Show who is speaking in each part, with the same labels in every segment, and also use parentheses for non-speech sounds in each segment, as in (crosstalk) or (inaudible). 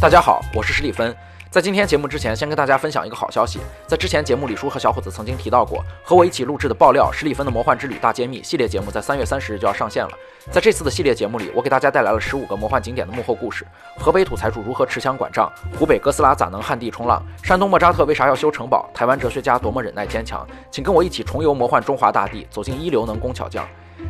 Speaker 1: 大家好，我是史蒂芬。在今天节目之前，先跟大家分享一个好消息。在之前节目里，叔和小伙子曾经提到过，和我一起录制的爆料《史蒂芬的魔幻之旅大揭秘》系列节目在三月三十日就要上线了。在这次的系列节目里，我给大家带来了十五个魔幻景点的幕后故事：河北土财主如何持枪管账，湖北哥斯拉咋能旱地冲浪，山东莫扎特为啥要修城堡，台湾哲学家多么忍耐坚强。请跟我一起重游魔幻中华大地，走进一流能工巧匠。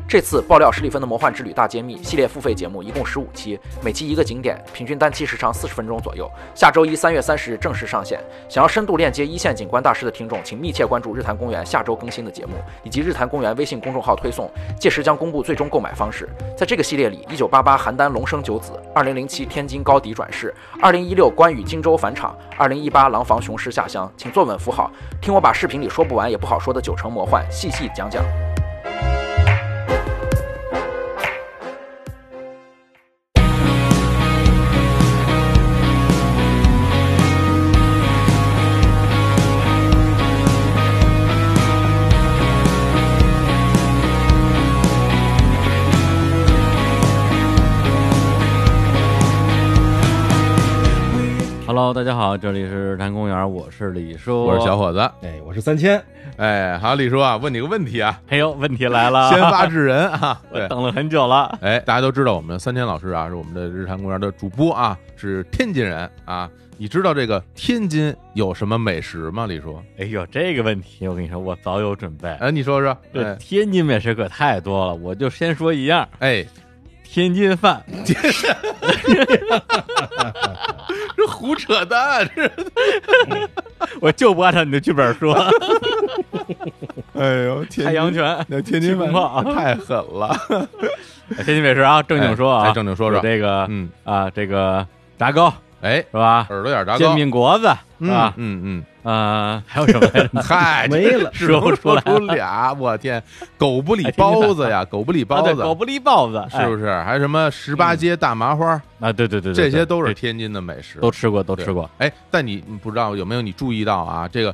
Speaker 1: 这次爆料史蒂芬的魔幻之旅大揭秘系列付费节目一共十五期，每期一个景点，平均单期时长四十分钟左右。下周一三月三十日正式上线。想要深度链接一线景观大师的听众，请密切关注日坛公园下周更新的节目，以及日坛公园微信公众号推送，届时将公布最终购买方式。在这个系列里，一九八八邯郸龙生九子，二零零七天津高迪转世，二零一六关羽荆州返场，二零一八廊坊雄狮下乡。请坐稳扶好，听我把视频里说不完也不好说的九城魔幻细细讲讲。
Speaker 2: Hello，大家好，这里是日坛公园，我是李叔，
Speaker 3: 我是小。伙子，
Speaker 4: 哎，我是三千，
Speaker 3: 哎，好，李叔啊，问你个问题啊，
Speaker 2: 哎呦，问题来了，
Speaker 3: 先
Speaker 2: (laughs)
Speaker 3: 发制人啊，
Speaker 2: 我
Speaker 3: 对，
Speaker 2: 等了很久了。
Speaker 3: 哎，大家都知道我们三千老师啊，是我们的日坛公园的主播啊，是天津人啊，你知道这个天津有什么美食吗？李叔，
Speaker 2: 哎呦，这个问题我跟你说，我早有准备。
Speaker 3: 哎，你说说，
Speaker 2: 这
Speaker 3: 哎，
Speaker 2: 天津美食可太多了，我就先说一样，
Speaker 3: 哎，
Speaker 2: 天津饭。 (laughs)
Speaker 3: 这胡扯淡，这，
Speaker 2: 我就不按照你的剧本
Speaker 3: (laughs)
Speaker 2: 说，
Speaker 3: 哎呦，
Speaker 2: 太阳
Speaker 3: (laughs)
Speaker 2: 拳。
Speaker 3: 那天
Speaker 2: 津饭
Speaker 3: 太狠了，
Speaker 2: 天津美食啊，正经说
Speaker 3: 哎
Speaker 2: 啊，
Speaker 3: 哎正经说说
Speaker 2: 有这个
Speaker 3: 嗯，
Speaker 2: 啊，这个炸糕
Speaker 3: 哎，
Speaker 2: 是吧？
Speaker 3: 耳朵眼儿炸
Speaker 2: 煎
Speaker 3: 糕，
Speaker 2: 饼果子是
Speaker 3: 嗯
Speaker 2: 吧？
Speaker 3: 嗯
Speaker 2: 啊，还有什么呀？
Speaker 3: 嗯，嗨，
Speaker 4: 没了
Speaker 3: 只能
Speaker 2: 说不出
Speaker 3: 说
Speaker 2: 来
Speaker 3: 出俩，我天，狗不理
Speaker 2: 哎天津
Speaker 3: 包
Speaker 2: 饭
Speaker 3: 子呀，狗不理
Speaker 2: 啊
Speaker 3: (laughs) 包
Speaker 2: 对
Speaker 3: 子，
Speaker 2: 狗不理包子，
Speaker 3: 是不
Speaker 2: 是？
Speaker 3: 是？还有什么十八街大麻花，
Speaker 2: 啊，对哎嗯对对，对
Speaker 3: 这些都是
Speaker 2: 对
Speaker 3: 天津的美食，
Speaker 2: 都吃过，都
Speaker 3: 对
Speaker 2: 吃过。。
Speaker 3: 哎，但你你不知道有没有你注意到啊？这个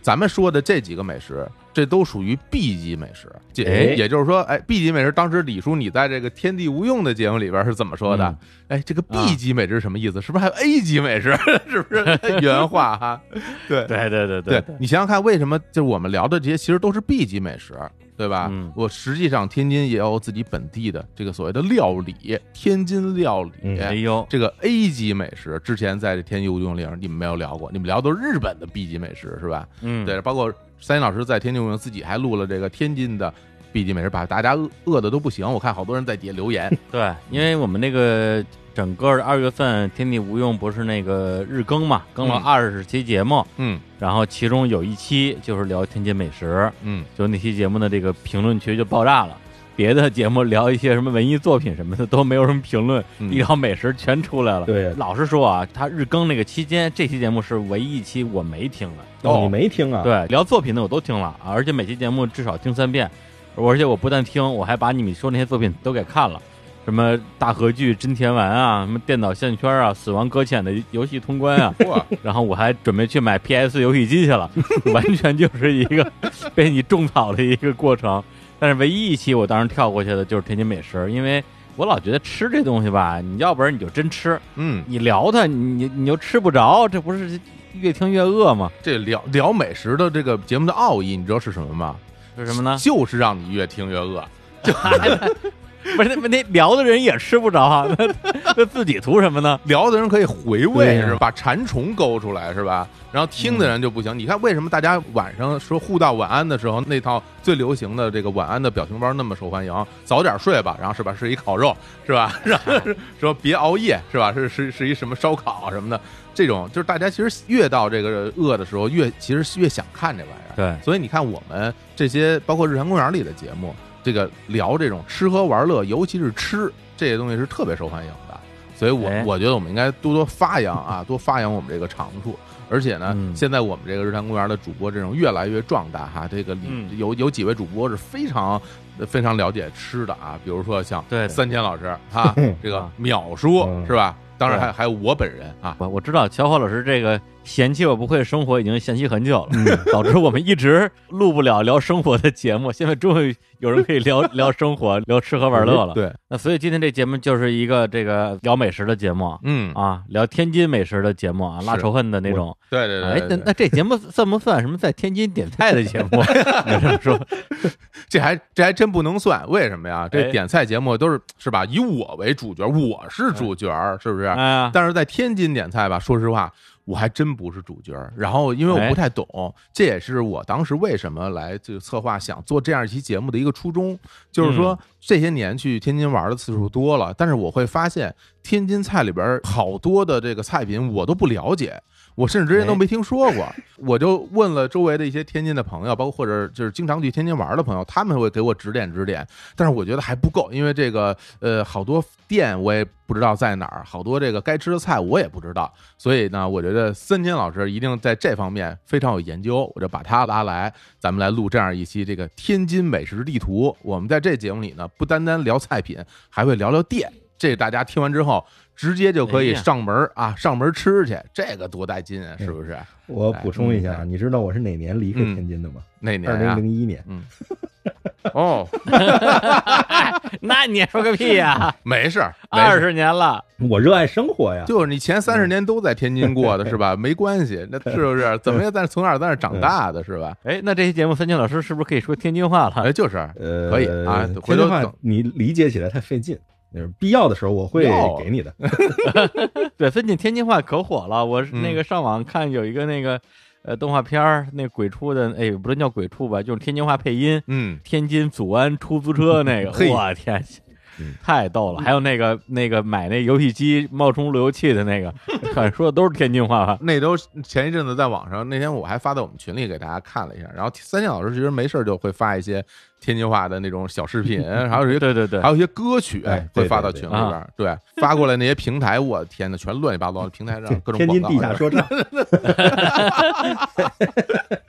Speaker 3: 咱们说的这几个美食，这都属于 B 级美食。这
Speaker 2: 哎
Speaker 3: 也就是说，哎，B 级美食，当时李叔你在这个《天地无用》的节目里边是怎么说的
Speaker 2: 嗯？
Speaker 3: 哎，这个
Speaker 2: 啊
Speaker 3: B 级美食是什么意思？是不是还有 A 级美食？ (laughs)
Speaker 2: (laughs)
Speaker 3: 是不是原话哈？对
Speaker 2: 对对对
Speaker 3: 对，你想想看，为什么就是我们聊的这些其实都是 B 级美食，对吧？
Speaker 2: 嗯
Speaker 3: 我实际上天津也有自己本地的这个所谓的料理，天津料理。
Speaker 4: 嗯
Speaker 2: 哎呦，
Speaker 3: 这个 A 级美食，之前在这《天津无用令》你们没有聊过，你们聊都是日本的 B 级美食是吧？
Speaker 2: 嗯，
Speaker 3: 对，包括三井老师在《天津无用》自己还录了这个天津的 B 级美食，把大家饿饿的都不行。我看好多人在底下留
Speaker 2: (laughs)
Speaker 3: 言，
Speaker 2: 对，因为我们那个整个二月份《天地无用》不是那个日更嘛，更了
Speaker 3: 嗯
Speaker 2: 二十期节目，
Speaker 3: 嗯
Speaker 2: 然后其中有一期就是聊天津美食，
Speaker 3: 嗯，
Speaker 2: 就那期节目的这个评论区就爆炸了。别的节目聊一些什么文艺作品什么的都没有什么评论，
Speaker 3: 嗯
Speaker 2: 一聊美食全出来了。
Speaker 4: 对
Speaker 2: 老实说啊，他日更那个期间，这期节目是唯一一期我没听的。
Speaker 3: 哦，
Speaker 4: 你没听啊？，
Speaker 2: 对，聊作品的我都听了，啊而且每期节目至少听三遍，而且我不但听，我还把你们说那些作品都给看了，什么大河剧《真田丸》啊，什么电脑线圈啊，《死亡搁浅》的游戏通关啊
Speaker 3: 哇，
Speaker 2: 然后我还准备去买 PS 游戏机去了，完全就是一个被你种草的一个过程。但是唯一一期我当时跳过去的就是天津美食，因为我老觉得吃这东西吧，你要不然你就真吃，
Speaker 3: 嗯，
Speaker 2: 你聊它，你你又吃不着，这不是越听越饿吗？
Speaker 3: 这聊聊美食的这个节目的奥义，你知道是什么吗？
Speaker 2: 是什么呢？
Speaker 3: 就是让你越听越饿。 (laughs)
Speaker 2: (laughs) 不是那那聊的人也吃不着啊， (laughs) 那那自己图什么呢？
Speaker 3: 聊的人可以回味，
Speaker 2: 对呀
Speaker 3: 是吧？把馋虫勾出来，是吧？然后听的人就
Speaker 2: 嗯
Speaker 3: 不行。你看为什么大家晚上说互道晚安的时候，那套最流行的这个晚安的表情包那么受欢迎？早点睡吧，然后是吧？是一烤肉，是吧？ (laughs) 然后是说别熬夜，是吧？是是是一什么烧烤什么的，这种就是大家其实越到这个饿的时候，越其实是越想看这玩意儿。
Speaker 2: 对
Speaker 3: 所以你看我们这些包括日坛公园里的节目，这个聊这种吃喝玩乐，尤其是吃这些东西是特别受欢迎的。所以我，
Speaker 2: 哎
Speaker 3: 我觉得我们应该多多发扬啊，多发扬我们这个长处。而且呢，
Speaker 2: 嗯
Speaker 3: 现在我们这个日坛公园的主播阵容越来越壮大哈。这个里
Speaker 2: 嗯
Speaker 3: 有有几位主播是非常非常了解吃的啊，比如说像
Speaker 2: 对 (laughs)
Speaker 3: 三千老师哈，这个
Speaker 2: 啊
Speaker 3: 淼叔
Speaker 4: 嗯
Speaker 3: 是吧？当然
Speaker 2: 对
Speaker 3: 还还有我本人啊，
Speaker 2: 我我知道小火老师这个嫌弃我不会生活已经嫌弃很久了，
Speaker 3: 嗯
Speaker 2: (laughs) 导致我们一直录不了聊生活的节目。 (laughs) 现在终于有人可以
Speaker 3: (laughs)
Speaker 2: 聊聊生活、聊吃喝玩乐了。
Speaker 3: 对，
Speaker 2: 那所以今天这节目就是一个这个聊美食的节目
Speaker 3: 嗯，
Speaker 2: 啊，聊天津美食的节目啊，
Speaker 3: 是呃
Speaker 2: 拉仇恨的那种。
Speaker 3: 对对对
Speaker 2: 哎，那
Speaker 3: 对对
Speaker 2: 那这节目算不算什么在天津点菜的节目？
Speaker 3: (laughs)
Speaker 2: 你这么说，
Speaker 3: 这还这还真不能算，为什么呀？
Speaker 2: 哎
Speaker 3: 这点菜节目都是是吧？以我为主角，我是主角，是不是？
Speaker 2: 哎呀，
Speaker 3: 但是在天津点菜吧，说实话，我还真不是主角。然后因为我不太懂，这也是我当时为什么来这个策划想做这样一期节目的一个初衷，就是说、这些年去天津玩的次数多了，但是我会发现天津菜里边好多的这个菜品我都不了解。我甚至之前都没听说过，我就问了周围的一些天津的朋友，包括或者就是经常去天津玩的朋友，他们会给我指点指点。但是我觉得还不够，因为这个呃，好多店我也不知道在哪儿，好多这个该吃的菜我也不知道，所以呢，我觉得森天老师一定在这方面非常有研究，我就把他拉来，咱们来录这样一期这个天津美食地图。我们在这节目里呢，不单单聊菜品，还会聊聊店，这大家听完之后。直接就可以
Speaker 2: 哎呀
Speaker 3: 上门儿啊，上门儿吃去，这个多带劲啊，是不是？
Speaker 4: 我补充一下
Speaker 3: 哎
Speaker 4: 啊，你知道我是哪年离开
Speaker 3: 嗯
Speaker 4: 天津的吗？
Speaker 3: 那年
Speaker 4: 二零
Speaker 3: 啊，
Speaker 4: 零一年。
Speaker 3: 嗯，哦，
Speaker 2: 那你说个屁呀！
Speaker 3: 没事儿， (laughs) 没事儿
Speaker 2: 二十年了，
Speaker 4: 我热爱生活呀，
Speaker 3: 就是你前三十年都在天津过的是吧？没关系，那是不是？怎么也在从小在那儿长大的是吧？
Speaker 2: 哎，那这期节目，三金老师是不是可以说天津话了？
Speaker 3: 哎，就是
Speaker 4: 呃，
Speaker 3: 可以啊
Speaker 4: 天
Speaker 3: 回头
Speaker 4: 津话
Speaker 3: 等
Speaker 4: 你理解起来太费劲，就是必要的时候我会
Speaker 3: 要啊
Speaker 4: 给你的。
Speaker 2: 对，最近天津话可火了。我是那个上网看有一个那个呃动画片儿，那鬼畜的，哎，不能叫鬼畜吧，就是天津话配音，
Speaker 3: 嗯，
Speaker 2: 天津祖安出租车那 (laughs) 个，
Speaker 3: 嘿
Speaker 2: 我天
Speaker 4: 嗯，
Speaker 2: 太逗了。还有那个那个买那游戏机冒充路由器的那个， (laughs) 好像说的都是天津话吧？
Speaker 3: 那都前一阵子在网上，那天我还发到我们群里给大家看了一下。然后三庆老师其实没事儿就会发一些天津话的那种小视
Speaker 4: (laughs)
Speaker 3: 频，还有一些
Speaker 2: 对对对
Speaker 3: 还，有一些歌曲
Speaker 4: 哎对
Speaker 3: 会发到
Speaker 4: 对
Speaker 3: 群里
Speaker 2: 对
Speaker 3: 边儿。
Speaker 4: (laughs)
Speaker 3: 对，发过来那些平台，我天呐，全乱七八糟的平台上各种
Speaker 4: (laughs) 天津
Speaker 3: 广告
Speaker 4: 地下说唱，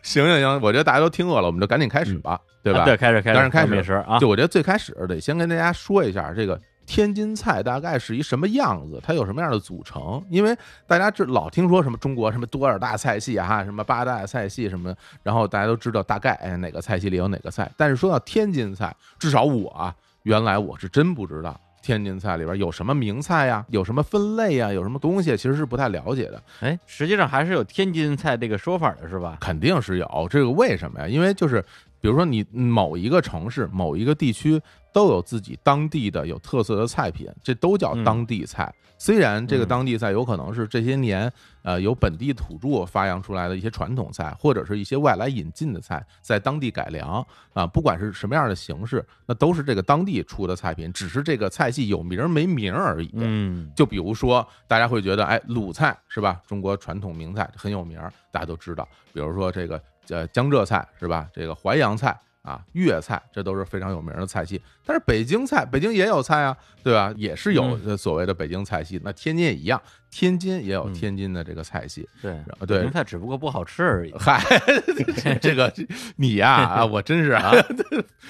Speaker 3: 行行行，我觉得大家都听饿了，我们就赶紧开
Speaker 4: 嗯
Speaker 3: 始
Speaker 4: 啊
Speaker 3: 吧，对吧？
Speaker 2: 啊对，开始开始，
Speaker 3: 当然开始
Speaker 2: 美食啊，
Speaker 3: 就我觉得最开始得先跟大家说一下这个。天津菜大概是一什么样子？它有什么样的组成？因为大家这老听说什么中国什么多少大菜系哈、什么八大菜系什么，然后大家都知道大概哎哪个菜系里有哪个菜。但是说到天津菜，至少我啊，原来我是真不知道天津菜里边有什么名菜呀，有什么分类呀，有什么东西，其实是不太了解的。
Speaker 2: 哎，实际上还是有天津菜这个说法的是吧？
Speaker 3: 肯定是有这个，为什么呀？因为就是比如说你嗯某一个城市、某一个地区都有自己当地的有特色的菜品，这都叫当地菜。虽然这个
Speaker 2: 嗯
Speaker 3: 当地菜有可能是这些年呃由本地土著发扬出来的一些传统菜，或者是一些外来引进的菜，在当地改良啊、不管是什么样的形式，那都是这个当地出的菜品，只是这个菜系有名儿没名儿而已。
Speaker 2: 嗯，
Speaker 3: 就比如说，大家会觉得，哎，鲁菜是吧？中国传统名菜很有名儿，大家都知道。比如说这个呃江浙菜是吧？这个淮扬菜啊、粤菜，这都是非常有名儿的菜系。但是北京菜，北京也有菜啊，对吧？也是有
Speaker 2: 嗯
Speaker 3: 呃所谓的北京菜系。那天津也一样，天津也有
Speaker 2: 嗯
Speaker 3: 天津的这个菜系。
Speaker 2: 对，
Speaker 3: 然后对
Speaker 2: 北京菜只不过不好吃而已。
Speaker 3: (laughs) 嗨， (laughs) 这个你呀啊，我真是啊，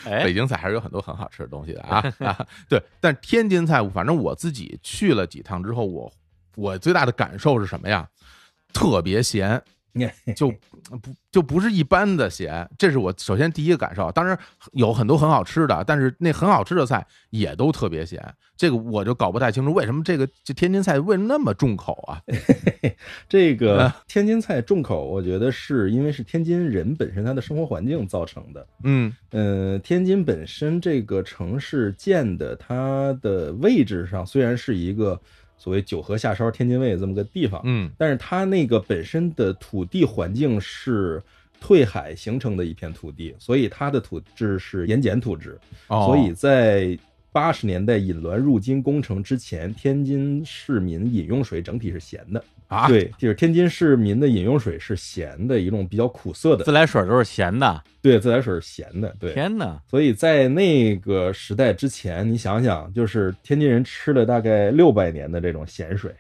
Speaker 2: 哎
Speaker 3: 北，京菜还是有很多很好吃的东西的啊 (laughs) 啊！对，但天津菜，反正我自己去了几趟之后，我我最大的感受是什么呀？特别咸，就不就不是一般的咸，这是我首先第一个感受。当然有很多很好吃的，但是那很好吃的菜也都特别咸，这个我就搞不太清楚为什么这个这天津菜为什么那么重口啊？
Speaker 4: 这个天津菜重口，我觉得是因为是天津人本身他的生活环境造成的。
Speaker 3: 嗯
Speaker 4: 呃，天津本身这个城市建的，它的位置上虽然是一个所谓九河下梢天津卫这么个地方，
Speaker 3: 嗯
Speaker 4: 但是它那个本身的土地环境是退海形成的一片土地，所以它的土质是盐碱土质，
Speaker 3: 哦，
Speaker 4: 所以在八十年代引滦入津工程之前，天津市民饮用水整体是咸的。
Speaker 3: 啊
Speaker 4: 对，就是天津市民的饮用水是咸的，一种比较苦涩的
Speaker 2: 自，来水都是咸的，
Speaker 4: 对，自来水是咸的，对。
Speaker 2: 天哪！
Speaker 4: 所以在那个时代之前，你想想，就是天津人吃了大概六百年的这种咸水，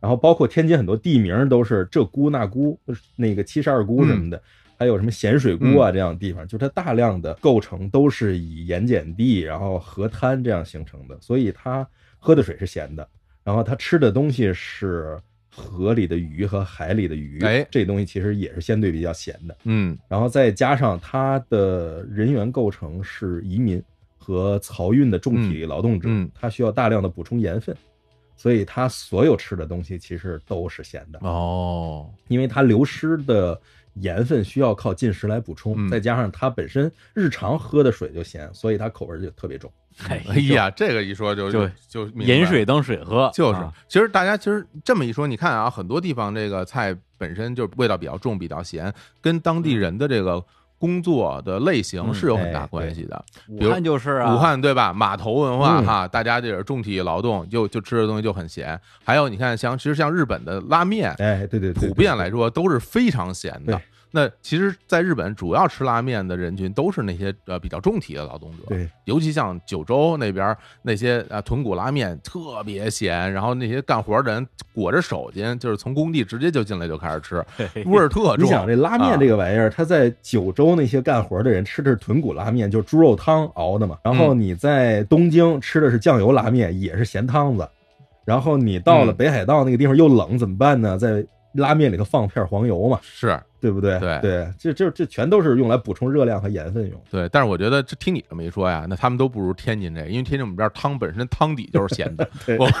Speaker 4: 然后包括天津很多地名都是这姑那姑，就是那个七十二姑什么的，还有什么咸水姑啊这样的地方，就是它大量的构成都是以盐碱地，然后河滩这样形成的，所以它喝的水是咸的。然后他吃的东西是河里的鱼和海里的鱼，
Speaker 3: 哎
Speaker 4: 这东西其实也是相对比较咸的。
Speaker 3: 嗯
Speaker 4: 然后再加上他的人员构成是移民和漕运的重体力劳动者，
Speaker 3: 嗯嗯
Speaker 4: 他需要大量的补充盐分，所以他所有吃的东西其实都是咸的，
Speaker 3: 哦，
Speaker 4: 因为他流失的盐分需要靠进食来补充，
Speaker 3: 嗯
Speaker 4: 再加上他本身日常喝的水就咸，所以他口味就特别重。
Speaker 3: 哎呀，这个一说就
Speaker 2: 就
Speaker 3: 就明白
Speaker 2: 饮水当水喝，
Speaker 3: 就是
Speaker 2: 啊，
Speaker 3: 其实大家其实这么一说，你看啊，很多地方这个菜本身就味道比较重、比较咸，跟当地人的这个工作的类型
Speaker 2: 嗯
Speaker 3: 是有很
Speaker 4: 嗯哎
Speaker 3: 大
Speaker 4: 对
Speaker 3: 关系的。
Speaker 2: 武
Speaker 3: 比如
Speaker 2: 汉就是啊，
Speaker 3: 武汉对吧？码头文化
Speaker 4: 嗯
Speaker 3: 哈，大家这是重体力劳动，就就吃的东西就很咸。还有你看，像其实像日本的拉面，
Speaker 4: 哎，对对对，
Speaker 3: 普遍来说啊都是非常咸的
Speaker 4: 对。
Speaker 3: 那其实，在日本主要吃拉面的人群都是那些呃比较重体力的劳动者，
Speaker 4: 对，
Speaker 3: 尤其像九州那边儿那些啊豚骨拉面特别咸，然后那些干活的人裹着手巾，就是从工地直接就进来就开始吃，味儿特
Speaker 4: 你
Speaker 3: 重。
Speaker 4: 想这拉
Speaker 3: 啊
Speaker 4: 面这个玩意儿，它在九州那些干活的人吃的是豚骨拉面，就是猪肉汤熬的嘛。然后
Speaker 3: 嗯
Speaker 4: 你在东京吃的是酱油拉面，也是咸汤子。然后你到了
Speaker 3: 嗯
Speaker 4: 北海道那个地方又冷，怎么办呢？在拉面里头放片黄油嘛，
Speaker 3: 是
Speaker 4: 对不对？
Speaker 3: 对
Speaker 4: 对，这这这全都是用来补充热量和盐
Speaker 3: (laughs)
Speaker 4: 分用。
Speaker 3: 对，但是我觉得这听你这么一说呀，那他们都不如天津这，因为天津我们这儿汤本身汤底就是咸
Speaker 4: (laughs)
Speaker 3: 的，
Speaker 4: 对
Speaker 3: 我们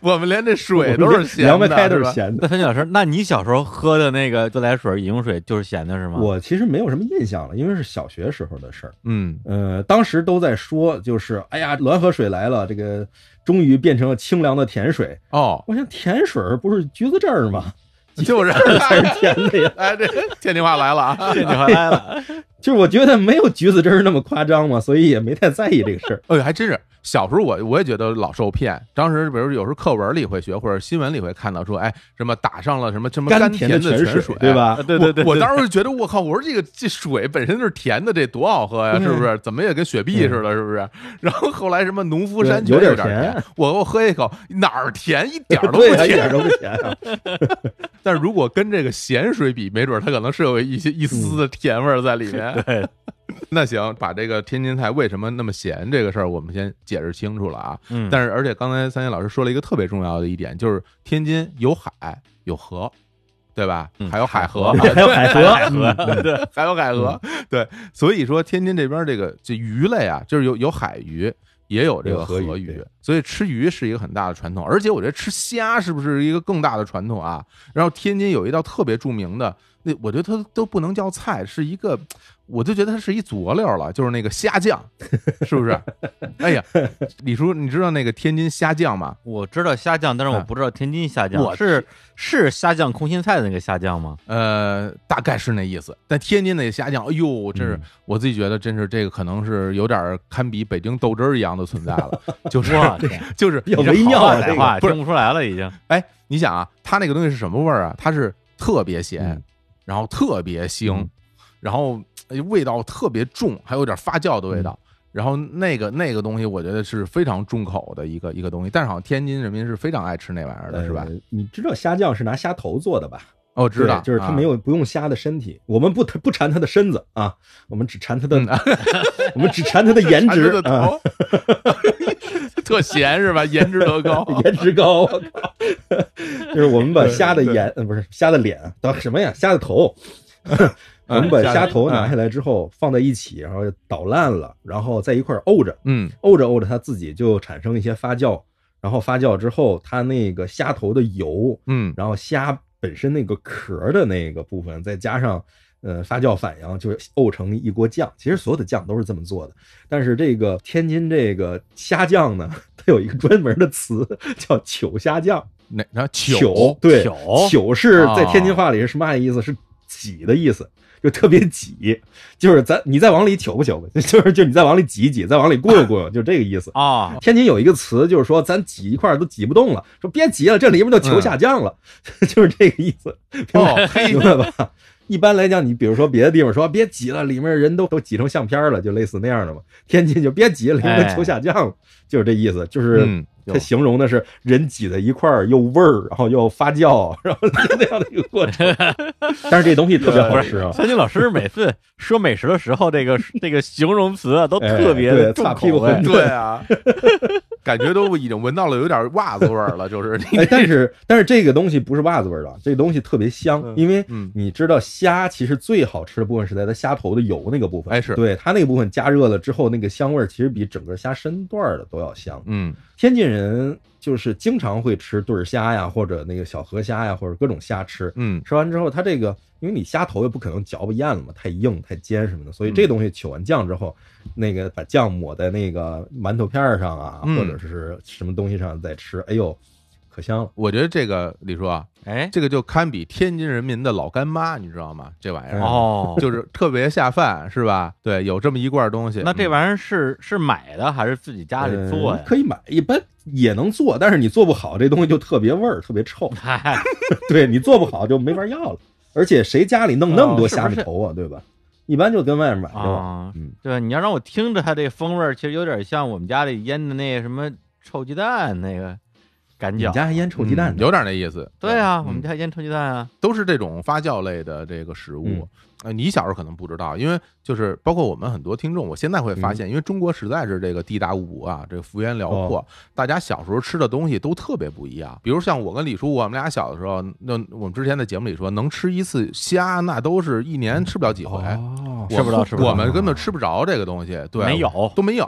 Speaker 3: 我们连这水都是咸的，
Speaker 4: 凉白开都
Speaker 3: 是吧
Speaker 4: 是咸的。
Speaker 2: 那陈老师，那你小时候喝的那个自来水、饮用水就是咸的是吗？
Speaker 4: 我其实没有什么印象了，因为是小学时候的事儿。
Speaker 3: 嗯，
Speaker 4: 呃，当时都在说，就是哎呀，滦河水来了，这个终于变成了清凉的甜水。
Speaker 3: 哦，
Speaker 4: 我想甜水儿不是橘子汁儿吗？ (laughs)
Speaker 3: 就是。
Speaker 4: 才是甜的呀。
Speaker 3: 哎，这天津话来了啊！
Speaker 2: 这你回来
Speaker 3: (laughs)
Speaker 2: 了，
Speaker 4: 就是我觉得没有橘子汁儿那么夸张嘛，所以也没太在意这个事儿。
Speaker 3: 哎呦，还真是。小时候我我也觉得老受骗，当时比如有时候课文里会学，或者新闻里会看到说，哎，什么打上了什么什么
Speaker 4: 甘
Speaker 3: 甜
Speaker 4: 的
Speaker 3: 泉
Speaker 4: 泉
Speaker 3: 水，啊
Speaker 4: 对？吧？
Speaker 2: 对对对，
Speaker 3: 我当时就觉得我靠，我说这个这水本身就是甜的，这多好喝呀，
Speaker 4: 对
Speaker 3: 是不是？怎么也跟雪碧似的，是不是？然后后来什么农夫山
Speaker 4: 嗯对
Speaker 3: 泉
Speaker 4: 有点
Speaker 3: 有点
Speaker 4: 甜
Speaker 3: 甜，我我喝一口哪儿甜一点儿都不
Speaker 4: 对啊，一
Speaker 3: 甜
Speaker 4: 点，儿都不
Speaker 3: (laughs)
Speaker 4: 甜啊。
Speaker 3: 但是如果跟这个咸水比，没准儿它可能是有一些一丝
Speaker 4: 嗯
Speaker 3: 的甜味儿在里面。
Speaker 2: 对，
Speaker 3: (laughs) 那行，把这个天津菜为什么那么咸这个事儿，我们先解释清楚了啊。
Speaker 2: 嗯，
Speaker 3: 但是，而且刚才三星老师说了一个特别重要的一点，就是天津有海有河，对吧？
Speaker 2: 嗯
Speaker 3: 还有海河，
Speaker 4: 还有海河，嗯
Speaker 2: 海河，对，
Speaker 3: 还有海河。对，所以说天津这边这个这鱼类啊，就是有有海鱼，也有这个
Speaker 4: 有河
Speaker 3: 河
Speaker 4: 鱼
Speaker 3: 鱼
Speaker 4: 对，
Speaker 3: 所以吃鱼是一个很大的传统。而且我觉得吃虾是不是一个更大的传统啊？然后天津有一道特别著名的，那我觉得它都不能叫菜，是一个，我就觉得它是一佐料了，就是那个虾酱，是不是？ (laughs) 哎呀，李叔，你知道那个天津虾酱吗？
Speaker 2: 我知道虾酱，但是我
Speaker 3: 嗯
Speaker 2: 不知道天津虾酱，
Speaker 3: 我
Speaker 2: 是是虾酱空心菜的那个虾酱
Speaker 3: (laughs)
Speaker 2: 吗？
Speaker 3: 呃，大概是那意思。但天津那虾酱，哎呦，真是、
Speaker 2: 嗯
Speaker 3: 我自己觉得，真是这个可能是有点儿堪比北京豆汁儿一样的存在
Speaker 4: (laughs)
Speaker 3: 了，就是
Speaker 2: 我天，
Speaker 3: (laughs) 就是
Speaker 4: 比较
Speaker 3: 你这
Speaker 4: 微妙
Speaker 3: 好歹
Speaker 4: 啊这
Speaker 2: 白
Speaker 4: 个
Speaker 2: 话
Speaker 3: 不
Speaker 2: 听
Speaker 3: 是
Speaker 2: 不出来了已经。
Speaker 3: 哎，你想啊，它那个东西是什么味儿啊？它是特别咸，
Speaker 4: 嗯
Speaker 3: 然后特别腥，
Speaker 4: 嗯
Speaker 3: 然后哎味道特别重，还有点发酵的味
Speaker 4: 嗯
Speaker 3: 道。然后那个那个东西，我觉得是非常重口的一个一个东西，但是好像天津人民是非常爱吃那玩意儿的，是吧？
Speaker 4: 呃？你知道虾酱是拿虾头做的吧？
Speaker 3: 哦，知道，
Speaker 4: 对就是它没有不用虾的身体，我们不不馋它的身子啊，我们只馋它的， (laughs) 我们只馋它的颜
Speaker 3: 啊 (laughs)
Speaker 4: 值
Speaker 3: 嗯的
Speaker 4: 啊，
Speaker 3: 头，特咸是吧？颜值多高，
Speaker 4: (laughs) 颜值高，我靠就是我们把虾的颜呃不是虾的脸啊，到什么呀？虾的头，我们把虾头拿下来之后放在一起，然后捣烂了，然后在一块儿沤着，
Speaker 3: 嗯，
Speaker 4: 沤着沤着它自己就产生一些发酵，然后发酵之后，它那个虾头的油，
Speaker 3: 嗯
Speaker 4: 然后虾本身那个壳的那个部分，再加上呃发酵反应，就是沤成一锅酱。其实所有的酱都是这么做的，但是这个天津这个虾酱呢， (laughs) 它有一个专门的词叫“糗虾酱
Speaker 3: 哪哪”，
Speaker 4: 糗
Speaker 3: 糗
Speaker 4: 对，
Speaker 2: 糗
Speaker 4: 糗是
Speaker 3: 啊
Speaker 4: 在天津话里是什么样的意思？是挤的意思。就特别挤，就是咱你再往里糗不糗， (laughs) 就是就你再往里挤一挤，再往里过悠过悠，就这个意思。
Speaker 2: 啊，
Speaker 4: 天津有一个词，就是说咱挤一块儿都挤不动了，说别挤了，这里边就求下降了， (laughs) 就是这个意思，
Speaker 3: 哦，嘿
Speaker 4: 明，白吧？ (laughs) 一般来讲，你比如说别的地方说别挤了，里面人都都挤成相片儿了，就类似那样的嘛。天津就别挤了，里面
Speaker 2: 哎
Speaker 4: 都求下降了，就是这意思，就是。 (laughs)
Speaker 3: 嗯，
Speaker 4: 它形容的是人挤在一块儿，又味儿，然后又发酵，然后 (laughs) 那样的一个
Speaker 3: (laughs)
Speaker 4: 过程。但是这东西特别好吃啊，
Speaker 2: 三军老师每次说美
Speaker 3: (laughs)
Speaker 2: 食的时候，这个这个形容词啊，都特别
Speaker 4: 哎对
Speaker 2: 重
Speaker 4: 擦屁
Speaker 2: 口
Speaker 4: 股
Speaker 2: 味
Speaker 4: 很。
Speaker 3: 对啊， (laughs) 感觉都已经闻到了有点袜子味儿了，就是
Speaker 4: (laughs)
Speaker 3: 你
Speaker 4: 哎，但是但是这个东西不是袜子味儿的，这个东西特别香，因为
Speaker 3: 嗯
Speaker 4: 你知道虾其实最好吃的部分是在它虾头的油那个部分，
Speaker 3: 哎是
Speaker 4: 对它那个部分加热了之后，那个香味儿其实比整个虾身段儿的都要香。
Speaker 3: 嗯
Speaker 4: 天津人就是经常会吃对儿虾呀，或者那个小河虾呀，或者各种虾吃。
Speaker 3: 嗯
Speaker 4: 吃完之后，它这个因为你虾头也不可能嚼巴咽了嘛，太硬太尖什么的，所
Speaker 3: 嗯
Speaker 4: 以这东西取完酱之后，那个把酱抹在那个馒头片儿上啊，
Speaker 3: 嗯
Speaker 4: 或者是什么东西上再吃，哎呦，可香了。
Speaker 3: 我觉得这个李叔啊，
Speaker 2: 哎，
Speaker 3: 这个就堪比天津人民的老干妈，你知道吗？这玩意儿、
Speaker 4: 嗯
Speaker 2: 哦，
Speaker 3: (laughs) 就是特别下饭，是吧？对，有这么一罐东西。嗯
Speaker 2: 那这
Speaker 3: 意
Speaker 2: 玩意儿是是买的还是自己家
Speaker 3: 呃
Speaker 2: 里做
Speaker 4: 嗯
Speaker 2: 呀？。
Speaker 4: 可以买，一般也能做，但是你做不好，这东西就特别味儿，特别臭 (laughs)
Speaker 2: 嗨，
Speaker 4: 对你做不好就没法要了。而且谁家里弄那么
Speaker 2: 哦
Speaker 4: 多
Speaker 2: 是
Speaker 4: 虾
Speaker 2: 不
Speaker 4: 米
Speaker 2: 是
Speaker 4: 头啊，对吧？一般就跟外面买去了。
Speaker 2: 啊，
Speaker 4: 嗯
Speaker 2: 对，你要让我听着它这风味儿，其实有点像我们家里腌的那什么臭鸡蛋那个擀
Speaker 4: 你
Speaker 2: 饺。
Speaker 4: 家还腌臭鸡
Speaker 2: 嗯
Speaker 4: 蛋
Speaker 3: 嗯
Speaker 4: 呢？
Speaker 3: 有点那意思。
Speaker 2: 对啊，
Speaker 3: 嗯
Speaker 2: 我们家腌臭鸡蛋啊。
Speaker 3: 都是这种发酵类的这个食物。
Speaker 4: 嗯
Speaker 3: 呃，你小时候可能不知道，因为就是包括我们很多听众，我现在会发现，因为中国实在是这个地大物博啊，这个幅员辽阔，大家小时候吃的东西都特别不一样。比如像我跟李叔，我们俩小的时候，那我们之前在节目里说，能吃一次虾，那都是一年吃不了几回。
Speaker 4: 哦
Speaker 3: 我
Speaker 2: 吃不着吃不着
Speaker 3: 我们根本吃不着这个东西，对，
Speaker 2: 没有
Speaker 3: 都没有。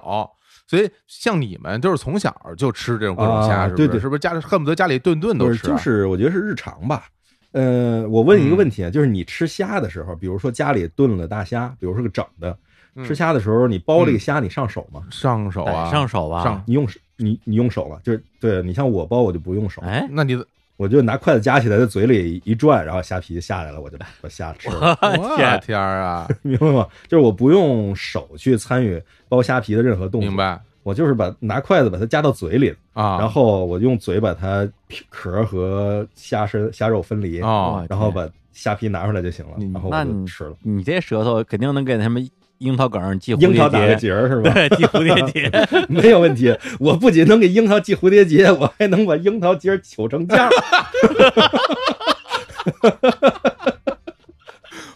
Speaker 3: 所以像你们就是从小就吃这种各种虾，
Speaker 4: 啊
Speaker 3: 是不是？
Speaker 4: 对对
Speaker 3: 是不是家里恨不得家里顿顿都
Speaker 4: 不
Speaker 3: 吃
Speaker 4: 是，
Speaker 3: 啊？
Speaker 4: 就是我觉得是日常吧。呃，我问一个问题啊，就是你吃虾的时候，比如说家里炖了大虾，比如说个整的，
Speaker 3: 嗯
Speaker 4: 吃虾的时候你剥这个虾，你上手吗？
Speaker 3: 上手啊，
Speaker 2: 得上手吧，
Speaker 3: 上
Speaker 4: 你用手，你你用手了，就是对你像我剥我就不用手，
Speaker 2: 哎，
Speaker 3: (laughs) 那你
Speaker 4: 我就拿筷子夹起来，在嘴里一转，然后虾皮就下来了，
Speaker 3: (laughs)
Speaker 4: 我就把虾吃了，
Speaker 3: 我
Speaker 2: 天
Speaker 3: 天儿
Speaker 4: (laughs)
Speaker 3: 啊！
Speaker 4: 明白吗？就是我不用手去参与剥虾皮的任何动作，
Speaker 3: 明？白
Speaker 4: 我就是把拿筷子把它夹到嘴里，
Speaker 3: 啊？
Speaker 4: 然后我用嘴把它皮壳和虾身虾肉分离，
Speaker 3: 哦，
Speaker 4: 然后把虾皮拿出来就行了
Speaker 3: 你，
Speaker 4: 然后
Speaker 2: 那
Speaker 4: 我就
Speaker 2: 你
Speaker 4: 吃了。
Speaker 2: 你这舌头肯定能给他们樱桃梗系蝴
Speaker 4: 樱桃打
Speaker 2: 蝶 (laughs)
Speaker 4: 个
Speaker 2: 结，
Speaker 4: 结儿是吧？
Speaker 2: 对，系蝴蝶结。
Speaker 4: (laughs) 没有问题。我不仅能给樱桃系蝴蝶结，我还能把樱桃结儿揪
Speaker 3: (laughs)
Speaker 4: 成酱。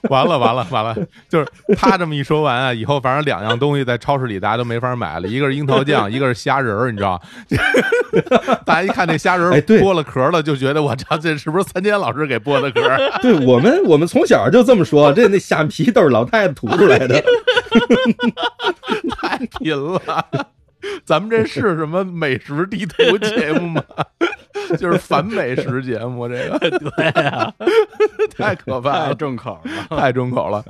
Speaker 3: 完了完了完了，就是他这么一说完啊，以后反正两样东西在超市里大家都没法买了，一个是樱桃酱，一个是虾仁儿，你知道？ (laughs) 大家一看这虾仁儿
Speaker 4: 哎对
Speaker 3: 剥了壳了，就觉得我操，这是不是三千老师给剥的壳儿？
Speaker 4: 对我们，我们从小就这么说，这那虾皮都是老太太吐出来的。
Speaker 3: 太贫了。咱们这是什么美食地图节
Speaker 2: (laughs)
Speaker 3: 目吗？就是反美食节目，这个对啊， (laughs) 太可怕了，
Speaker 2: 重口了，嗯
Speaker 3: 太重口了。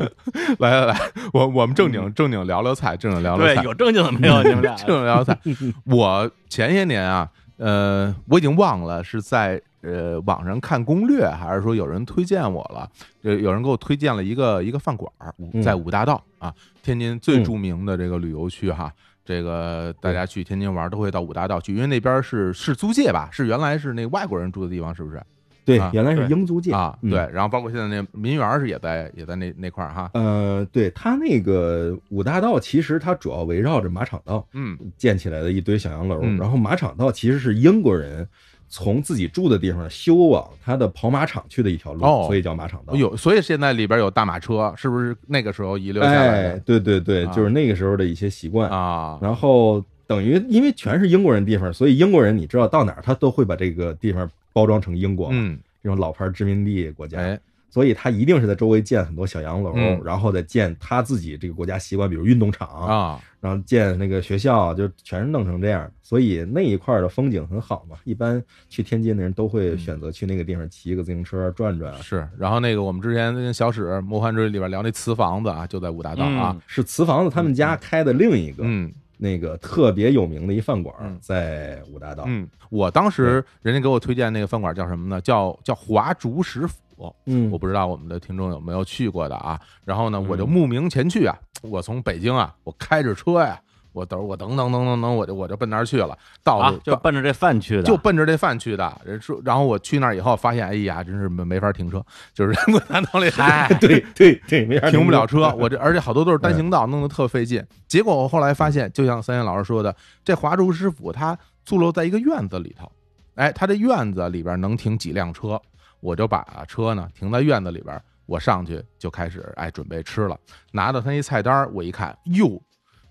Speaker 3: 来来来，我我们正经正经聊聊菜，正经聊聊
Speaker 2: 对，
Speaker 3: 菜，
Speaker 2: 有正经的没有？你们俩
Speaker 3: 正经聊聊
Speaker 4: (laughs)
Speaker 3: 菜。我前些年啊，呃，我已经忘了是在呃网上看攻略，还是说有人推荐我了。呃，有人给我推荐了一个一个饭馆儿，
Speaker 4: 嗯
Speaker 3: 在五大道啊，天津最
Speaker 4: 嗯
Speaker 3: 著名的这个旅游区哈。这个大家去天津玩都会到五大道去，因为那边是是租界吧，是原来是那外国人住的地方，是不是
Speaker 4: 对
Speaker 3: 啊，
Speaker 4: 原来是
Speaker 2: 对
Speaker 4: 英租界
Speaker 3: 啊？
Speaker 4: 嗯
Speaker 3: 对，然后包括现在那民园是也在也在那那块儿哈，
Speaker 4: 呃，对它那个五大道，其实它主要围绕着马场道
Speaker 3: 嗯
Speaker 4: 建起来的一堆小洋楼。
Speaker 3: 嗯
Speaker 4: 然后马场道其实是英国人从自己住的地方修往他的跑马场去的一条路，
Speaker 3: 哦
Speaker 4: 所以叫马场道。
Speaker 3: 有，所以现在里边有大马车，是不是那个时候遗留下来
Speaker 4: 哎
Speaker 3: 的，
Speaker 4: 对对对，
Speaker 3: 啊
Speaker 4: 就是那个时候的一些习惯。
Speaker 3: 啊？
Speaker 4: 然后等于因为全是英国人地方，所以英国人你知道到哪儿他都会把这个地方包装成英国嘛，
Speaker 3: 嗯，
Speaker 4: 这种老牌殖民地国家，
Speaker 3: 哎，
Speaker 4: 所以他一定是在周围建很多小洋楼，
Speaker 3: 嗯
Speaker 4: 然后再建他自己这个国家习惯，比如运动场，
Speaker 3: 啊，
Speaker 4: 然后建那个学校，就全是弄成这样。所以那一块儿的风景很好嘛，一般去天津的人都会选择去那个地方骑个自行车转转啊。
Speaker 3: 是。然后那个我们之前跟小史《魔幻之旅》里边聊那瓷房子啊，就在五大道
Speaker 2: 嗯
Speaker 3: 啊。
Speaker 4: 是瓷房子他们家开的另一个、
Speaker 3: 嗯
Speaker 4: 那个特别有名的一饭馆
Speaker 3: 嗯，
Speaker 4: 在五大道。
Speaker 3: 嗯，我当时人家给我推荐那个饭馆叫什么呢？叫叫华竹食府。
Speaker 4: 嗯 (laughs)
Speaker 3: 我不知道我们的听众有没有去过的啊。然后呢，
Speaker 2: 嗯
Speaker 3: 我就慕名前去啊，我从北京啊，我开着车呀、我等我等等等等等，我就我就奔那儿去了，到
Speaker 2: 啊
Speaker 3: 处，
Speaker 2: 就奔着这饭去的，
Speaker 3: 就奔着这饭去的。人说，然后我去那儿以后发现，哎呀，真是没没法停车，就是 (laughs) 我拿道理，哎，
Speaker 4: 对对对，没法
Speaker 3: 停不
Speaker 4: (laughs)
Speaker 3: 了车，我这而且好多都是单行道，弄得特费劲。结果我后来发现，就像三燕老师说的，这华竹师傅他坐落在一个院子里头，哎，他这院子里边能停几辆车，我就把车呢停在院子里边，我上去就开始哎准备吃了，拿到他那菜单儿，我一看，哟，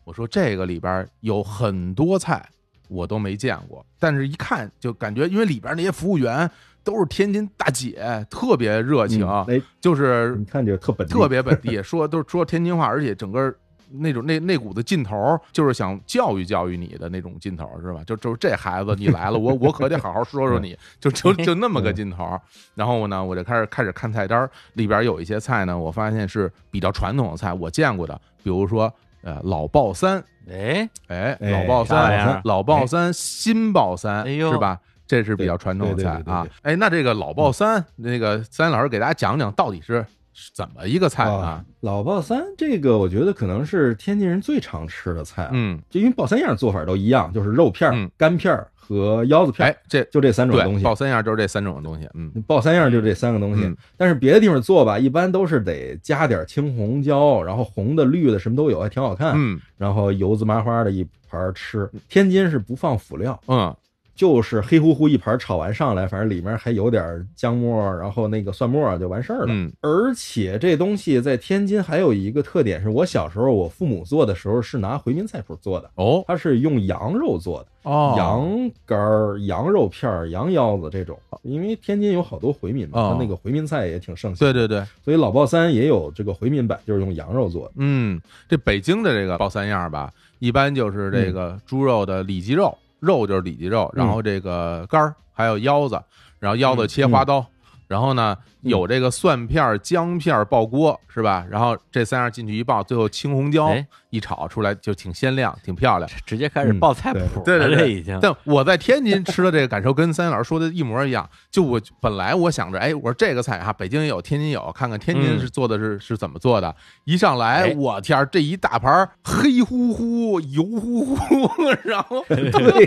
Speaker 3: 我说这个里边有很多菜我都没见过，但是一看就感觉，因为里边那些服务员都是天津大姐，特别热情，
Speaker 4: 嗯哎，
Speaker 3: 就是
Speaker 4: 你看这个特本地，
Speaker 3: 特别
Speaker 4: (laughs)
Speaker 3: 本地，说都是说天津话，而且整个那种那那股子劲头儿，就是想教育教育你的那种劲头儿，是吧？就就是这孩子，你来了，我我可得好好说说
Speaker 4: (laughs)
Speaker 3: 你，就就就那么个劲头儿。然后呢，我就开始开始看菜单儿，里边有一些菜呢，我发现是比较传统的菜，我见过的，比如说呃老爆三，
Speaker 2: 哎，
Speaker 3: 哎，
Speaker 4: 哎
Speaker 3: 老爆
Speaker 2: 啥玩意
Speaker 3: 三
Speaker 2: 儿，
Speaker 3: 老爆三，新爆三，
Speaker 2: 哎呦
Speaker 3: 是吧？这是比较传统的菜
Speaker 4: 对对对对
Speaker 3: 啊
Speaker 4: 对。
Speaker 3: 哎，那这个老爆三，那个三老师给大家讲讲到底是怎么一个菜啊
Speaker 4: 啊？。老爆三这个，我觉得可能是天津人最常吃的菜了，啊
Speaker 3: 嗯，
Speaker 4: 就因为爆三样做法都一样，就是肉片儿
Speaker 3: 嗯、
Speaker 4: 干片儿和腰子片
Speaker 3: 哎
Speaker 4: 儿，，
Speaker 3: 这
Speaker 4: 就这三种东
Speaker 3: 对
Speaker 4: 西。
Speaker 3: 爆三样就是这三种东西，嗯，
Speaker 4: 爆三样就这三个东西
Speaker 3: 嗯，
Speaker 4: 但是别的地方做吧，一般都是得加点青红椒，然后红的、绿的什么都有，还挺好看。
Speaker 3: 嗯
Speaker 4: 然后油滋麻花的一盘儿吃。天津是不放辅料，
Speaker 3: 嗯
Speaker 4: 就是黑乎乎一盘儿炒完上来，反正里面还有点姜末，然后那个蒜末就完事儿了。
Speaker 3: 嗯
Speaker 4: 而且这东西在天津还有一个特点是，我小时候我父母做的时候是拿回民菜谱做的，
Speaker 3: 哦
Speaker 4: 它是用羊肉做的，
Speaker 3: 哦
Speaker 4: 羊肝儿、羊肉片儿、羊腰子这种。因为天津有好多回民嘛，
Speaker 3: 哦
Speaker 4: 它那个回民菜也挺盛行，
Speaker 3: 对对对，
Speaker 4: 所以老爆三也有这个回民版，就是用羊肉做的。
Speaker 3: (laughs) 嗯，这北京的这个爆三样吧，一般就是这个猪肉的里脊肉，肉就是里脊肉，然后这个肝儿，还有腰子，然后腰子切花刀，然后呢
Speaker 4: 嗯
Speaker 3: 有这个蒜片儿、姜片儿爆锅是吧？然后这三样进去一爆，最后青红椒
Speaker 2: 哎
Speaker 3: 一炒出来就挺鲜亮，挺漂亮。
Speaker 2: 这直接开始报菜谱了，
Speaker 3: 对对对
Speaker 2: 这
Speaker 3: 对
Speaker 2: 已经。
Speaker 3: (laughs) 但我在天津吃的这个感受跟三老师说的一模一样。就我本来我想着，哎，我说这个菜哈，北京也有，天津也有，看看天津
Speaker 2: 嗯
Speaker 3: 是做的是、是怎么做的。一上来
Speaker 2: 哎，
Speaker 3: 我天儿，这一大盘儿黑乎乎、油乎乎， (laughs) 然后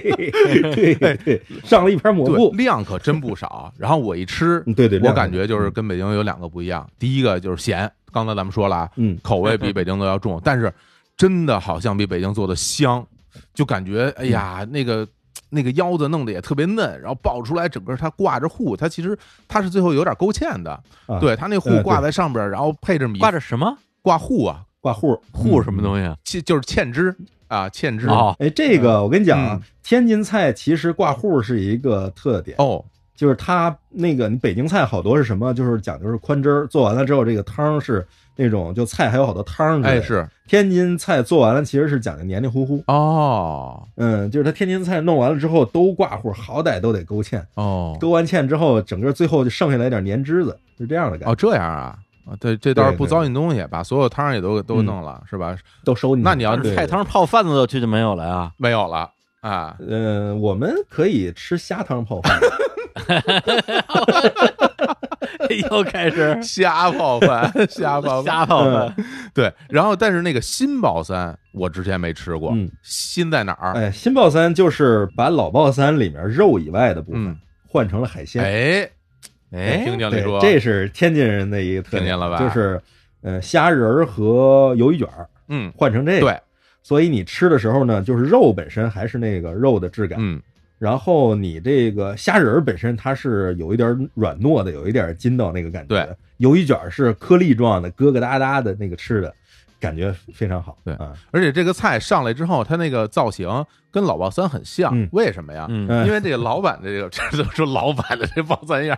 Speaker 4: 对
Speaker 3: (laughs)
Speaker 4: 对对，上了一盘蘑
Speaker 3: 对
Speaker 4: 菇。
Speaker 3: 量可真不少。然后我一吃，
Speaker 4: 嗯对对，
Speaker 3: 我
Speaker 4: 亮
Speaker 3: 感
Speaker 4: 的
Speaker 3: 觉就是跟北京有两个不一样。第一个就是咸，刚才咱们说了啊，
Speaker 4: 嗯，
Speaker 3: 口味
Speaker 4: (laughs)
Speaker 3: 比北京都要重，但是真的好像比北京做的香，就感觉哎呀，
Speaker 4: 嗯
Speaker 3: 那个那个腰子弄得也特别嫩，然后爆出来整个它挂着糊，它其实它是最后有点勾芡的，
Speaker 4: 啊
Speaker 3: 对，它那糊
Speaker 4: 对对
Speaker 3: 挂在上边儿，然后配着米
Speaker 2: 挂着什么
Speaker 3: 挂糊啊，
Speaker 4: 挂糊儿
Speaker 2: 户什么东西啊？
Speaker 3: 其就是芡汁啊，芡汁
Speaker 2: 哦
Speaker 4: 嗯哎，这个我跟你讲啊
Speaker 3: 嗯，
Speaker 4: 天津菜其实挂糊是一个特点，
Speaker 3: 哦
Speaker 4: 就是它那个你北京菜好多是什么，就是讲究是宽汁儿，做完了之后这个汤是那种就菜还有好多汤儿之类
Speaker 3: 哎
Speaker 4: 的。
Speaker 3: 是
Speaker 4: 天津菜做完了其实是讲究黏黏糊糊，
Speaker 3: 哦
Speaker 4: 嗯，就是它天津菜弄完了之后都挂糊，好歹都得勾芡，
Speaker 3: 哦
Speaker 4: 勾完芡之后整个最后就剩下来一点黏汁子，是这样的感
Speaker 3: 哦
Speaker 4: 觉，
Speaker 3: 这样啊。啊，对，这倒是
Speaker 4: 对
Speaker 3: 不
Speaker 4: 对
Speaker 3: 糟践东西，把所有汤儿也都都
Speaker 4: 嗯
Speaker 3: 弄了，是吧？
Speaker 4: 都收进去。
Speaker 3: 那你要是
Speaker 4: 对
Speaker 2: 菜。汤泡饭子都去就没有了
Speaker 3: (laughs)
Speaker 2: 呀？
Speaker 3: 没有了啊，
Speaker 4: 嗯、我们可以吃虾汤泡饭，
Speaker 2: 又开始
Speaker 3: 瞎泡
Speaker 4: (laughs)
Speaker 3: 饭，瞎泡饭，嗯
Speaker 2: 瞎泡饭，
Speaker 3: 对，然后但是那个新宝三我之前没吃过，
Speaker 4: 嗯
Speaker 3: 新在哪儿？
Speaker 4: 哎，新爆三就是把老爆三里面肉以外的部分
Speaker 3: 嗯
Speaker 4: 换成了海鲜。
Speaker 3: 哎，
Speaker 2: 哎，
Speaker 3: 听经理
Speaker 4: 对，
Speaker 3: 说，
Speaker 4: 这是天津人的一个特
Speaker 3: 听见
Speaker 4: 点
Speaker 3: 了吧
Speaker 4: 就是呃，虾仁儿和鱿鱼卷儿
Speaker 3: 嗯，
Speaker 4: 换成这个。
Speaker 3: 对，
Speaker 4: 所以你吃的时候呢，就是肉本身还是那个肉的质感，
Speaker 3: 嗯，
Speaker 4: 然后你这个虾仁儿本身它是有一点软糯的，有一点筋道那个感觉的。鱿鱼卷儿是颗粒状的，疙疙瘩瘩的那个吃的感觉非常好。
Speaker 3: 对
Speaker 4: 啊，
Speaker 3: 而且这个菜上来之后，它那个造型跟老爆三很像，
Speaker 4: 嗯
Speaker 3: 为什么呀？
Speaker 2: 嗯，
Speaker 4: 嗯
Speaker 3: 因为这个老板的这个， (laughs) 这都说老板的这爆三样，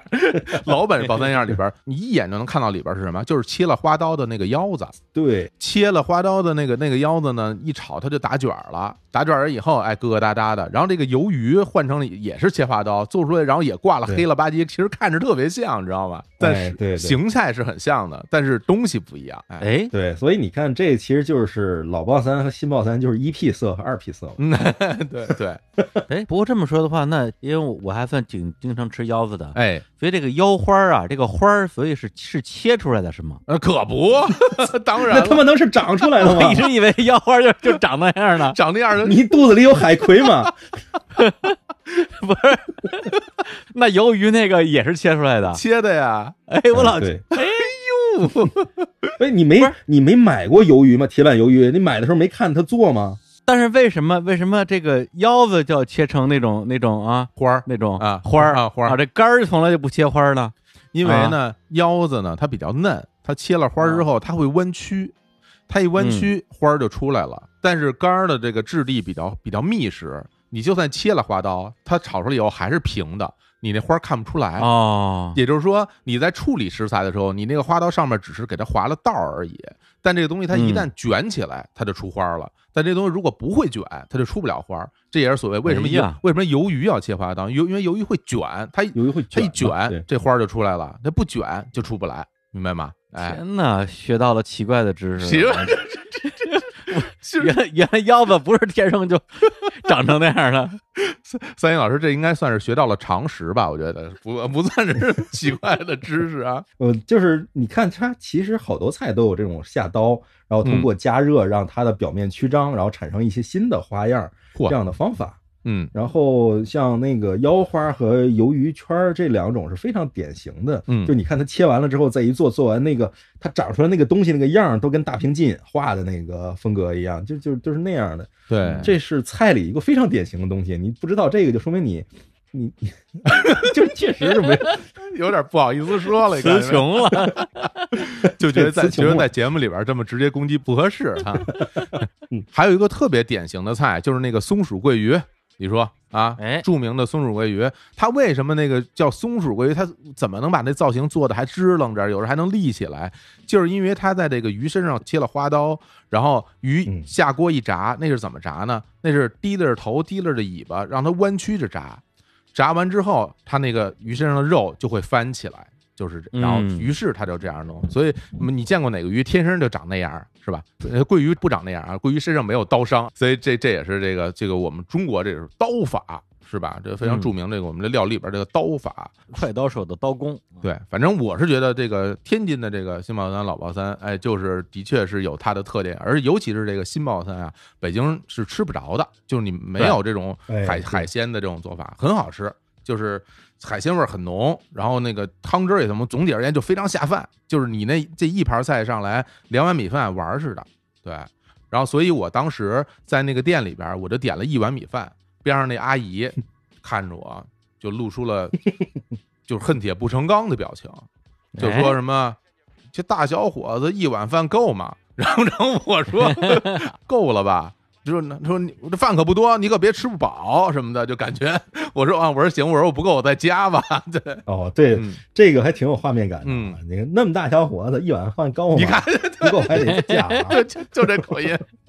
Speaker 3: 老板的爆三样里边儿，你一眼就能看到里边儿是什么，就是切了花刀的那个腰子，
Speaker 4: 对，
Speaker 3: 切了花刀的那个那个腰子呢，一炒它就打卷儿了，打卷儿以后，哎，疙疙瘩瘩的。然后这个鱿鱼换成了也是切花刀做出来，然后也挂了
Speaker 4: 对
Speaker 3: 黑了吧唧，其实看着特别像，你知道吗？但是、
Speaker 4: 对对
Speaker 3: 形态是很像的，但是东西不一样。哎，
Speaker 2: 哎，
Speaker 4: 对，所以你看，这其实就是老爆三和新爆三，就是一 P 色和二 P 色嘛。
Speaker 3: 嗯， (laughs) 对对，
Speaker 2: 哎，不过这么说的话，那因为我我还算挺经常吃腰子的，
Speaker 3: 哎，
Speaker 2: 所以这个腰花儿啊，这个花儿，所以是是切出来的，是吗？ (laughs)
Speaker 3: 呃，可不，当然
Speaker 4: 那他
Speaker 3: 了，
Speaker 4: 妈能是长出来的
Speaker 2: 啊我
Speaker 4: 吗
Speaker 2: 一？直以为腰花儿就就长那样呢，
Speaker 3: 长那样的
Speaker 4: 你肚子里有海葵吗？
Speaker 2: 哎不是？那鱿鱼那个也是切出来的。
Speaker 3: 切的呀，
Speaker 2: 哎，我老
Speaker 4: 嗯对，
Speaker 2: 哎
Speaker 4: 哎，你没
Speaker 2: 不是
Speaker 4: 你没买过鱿鱼吗？铁板鱿鱼，你买的时候没看他做吗？
Speaker 2: 但是为什么为什么这个腰子就要切成那种那种啊
Speaker 3: 花儿，
Speaker 2: 那种
Speaker 3: 啊
Speaker 2: 花儿
Speaker 3: 啊花儿
Speaker 2: 啊这肝儿从来就不切花儿呢？
Speaker 3: 因
Speaker 2: 啊
Speaker 3: 为呢、腰子呢它比较嫩，它切了花儿之后它会弯
Speaker 2: 嗯
Speaker 3: 曲，它一弯曲、花儿就出来了。但是肝儿的这个质地比较比较密实，你就算切了花刀，它炒出来以后还是平的，你那花儿看不出来。
Speaker 2: 哦，
Speaker 3: 也就是说，你在处理食材的时候，你那个花刀上面只是给它划了道儿而已。但这个东西它
Speaker 2: 嗯
Speaker 3: 一旦卷起来，它就出花儿了。但这东西如果不会卷，它就出不了花儿。这也是所谓为什么
Speaker 2: 哎
Speaker 3: 鱿、
Speaker 2: 呀
Speaker 3: 为什么鱿鱼要切花刀，鱿因为鱿鱼会卷，它
Speaker 4: 由于会
Speaker 3: 它一
Speaker 4: 嘛
Speaker 3: 卷
Speaker 4: 对，
Speaker 3: 这花儿就出来了。它不卷就出不来，明白吗？哎，
Speaker 2: 天哪，学到了奇怪的知识。
Speaker 3: 行，
Speaker 2: 原来原来腰子不是天生就 (laughs) 长成那样的。
Speaker 3: 三英老师这应该算是学到了常识吧？我觉得不不算是 (laughs) 奇怪的知识
Speaker 4: (laughs)
Speaker 3: 啊。
Speaker 4: 呃，就是你看它其实好多菜都有这种下刀，然后
Speaker 3: 嗯
Speaker 4: 通过加热让它的表面曲张，然后产生一些新的花样儿
Speaker 3: 嚯
Speaker 4: 这样的方法。
Speaker 3: 嗯
Speaker 4: 然后像那个腰花和鱿鱼圈儿这两种是非常典型的，
Speaker 3: 嗯
Speaker 4: 就你看它切完了之后再一做，做完那个它长出来那个东西那个样儿都跟大平进画的那个风格一样，就就就是那样的。
Speaker 3: 对
Speaker 4: 这是菜里一个非常典型的东西，你不知道这个就说明你你 (laughs) 就确实是没有
Speaker 3: 有点不好意思说
Speaker 4: (laughs)
Speaker 3: 了，
Speaker 2: 词穷了，
Speaker 3: 就觉得在
Speaker 4: 词穷
Speaker 3: 觉
Speaker 4: 了
Speaker 3: 得在节目里边这么直接攻击不合适
Speaker 4: (laughs)
Speaker 3: 啊。嗯还有一个特别典型的菜就是那个松鼠桂鱼，你说啊
Speaker 2: 哎，
Speaker 3: 著名的松鼠桂鱼，它为什么那个叫松鼠桂鱼？它怎么能把那造型做的还支棱着，有时候还能立起来？就是因为它在这个鱼身上切了花刀，然后鱼
Speaker 4: 嗯
Speaker 3: 下锅一炸，那是怎么炸呢？那是提溜着头，提溜着尾巴，让它弯曲着炸。炸完之后，它那个鱼身上的肉就会翻起来，就是这，
Speaker 2: 嗯
Speaker 3: 然后于是它就这样弄。所以嗯你见过哪个鱼天生就长那样是吧？呃桂鱼不长那样啊，桂鱼身上没有刀伤，所以这这也是这个这个我们中国这是刀法是吧？这非常
Speaker 2: 嗯
Speaker 3: 著名这个我们的料理里边这个刀法。
Speaker 2: 快刀手的刀工。
Speaker 3: 对，反正我是觉得这个天津的这个新报三老报三，哎，就是的确是有它的特点，而尤其是这个新报三啊，北京是吃不着的，就是你没有这种
Speaker 4: 对
Speaker 3: 海
Speaker 4: 哎
Speaker 3: 海鲜的这种做法，很好吃，就是海鲜味儿很浓，然后那个汤汁儿也什么，总体而言就非常下饭，就是你那这一盘菜上来两碗米饭玩儿似的，对。然后，所以我当时在那个店里边儿，我就点了一碗米饭，边上那阿
Speaker 4: (laughs)
Speaker 3: 姨看着我，就露出了 (laughs) 就是恨铁不成钢的表情，
Speaker 4: 哎
Speaker 3: 就说什么“这大小伙子一碗饭够吗？” (laughs) 然后，然后我说 (laughs) 够了吧。就说说你我这饭可不多，你可别吃不饱什么的，就感觉我说啊，我说行，我说我不够，我再加吧。对，
Speaker 4: 哦，对，
Speaker 3: 嗯
Speaker 4: 这个还挺有画面感的啊。
Speaker 3: 嗯
Speaker 4: 你看那么大小伙子，一碗饭高吗？
Speaker 3: 你
Speaker 4: (laughs)
Speaker 3: 看
Speaker 4: 不够还得加啊。
Speaker 3: 就就就这口
Speaker 4: (laughs)
Speaker 3: 音，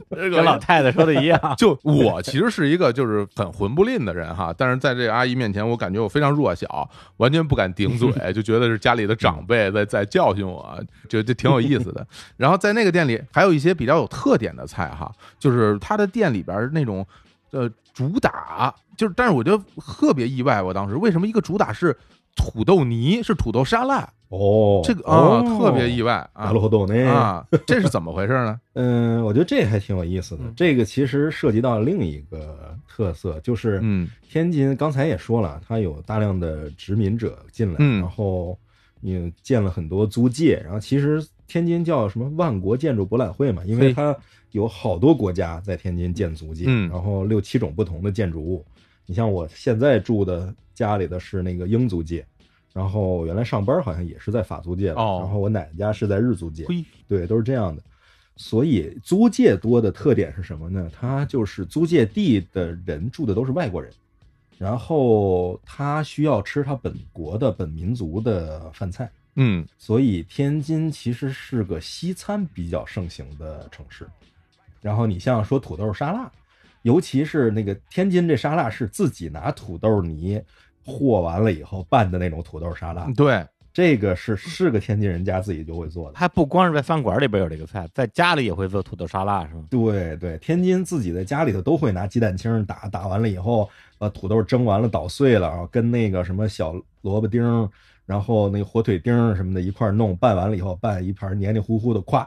Speaker 3: 这口
Speaker 2: 跟老
Speaker 3: 音。。
Speaker 2: 太太说的一样
Speaker 3: (laughs) 就我其实是一个就是很混不吝的人哈，但是在这个阿姨面前，我感觉我非常弱小，完全不敢顶嘴，就觉得是家里的长辈在在教训我，就就挺有意思的。 (laughs) 然后在那个店里还有一些比较有特点的菜哈，就是他的店里边儿那种呃主打，就是但是我觉得特别意外，我当时为什么一个主打是土豆泥，是土豆沙拉，
Speaker 4: 哦，
Speaker 3: (laughs) 这个啊、
Speaker 4: 哦
Speaker 3: 特别意外啊
Speaker 4: 大陆豆呢？
Speaker 3: 啊，这是怎么回事呢？
Speaker 4: 嗯，我觉得这还挺有意思的
Speaker 3: 嗯。
Speaker 4: 这个其实涉及到另一个特色，就是
Speaker 3: 嗯
Speaker 4: 天津刚才也说了，它有大量的殖民者进来，
Speaker 3: 嗯
Speaker 4: 然后也建了很多租界，然后其实天津叫什么万国建筑博览会嘛，因
Speaker 3: 嘿
Speaker 4: 为它有好多国家在天津建租界，
Speaker 3: 嗯
Speaker 4: 然后六七种不同的建筑物。你像我现在住的家里的是那个英租界，然后我原来上班好像也是在法租界的，
Speaker 3: 哦
Speaker 4: 然后我奶奶家是在日租界，
Speaker 3: 嘿
Speaker 4: 对，都是这样的。所以租界多的特点是什么呢？它就是租界地的人住的都是外国人，然后他需要吃他本国的本民族的饭菜，
Speaker 3: 嗯
Speaker 4: 所以天津其实是个西餐比较盛行的城市。然后你像说土豆沙拉，尤其是那个天津这沙拉是自己拿土豆泥和完了以后拌的那种土豆沙拉，
Speaker 3: 对，
Speaker 4: 这个是是个天津人家自己就会做的。
Speaker 2: 还不光是在饭馆里边有这个菜，在家里也会做土豆沙拉，是吗？
Speaker 4: 对对，天津自己在家里头都会拿鸡蛋清儿打，打完了以后，把土豆蒸完了捣碎了，然后跟那个什么小萝卜丁儿，然后那个火腿丁儿什么的一块儿弄，拌完了以后拌一盘黏黏糊糊的，咵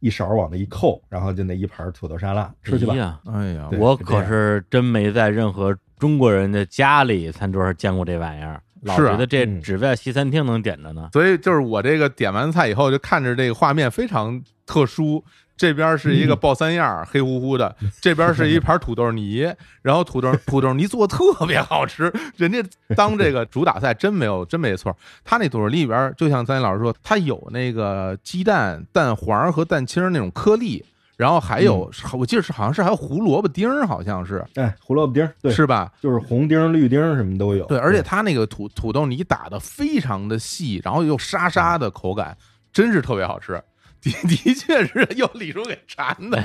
Speaker 4: 一勺往那一扣，然后就那一盘土豆沙拉吃去吧
Speaker 2: 哎。呀
Speaker 3: 哎呀，
Speaker 4: 对
Speaker 2: 我
Speaker 4: 是这
Speaker 2: 可
Speaker 4: 样
Speaker 2: 是真没在任何中国人的家里餐桌上见过这玩意儿，老
Speaker 3: 是啊
Speaker 2: 觉得这
Speaker 4: 嗯
Speaker 2: 只在西餐厅能点着呢。
Speaker 3: 所以就是我这个点完菜以后，就看着这个画面非常特殊。这边是一个爆三样儿，黑乎乎的；这边是一盘土豆泥，然后土豆土豆泥做的特别好吃。人家当这个主打菜真没有真没错，他那土豆泥里边儿就像三林老师说，它有那个鸡蛋、蛋黄和蛋清儿那种颗粒，然后还有，我记得是好像是还有胡萝卜丁儿，好像是
Speaker 4: 哎，胡萝卜丁儿，对，
Speaker 3: 是吧？
Speaker 4: 就是红丁儿、绿丁儿什么都有。
Speaker 3: 对，而且它那个土土豆泥打的非常的细，然后又沙沙的口感，真是特别好吃。的 (laughs) 的确是又李叔给馋
Speaker 4: (laughs)
Speaker 3: 的，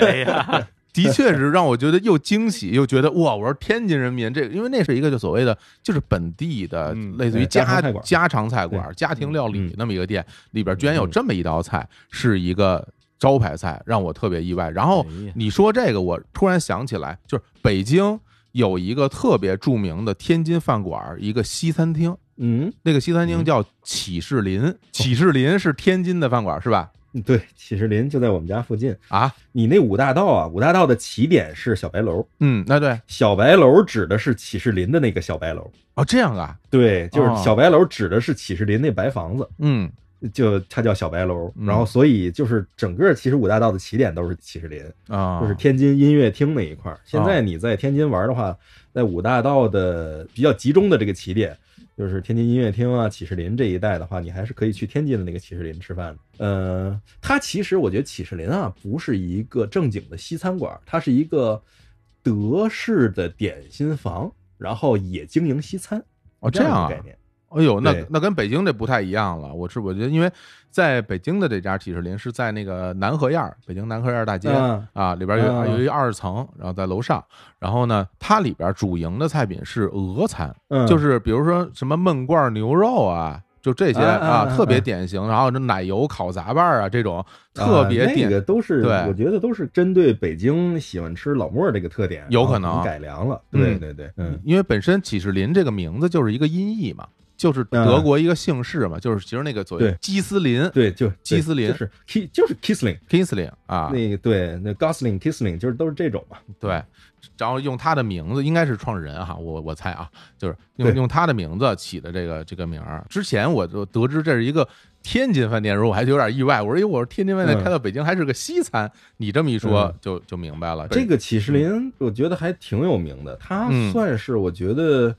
Speaker 2: 哎呀，
Speaker 3: (laughs) 的确是让我觉得又惊喜又觉得哇！我说天津人民这个，因为那是一个就所谓的就是本地的，
Speaker 2: 嗯
Speaker 3: 类似于
Speaker 4: 对哎家
Speaker 3: 家
Speaker 4: 常菜馆
Speaker 3: 家常菜馆、家庭料理
Speaker 4: 嗯
Speaker 3: 那么一个店，里边居然有这么一道菜，是一个招牌菜，让我特别意外。然后
Speaker 2: 哎呀
Speaker 3: 你说这个，我突然想起来，就是北京有一个特别著名的天津饭馆儿，一个西餐厅，
Speaker 4: 嗯，
Speaker 3: 那个西餐厅叫启士林，启士林是天津的饭馆儿是吧？
Speaker 4: 对，启士林就在我们家附近。
Speaker 3: 啊，
Speaker 4: 你那五大道啊，五大道的起点是小白楼，
Speaker 3: 嗯，那对，
Speaker 4: 小白楼指的是启士林的那个小白楼。
Speaker 3: 哦，这样啊，
Speaker 4: 对，就是
Speaker 3: 哦
Speaker 4: 小白楼指的是启士林那白房子，
Speaker 3: 嗯，
Speaker 4: 就它叫小白楼。
Speaker 3: 嗯
Speaker 4: 然后，所以就是整个其实五大道的起点都是启士林，
Speaker 3: 啊，
Speaker 4: 就是天津音乐厅那一块儿。现
Speaker 3: 哦
Speaker 4: 在你在天津玩的话，在五大道的比较集中的这个起点，就是天津音乐厅啊、启士林这一带的话，你还是可以去天津的那个启士林吃饭的。呃，它其实我觉得启士林啊，不是一个正经的西餐馆儿，它是一个德式的点心房，然后也经营西餐
Speaker 3: 哦，这
Speaker 4: 样
Speaker 3: 样
Speaker 4: 的
Speaker 3: 啊
Speaker 4: 概，念。
Speaker 3: 哎呦，那
Speaker 4: 对
Speaker 3: 那跟北京这不太一样了。我是我觉得，因为在北京的这家启士林是在那个南河沿儿，北京南河沿儿大街、
Speaker 4: 嗯
Speaker 3: 啊，里边有、
Speaker 4: 嗯
Speaker 3: 有一二层，然后在楼上。然后呢，它里边主营的菜品是俄餐，
Speaker 4: 嗯，
Speaker 3: 就是比如说什么焖罐牛肉啊。就这些
Speaker 4: 啊啊
Speaker 3: 啊
Speaker 4: 啊，
Speaker 3: 特别
Speaker 4: 啊
Speaker 3: 典型。然后这奶油烤杂拌儿啊，这种
Speaker 4: 啊
Speaker 3: 特别典
Speaker 4: 那个都是，
Speaker 3: 对
Speaker 4: 我觉得都是针对北京喜欢吃老莫这个特点，
Speaker 3: 有可能
Speaker 4: 然后改良了。对
Speaker 3: 嗯
Speaker 4: 对对，嗯
Speaker 3: 因为本身启士林这个名字就是一个音译嘛，就是德
Speaker 4: 嗯
Speaker 3: 国一个姓氏嘛，就是其实那个所谓
Speaker 4: 对
Speaker 3: 基斯林
Speaker 4: 对，就
Speaker 3: 基斯林
Speaker 4: 就是 Ki 就是 Kissling，
Speaker 3: （Kinsling） 啊，
Speaker 4: 那个对，那 Gosling Kissling 就是都是这种嘛。
Speaker 3: 对，然后用他的名字，应该是创始人哈，我我猜啊，就是用
Speaker 4: 对
Speaker 3: 用他的名字起的这个这个名儿。之前我就得知这是一个天津饭店的时候，我还有点意外，我说哎，我说天津饭店
Speaker 4: 嗯
Speaker 3: 开到北京还是个西餐，你这么一说
Speaker 4: 嗯
Speaker 3: 就就明白了。
Speaker 4: 这个启士林，我觉得还挺有名的，他
Speaker 3: 嗯
Speaker 4: 算是我觉得，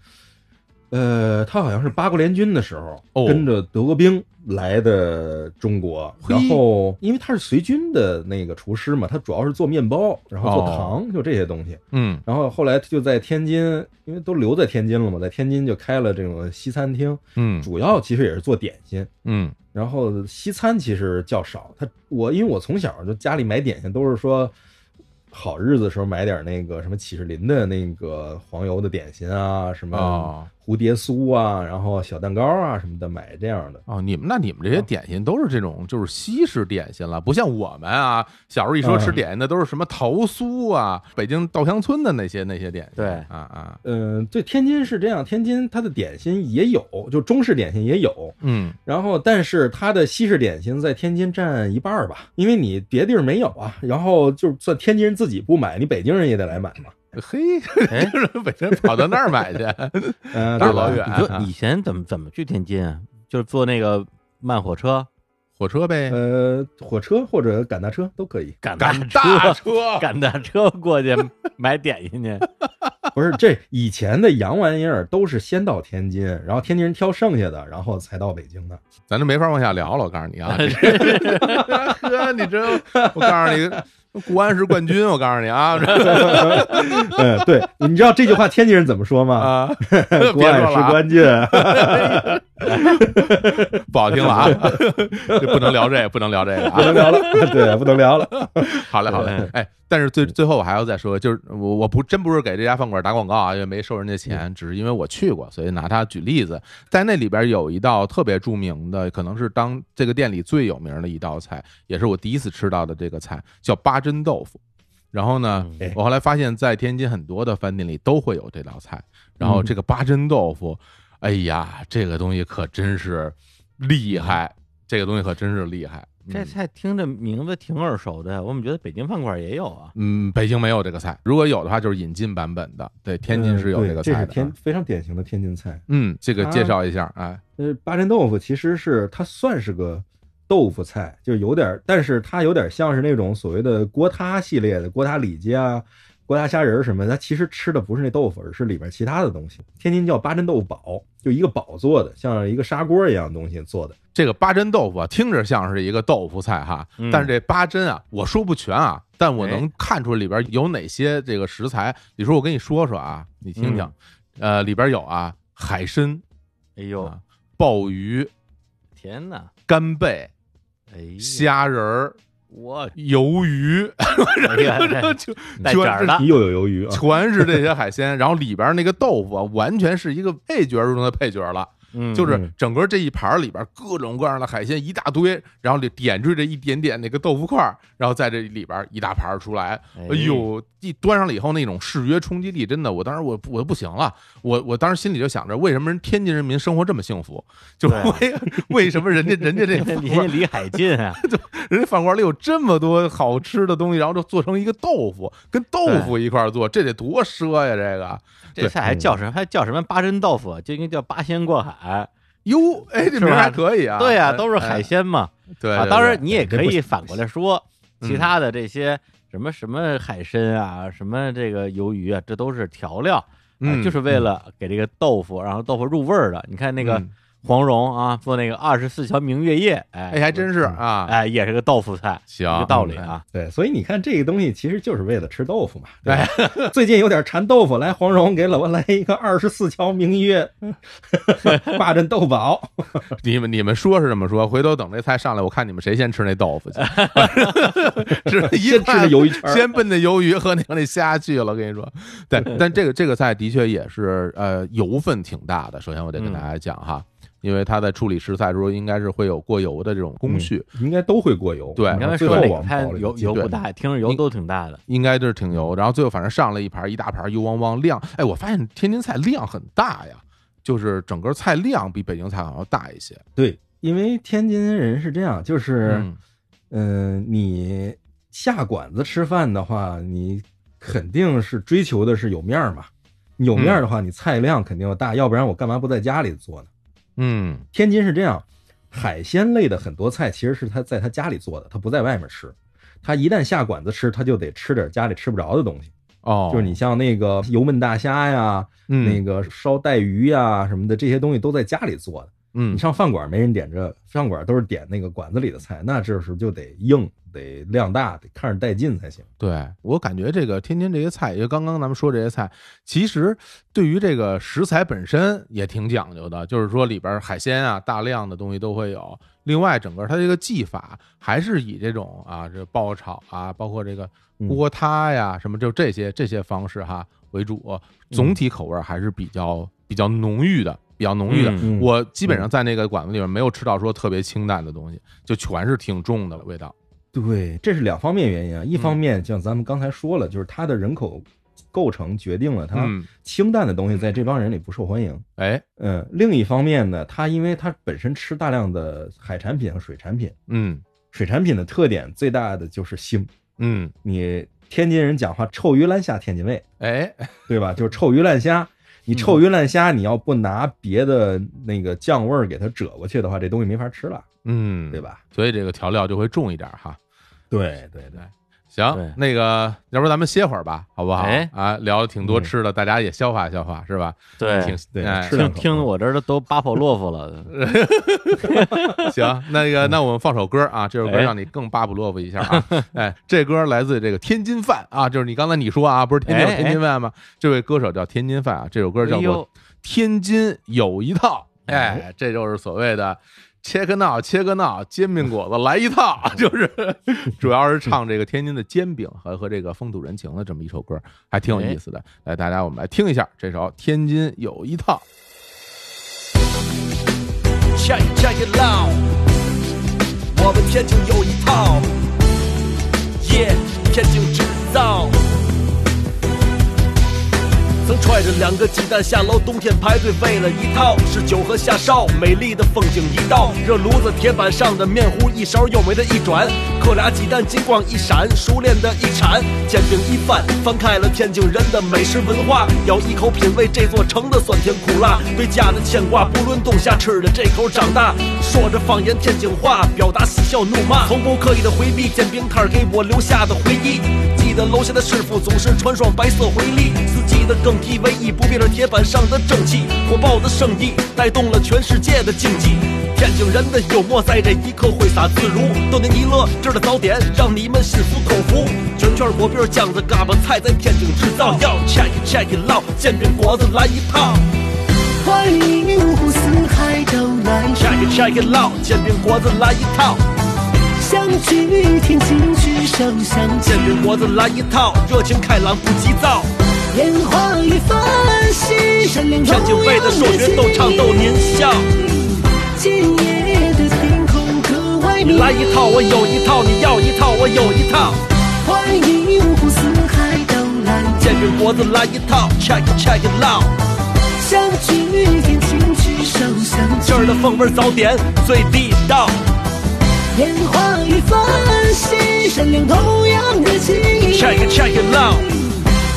Speaker 4: 呃，他好像是八国联军的时候
Speaker 3: 哦
Speaker 4: 跟着德国兵来的中国，
Speaker 3: 嘿
Speaker 4: 然后因为他是随军的那个厨师嘛，他主要是做面包，然后做
Speaker 3: 哦
Speaker 4: 糖，就这些东西。
Speaker 3: 嗯
Speaker 4: 然后后来他就在天津，因为都留在天津了嘛，在天津就开了这种西餐厅，
Speaker 3: 嗯
Speaker 4: 主要其实也是做点心。
Speaker 3: 嗯
Speaker 4: 然后西餐其实较少，他我因为我从小就家里买点心都是说好日子的时候买点那个什么启士林的那个黄油的点心啊，什么
Speaker 3: 哦
Speaker 4: 蝴蝶酥啊，然后小蛋糕啊什么的，买这样的。
Speaker 3: 哦，你们那你们这些点心都是这种就是西式点心了，不像我们啊，小时候一说吃
Speaker 4: 嗯
Speaker 3: 点心的都是什么桃酥啊，北京稻香村的那些那些点心，
Speaker 2: 对
Speaker 3: 啊啊，
Speaker 4: 嗯，对，天津是这样，天津它的点心也有，就中式点心也有，
Speaker 3: 嗯
Speaker 4: 然后，但是它的西式点心在天津占一半儿吧，因为你别地儿没有啊。然后就算天津人自己不买，你北京人也得来买嘛。
Speaker 3: 嘿，就是 (laughs) 北京跑到那儿买 (laughs) 去，
Speaker 4: 嗯、
Speaker 3: 大
Speaker 4: 对
Speaker 3: 老
Speaker 4: 吧？
Speaker 3: 远
Speaker 2: 你
Speaker 3: 啊
Speaker 2: 说你以前怎么怎么去天津啊？就是坐那个慢火车，
Speaker 3: 火车呗，
Speaker 4: 呃，火车或者赶大车都可以。
Speaker 2: 赶
Speaker 3: 赶
Speaker 2: 大车，
Speaker 3: 大车，
Speaker 2: 赶大车过去买点心去。
Speaker 4: 不是，这以前的洋玩意儿都是先到天津，然后天津人挑剩下的，然后才到北京的。
Speaker 3: 咱这没法往下聊了。我告诉你 (laughs) 啊，呵， (laughs) 你这，我告诉你， (laughs) 国安是冠军，我告诉你啊
Speaker 4: 嗯，对，你知道这句话天津人怎么说吗？
Speaker 3: (laughs) (laughs) 啊，别
Speaker 4: 国
Speaker 3: 说
Speaker 4: 安是
Speaker 3: 了啊，
Speaker 4: 关键。 (laughs)
Speaker 3: (laughs) 不好听了啊，这不能聊这，个，不能聊这个
Speaker 4: 不能
Speaker 3: 啊。
Speaker 4: 聊了， (laughs) 对，不能聊了。
Speaker 3: (laughs) 好嘞，好嘞，哎，但是
Speaker 2: 嗯
Speaker 3: 最最后我还要再说，就是我我不真不是给这家饭馆打广告啊，也没收人家
Speaker 2: 嗯
Speaker 3: 钱，只是因为我去过，所以拿它举例子。在那里边有一道特别著名的，可能是当这个店里最有名的一道菜，也是我第一次吃到的这个菜，叫八珍豆腐。然后呢，
Speaker 2: 嗯
Speaker 4: 哎
Speaker 3: 我后来发现，在天津很多的饭店里都会有这道菜。然后
Speaker 2: 嗯
Speaker 3: 这个八珍豆腐，哎呀，这个东西可真是厉害，这个东西可真是厉害。嗯
Speaker 2: 这菜听着名字挺耳熟的，我怎么觉得北京饭馆也有啊？
Speaker 3: 嗯，北京没有这个菜，如果有的话就是引进版本的。对，天津是有这
Speaker 4: 嗯
Speaker 3: 个
Speaker 4: 对这
Speaker 3: 菜
Speaker 4: 是
Speaker 3: 的
Speaker 4: 天
Speaker 3: 啊。
Speaker 4: 非常典型的天津菜。
Speaker 3: 嗯，这个介绍一下，哎，
Speaker 4: 呃，八珍豆腐其实是它算是个豆腐菜，就有点儿，但是它有点像是那种所谓的锅塌系列的锅塌里脊啊、锅牙虾仁儿什么的，它其实吃的不是那豆腐，而是里边其他的东西。天津叫八珍豆腐煲，就一个煲做的，像一个砂锅一样的东西做的。
Speaker 3: 这个八珍豆腐啊，听着像是一个豆腐菜哈，
Speaker 2: 嗯
Speaker 3: 但是这八珍啊，我说不全啊，但我
Speaker 2: 哎
Speaker 3: 能看出里边有哪些这个食材。李叔，我跟你说说啊，你
Speaker 2: 嗯
Speaker 3: 听听，呃，里边有啊海参、
Speaker 2: 哎呦
Speaker 3: 啊，鲍鱼、
Speaker 2: 天哪！
Speaker 3: 干贝、
Speaker 2: 哎呀，
Speaker 3: 虾仁儿、
Speaker 2: (laughs) 我
Speaker 3: 鱿鱼，
Speaker 2: 哎呀
Speaker 3: 就
Speaker 2: 带籽儿的
Speaker 4: 你又有鱿鱼啊，
Speaker 3: 全是这些海鲜。然后里边那个豆腐啊，完全是一个配角中的配角了。
Speaker 2: 嗯
Speaker 3: 就是整个这一盘儿里边儿各种各样的海鲜一大堆，然后里点缀着一点点那个豆腐块儿，然后在这里边儿一大盘儿出来，
Speaker 2: 哎
Speaker 3: 哎呦，一端上了以后那种视觉冲击力，真的，我当时我我不行了，我我当时心里就想着，为什么人天津人民生活这么幸福？就是为为什么人家人家这饭
Speaker 2: 啊 (laughs) 你
Speaker 3: 馆
Speaker 2: 先离海近
Speaker 3: (laughs)
Speaker 2: 啊，
Speaker 3: 人家饭馆里有这么多好吃的东西，然后就做成一个豆腐，跟豆腐一块儿做，这得多奢呀！这个
Speaker 2: 这菜还
Speaker 3: 嗯
Speaker 2: 叫什么？还叫什么八珍豆腐？就应该叫八仙过海。
Speaker 3: 哟，哎，这
Speaker 2: 是
Speaker 3: 名儿
Speaker 2: 吧
Speaker 3: 还可以啊，
Speaker 2: 对
Speaker 3: 呀、
Speaker 2: 呀，都是海鲜嘛。
Speaker 3: 哎，对
Speaker 2: 啊，
Speaker 3: 对
Speaker 2: 当
Speaker 3: 对
Speaker 2: 然你也
Speaker 4: 这
Speaker 2: 可
Speaker 4: 不
Speaker 2: 以
Speaker 4: 行
Speaker 2: 反过来说，
Speaker 3: 嗯
Speaker 2: 其他的这些什么什么海参啊，什么这个鱿鱼啊，这都是调料，啊
Speaker 3: 嗯
Speaker 2: 就是为了给这个豆腐，然后豆腐入味儿的。你看那个
Speaker 3: 嗯
Speaker 2: 黄蓉啊，做那个二十四桥明月夜，
Speaker 3: 哎，嗯
Speaker 2: 哎，
Speaker 3: 还真是啊，
Speaker 2: 哎，也是个豆腐菜，
Speaker 3: 行
Speaker 2: 一个道理啊。
Speaker 4: 对，所以你看这个东西其实就是为了吃豆腐嘛。对吧，
Speaker 3: 哎 (laughs)
Speaker 4: 最近有点馋豆腐，来黄蓉给老王来一个二十四桥
Speaker 3: (laughs)
Speaker 4: 明月八珍豆宝。
Speaker 3: 你们你们说是这么说，回头等这菜上来，我看你们谁先吃那豆腐去， (laughs) 是一
Speaker 4: 先吃
Speaker 3: 看
Speaker 4: 的鱿鱼圈儿
Speaker 3: 先奔那鱿鱼和那和那虾去了。我跟你说，对，但这个这个菜的确也是呃油分挺大的。首先我得跟大家讲哈，因为它在处理食材的时候，应该是会有过油的这种
Speaker 4: 嗯
Speaker 3: 工序，
Speaker 4: 应该都会过油。
Speaker 3: 对
Speaker 4: 然
Speaker 2: 你
Speaker 4: 后
Speaker 2: 刚才
Speaker 4: 最
Speaker 2: 说
Speaker 4: 后
Speaker 2: 那个
Speaker 4: 往
Speaker 2: 看
Speaker 4: 煲里
Speaker 2: 油
Speaker 4: 面
Speaker 2: 油
Speaker 4: 对
Speaker 2: 不大，听着油都挺大的，
Speaker 3: 应该就是挺油。然后最后反正上了一盘一大盘油汪汪量，哎，我发现天津菜量很大呀，就是整个菜量比北京菜好像要大一些。
Speaker 4: 对，因为天津人是这样，就是
Speaker 3: 嗯
Speaker 4: 嗯、呃你下馆子吃饭的话，你肯定是追求的是有面儿嘛。你有面儿的话，你菜量肯定要大，要不然我干嘛不在家里做呢？
Speaker 3: 嗯。
Speaker 4: 天津是这样，海鲜类的很多菜其实是他在他家里做的，他不在外面吃。他一旦下馆子吃，他就得吃点家里吃不着的东西，
Speaker 3: 哦，
Speaker 4: 就是你像那个油焖大虾呀，
Speaker 3: 嗯
Speaker 4: 那个烧带鱼呀什么的，这些东西都在家里做的。
Speaker 3: 嗯
Speaker 4: 你上饭馆没人点这，饭馆都是点那个馆子里的菜，那这时候就得硬，得量大，得看着带劲才行。
Speaker 3: 对我感觉这个天津这些菜，也刚刚咱们说这些菜，其实对于这个食材本身也挺讲究的，就是说里边海鲜啊，大量的东西都会有。另外，整个它这个技法还是以这种啊，这爆炒啊，包括这个
Speaker 4: 嗯
Speaker 3: 锅塌呀、什么，就这些这些方式哈为主，总体口味还是比较比较浓郁的，比较浓郁的。
Speaker 2: 嗯
Speaker 3: 我基本上在那个馆子里面没有吃到说特别清淡的东西，就全是挺重的味道。
Speaker 4: 对，这是两方面原因啊。一
Speaker 3: 嗯
Speaker 4: 方面，像咱们刚才说了，就是它的人口构成决定了它
Speaker 3: 嗯，
Speaker 4: 清淡的东西在这帮人里不受欢迎。
Speaker 3: 哎，
Speaker 4: 嗯，另一方面呢，它因为它本身吃大量的海产品和水产品，
Speaker 3: 嗯
Speaker 4: 水产品的特点最大的就是腥。
Speaker 3: 嗯，
Speaker 4: 你天津人讲话臭鱼烂虾天津卫，
Speaker 3: 哎。
Speaker 4: 对吧？就是臭鱼烂虾。你臭鱼烂虾，你要不拿别的那个酱味儿给它遮过去的话，这东西没法吃了，
Speaker 3: 嗯，
Speaker 4: 对？吧？
Speaker 3: 所以这个调料就会重一点哈。
Speaker 4: 对对对，
Speaker 3: 行
Speaker 2: 对，
Speaker 3: 那个，要不然咱们歇会儿吧，好不好？
Speaker 2: 哎嗯
Speaker 3: 啊，聊了挺多吃的，大家也消化消化，是吧？挺
Speaker 4: 对
Speaker 3: 哎
Speaker 4: 吃
Speaker 2: 听
Speaker 4: 两口
Speaker 2: 听得我这儿都巴甫洛夫了，
Speaker 4: 呃
Speaker 3: 行，那个，那我们放首歌啊，这首歌
Speaker 2: 嗯哎
Speaker 3: 让你更巴甫洛夫一
Speaker 2: (laughs)
Speaker 3: 下啊。哎，这歌来自这个天津饭啊，就是你刚才你说啊，不是天津有
Speaker 2: 哎
Speaker 3: 天津饭吗？这位歌手叫天津饭啊，这首歌叫
Speaker 2: 哎
Speaker 3: 做
Speaker 2: 呦
Speaker 3: 《天津有一套》，哎
Speaker 2: 哎，
Speaker 3: 这就是所谓的。切个闹，切个闹，煎饼果子来一套，就是主要是唱这个天津的煎饼和和这个风土人情的这么一首歌，还挺有意思的。来，大家我们来听一下这首《天津有一套》。
Speaker 5: 下一家一唠，我们天津有一套，耶，天津制造。曾揣着两个鸡蛋下楼，冬天排队为了一套，是酒和下烧，美丽的风景一道，热炉子铁板上的面糊一勺又美的一转，扣俩鸡蛋金光一闪，熟练的一铲，煎饼一翻，翻开了天津人的美食文化，咬一口品味这座城的酸甜苦辣，对家的牵挂不论冬夏，吃的这口长大，说着方言天津话，表达嬉笑怒骂，从不刻意的回避，煎饼摊儿给我留下的回忆。记记得楼下的师傅总是穿双白色回力，四季的更替唯一不变是铁板上的正气，火爆的圣意带动了全世界的竞技。天津人的幽默在这一刻挥洒自如，多年一乐制的早点让你们心服口服。卷圈果饼酱子嘎巴菜在天津制造，要 check it check it 烙煎饼果子来一套
Speaker 6: 欢迎五湖四海都来
Speaker 5: ，check it check it 烙煎饼果子来一套。
Speaker 6: 相聚，天津聚首相
Speaker 5: 煎
Speaker 6: 见，
Speaker 5: 饼果子来一套，热情开朗不急躁，
Speaker 6: 烟花与繁星，闪亮
Speaker 5: 天津
Speaker 6: 同
Speaker 5: 卫的
Speaker 6: 样
Speaker 5: 数学逗唱逗您笑。
Speaker 6: 今夜的天空格外
Speaker 5: 你
Speaker 6: 明
Speaker 5: 来一套，我有一套；你要一套，我有一套。
Speaker 6: 欢迎五湖四海都来
Speaker 5: 煎饼果子来一套，check it check it out。
Speaker 6: 相聚，天津聚首相
Speaker 5: 今儿
Speaker 6: 见
Speaker 5: 的，风味早点最地道，
Speaker 6: 烟花与繁星，闪亮同样的情。
Speaker 5: check it check it out。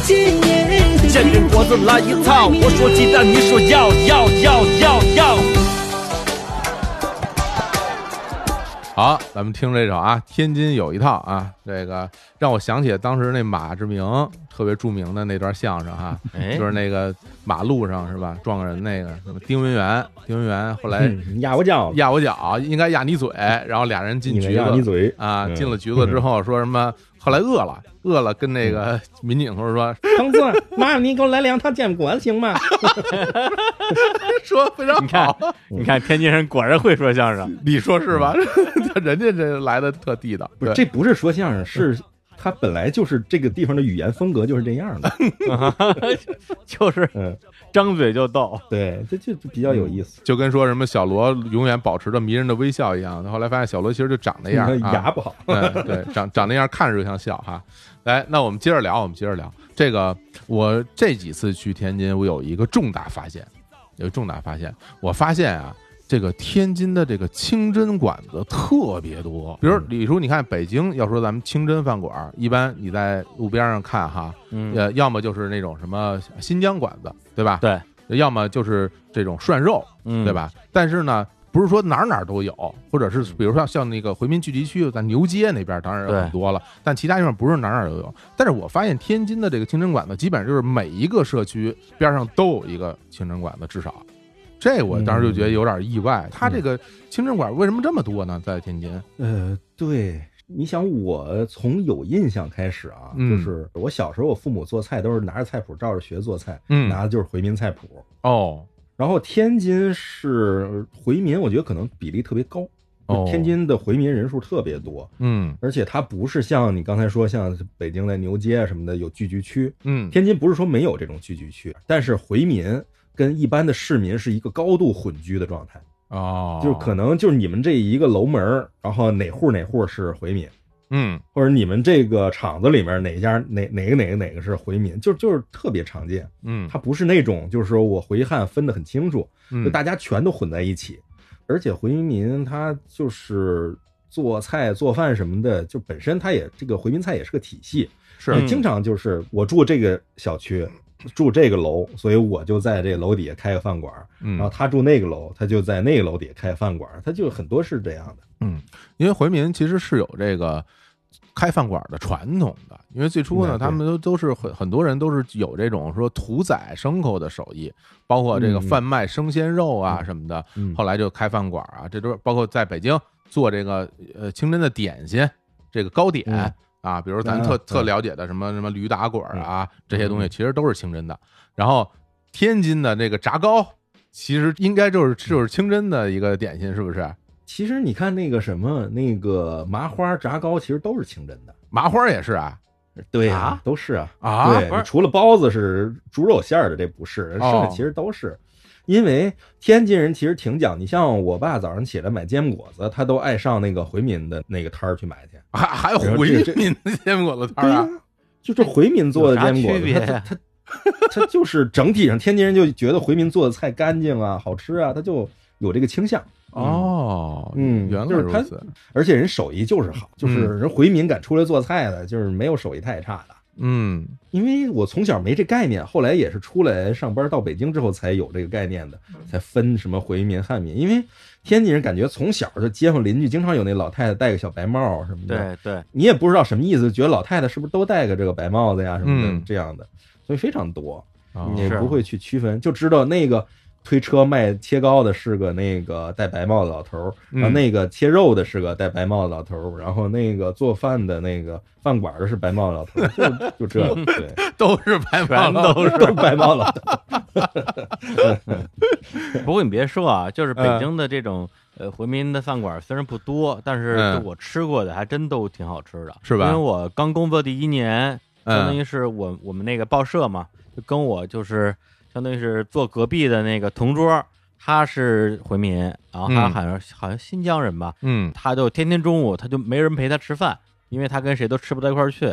Speaker 6: 今夜的
Speaker 5: 煎饼果子来一套，我说鸡蛋，你说要要要要要。
Speaker 3: 好，咱们听这首啊，《天津有一套》啊，这个让我想起当时那马志明特别著名的那段相声哈、
Speaker 2: 哎
Speaker 3: 就是那个马路上是吧，撞个人那个什么丁文元，丁文元后来
Speaker 4: 嗯，压我脚，
Speaker 3: 压我脚，应该压你嘴，
Speaker 4: 嗯
Speaker 3: 然后俩人进
Speaker 4: 你
Speaker 3: 局
Speaker 4: 们压你
Speaker 3: 子
Speaker 4: (laughs) 嘴
Speaker 3: 啊，
Speaker 4: 嗯
Speaker 3: 进了局子之后说什么，后来饿了，饿了跟那
Speaker 4: 嗯
Speaker 3: 个 (laughs) 民警同志说
Speaker 4: 同志，妈，你给我来两套煎饼果子行吗？
Speaker 3: 说非常
Speaker 2: 你看
Speaker 3: 好，，
Speaker 2: 你看，天津人果然会说相声。
Speaker 3: 你说是吧？ (laughs) 人家这来的特地道，
Speaker 4: 嗯不是，
Speaker 3: 对
Speaker 4: 这不是说相声，是他本来就是这个地方的语言风格就是这样 (laughs) 的。
Speaker 2: 就是
Speaker 4: 嗯，
Speaker 2: 张嘴就逗。
Speaker 4: 对，这就就比较有意思。
Speaker 3: 就跟说什么小罗永远保持着迷人的微笑一样，后来发现小罗其实就长
Speaker 4: 嗯
Speaker 3: 那
Speaker 4: (laughs)
Speaker 3: 样，啊
Speaker 4: 牙不好，
Speaker 3: (laughs) 对对，长长那样看着就像笑哈。来，那我们接着聊，我们接着聊这个。我这几次去天津，我有一个重大发现，有一重大发现，我发现啊。这个天津的这个清真馆子特别多，比如
Speaker 2: 嗯
Speaker 3: 李叔，你看北京要说咱们清真饭馆，一般你在路边上看哈，
Speaker 2: 嗯，
Speaker 3: 呃，要么就是那种什么新疆馆子，对吧？
Speaker 2: 对，
Speaker 3: 要么就是这种涮肉，
Speaker 2: 嗯
Speaker 3: 对？吧？但是呢，不是说哪儿哪儿都有，或者是比如说像那个回民聚集区，在牛街那边当然
Speaker 2: 嗯
Speaker 3: 有
Speaker 2: 对
Speaker 3: 很多了，但其他地方不是哪儿哪儿都有。但是我发现天津的这个清真馆子，基本上就是每一个社区边上都有一个清真馆子，至少。这我当时就觉得有点意
Speaker 2: 嗯
Speaker 3: 外，它这个清真馆为什么这么多呢？在天津，
Speaker 4: 呃，对，你想我从有印象开始啊，
Speaker 3: 嗯
Speaker 4: 就是我小时候，我父母做菜都是拿着菜谱照着学做菜，
Speaker 3: 嗯
Speaker 4: 拿的就是回民菜谱。
Speaker 3: 哦，
Speaker 4: 然后天津是回民，我觉得可能比例特别高，
Speaker 3: 哦
Speaker 4: 天津的回民人数特别多，
Speaker 3: 嗯
Speaker 4: 而且它不是像你刚才说像北京的牛街啊什么的有聚居区，
Speaker 3: 嗯，
Speaker 4: 天津不是说没有这种聚居区，但是回民跟一般的市民是一个高度混居的状态，
Speaker 3: 哦，
Speaker 4: 就是可能就是你们这一个楼门儿，然后哪户哪户是回民，
Speaker 3: 嗯
Speaker 4: 或者你们这个厂子里面哪家哪哪个哪个哪个是回民，就就是特别常见。
Speaker 3: 嗯，
Speaker 4: 它不是那种就是说我回汉分得很清楚，
Speaker 3: 嗯
Speaker 4: 就大家全都混在一起，而且回民他就是。做菜做饭什么的，就本身它也这个回民菜也是个体系，
Speaker 3: 是嗯
Speaker 4: 呃经常就是我住这个小区，住这个楼，所以我就在这楼底下开个饭馆儿，
Speaker 3: 嗯
Speaker 4: 然后他住那个楼，他就在那个楼底下开饭馆儿，他就很多是这样的。
Speaker 3: 嗯，因为回民其实是有这个开饭馆的传统的，因为最初呢，
Speaker 4: 嗯对
Speaker 3: 他们都都是很很多人都是有这种说屠宰牲口的手艺，包括这个
Speaker 4: 嗯嗯
Speaker 3: 贩卖生鲜肉啊什么的，
Speaker 4: 嗯
Speaker 3: 后来就开饭馆啊，这都是包括在北京做这个呃清真的点心，这个糕点。
Speaker 4: 嗯
Speaker 3: 啊，比如咱
Speaker 4: 啊
Speaker 3: 特、特
Speaker 4: 嗯
Speaker 3: 了解的什么什么驴打滚儿啊，这些东西其实都是清真的。然后天津的这个炸糕，其实应该就是就是清真的一个点心，是不是？
Speaker 4: 其实你看那个什么，那个麻花炸糕，其实都是清真的。
Speaker 3: 麻花也是啊，
Speaker 4: 对
Speaker 3: 啊
Speaker 4: 都是啊
Speaker 3: 啊
Speaker 4: 对
Speaker 3: 不是，
Speaker 4: 除了包子是猪肉馅儿的，这不是，剩下
Speaker 3: 哦
Speaker 4: 其实都是。因为天津人其实挺讲，你像我爸早上起来买煎饼果子，他都爱上那个回民的那个摊儿去买去。
Speaker 3: 还还有回民的煎饼果子摊
Speaker 4: 对
Speaker 3: 儿
Speaker 4: 呀、
Speaker 3: 啊？
Speaker 4: 就这回民做的煎饼果
Speaker 2: 有啥
Speaker 4: 子
Speaker 2: 区别，
Speaker 4: 他他他就是整体上天津人就觉得回民做的菜干净啊、好吃啊，他就有这个倾向。
Speaker 3: 嗯哦，
Speaker 4: 嗯
Speaker 3: 原来
Speaker 4: 就是
Speaker 3: 如
Speaker 4: 他
Speaker 3: 此。
Speaker 4: 而且人手艺就是好，就是人回民敢出来做菜的，就是没有手艺太差的。
Speaker 3: 嗯
Speaker 4: 因为我从小没这概念，后来也是出来上班到北京之后才有这个概念的，才分什么回民汉民。因为天津人感觉从小就街坊邻居经常有那老太太戴个小白帽什么的，
Speaker 2: 对
Speaker 4: (laughs)
Speaker 2: 对，
Speaker 4: 你也不知道什么意思，觉得老太太是不是都戴个这个白帽子呀什么的、
Speaker 3: 嗯
Speaker 4: 这样的，所以非常多，
Speaker 3: 哦
Speaker 4: 你也
Speaker 2: 是
Speaker 4: 不会去区分，就知道那个。推车卖切糕的是个那个戴白帽的老头儿，然后
Speaker 3: 嗯
Speaker 4: 那个切肉的是个戴白帽的老头儿，然后那个做饭的那个饭馆儿的是白帽的老头儿，就就这个，对。
Speaker 3: 都是白
Speaker 2: 全
Speaker 3: 忙
Speaker 4: (laughs)
Speaker 2: 都
Speaker 4: 是白猫了。
Speaker 2: 不过你别说啊，就是北
Speaker 3: 嗯
Speaker 2: 京的这种呃回民的饭馆虽然不多，但是
Speaker 3: 嗯
Speaker 2: 就我吃过的还真都挺好吃的，
Speaker 3: 是吧
Speaker 2: 因为我刚工作第一年，相当
Speaker 3: 嗯
Speaker 2: 于是我我们那个报社嘛，就跟我就是相当于是坐隔壁的那个同桌，他是回民，然后他
Speaker 3: 嗯
Speaker 2: 好像、好像新疆人吧，
Speaker 3: 嗯
Speaker 2: 他就天天中午他就没人陪他吃饭，因为他跟谁都吃不到一块儿去，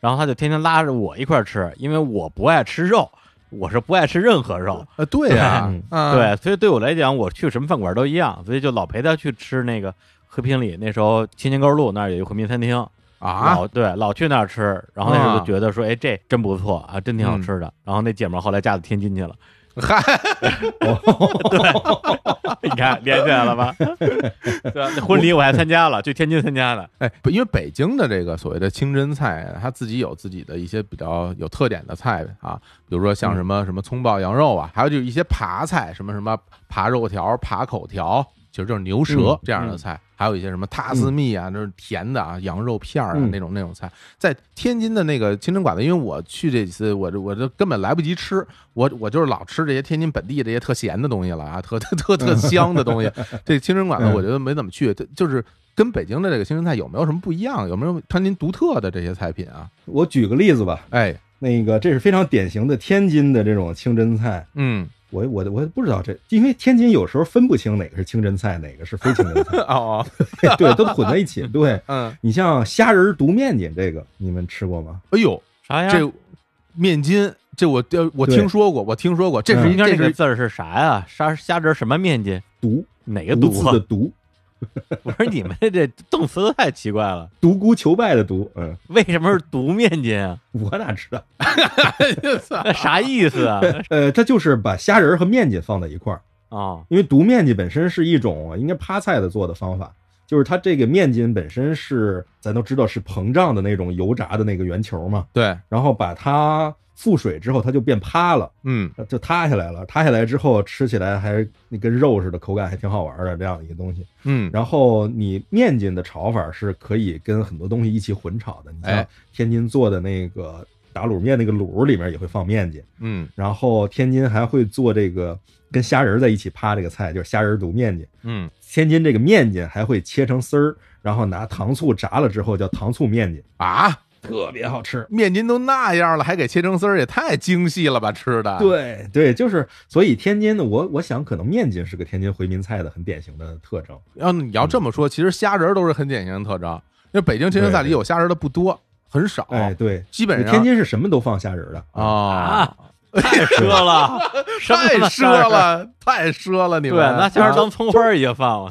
Speaker 2: 然后他就天天拉着我一块儿吃，因为我不爱吃肉，我是不爱吃任何肉。
Speaker 3: 啊，对呀
Speaker 4: 嗯对，
Speaker 3: 啊，
Speaker 2: 对，所以对我来讲，我去什么饭馆都一样，所以就老陪他去吃那个和平里那时候青年高速路那儿有一个回民餐厅，
Speaker 3: 啊，
Speaker 2: 老对老去那儿吃，然后那时候
Speaker 3: 啊嗯
Speaker 2: 就觉得说，哎，这真不错啊，真挺好吃的。然后那姐们儿后来嫁到天津
Speaker 3: (laughs)
Speaker 2: 去了，
Speaker 3: 嗨，
Speaker 2: 你看连起来了吧？对，婚礼我还参加了，去天津参加的。
Speaker 3: 哎，不因为北京的这个所谓的清真菜，它自己有自己的一些比较有特点的菜啊，比如说
Speaker 4: 嗯
Speaker 3: 像什么什么葱爆羊肉啊，还有就是一些扒菜，什么什么扒肉条、扒口条，其实就是牛舌
Speaker 4: 嗯
Speaker 3: 这样的菜，还有一些什么塔斯蜜啊，就是甜的啊，羊肉片儿啊
Speaker 4: 嗯
Speaker 3: 那种那种菜，在天津的那个清真馆子，因为我去这几次，我这我这根本来不及吃，我我就是老吃这些天津本地这些特咸的东西了啊，特特特特香的东西，这清真馆呢，
Speaker 4: 嗯
Speaker 3: 我觉得没怎么去，这就是跟北京的这个清真菜有没有什么不一样？有没有天津独特的这些菜品啊？
Speaker 4: 我举个例子吧，
Speaker 3: 哎，
Speaker 4: 那个这是非常典型的天津的这种清真菜。
Speaker 3: 嗯，
Speaker 4: 我我我不知道这，因为天津有时候分不清哪个是清真菜，哪个是非清真菜， (laughs)
Speaker 3: 哦，
Speaker 4: 对，都混在一起。对
Speaker 3: 嗯，
Speaker 4: 你像虾仁儿毒面筋这个，你们吃过吗？
Speaker 3: 哎呦，
Speaker 2: 啥呀？
Speaker 3: 这面筋，这我呃我
Speaker 4: 对
Speaker 3: 听说过，我听说过，这是一
Speaker 2: 中间那
Speaker 3: 这
Speaker 2: 个
Speaker 3: 是
Speaker 2: 字嗯儿是啥呀？虾虾仁儿什么面筋？
Speaker 4: 毒，
Speaker 2: 哪个毒
Speaker 4: 毒字
Speaker 2: 啊
Speaker 4: 的？毒，
Speaker 2: 我说你们这动词都太奇怪了，
Speaker 4: 独孤求败的毒。嗯，
Speaker 2: 为什么是毒面筋啊？
Speaker 4: 我哪知
Speaker 2: (laughs)
Speaker 4: 道？
Speaker 2: 那啥意思啊？
Speaker 4: 呃，它就是把虾仁儿和面筋放在一块儿，
Speaker 2: 哦，
Speaker 4: 因为毒面筋本身是一种应该趴菜的做的方法，就是它这个面筋本身是咱都知道是膨胀的那种油炸的那个圆球嘛，
Speaker 3: 对，
Speaker 4: 然后把它覆水之后，它就变趴了，呃
Speaker 3: 嗯
Speaker 4: 就塌下来了。塌下来之后吃起来还那跟肉似的，口感还挺好玩的这样一个东西。
Speaker 3: 嗯，
Speaker 4: 然后你面筋的炒法是可以跟很多东西一起混炒的，你像
Speaker 3: 哎
Speaker 4: 天津做的那个打卤面那个卤里面也会放面筋。
Speaker 3: 嗯
Speaker 4: 然后天津还会做这个跟虾仁儿在一起趴这个菜，就是虾仁儿卤面筋。
Speaker 3: 嗯，
Speaker 4: 天津这个面筋还会切成丝儿，然后拿糖醋炸了之后叫糖醋面筋，
Speaker 3: 啊，
Speaker 4: 特别好吃。
Speaker 3: 面筋都那样了，还给切成丝儿，也太精细了吧，吃的，，
Speaker 4: 对对，就是所以天津的我我想可能面筋是个天津回民菜的很典型的特征。
Speaker 3: 要你要这么说，其实虾仁儿都是很典型的特征，因为北京清真菜里
Speaker 4: 对对
Speaker 3: 有虾仁儿的不多，很少，
Speaker 4: 哎，对，
Speaker 3: 基本上
Speaker 4: 天津是什么都放虾仁儿的 (laughs)
Speaker 3: 啊。
Speaker 2: 太奢
Speaker 3: (laughs)
Speaker 2: 了，什么
Speaker 3: 太
Speaker 2: 那
Speaker 3: 奢
Speaker 2: 虾仁儿。
Speaker 3: 了，太奢了！你
Speaker 2: 对，
Speaker 3: 们
Speaker 2: 拿
Speaker 3: (laughs)
Speaker 2: 虾仁儿当葱花儿也放，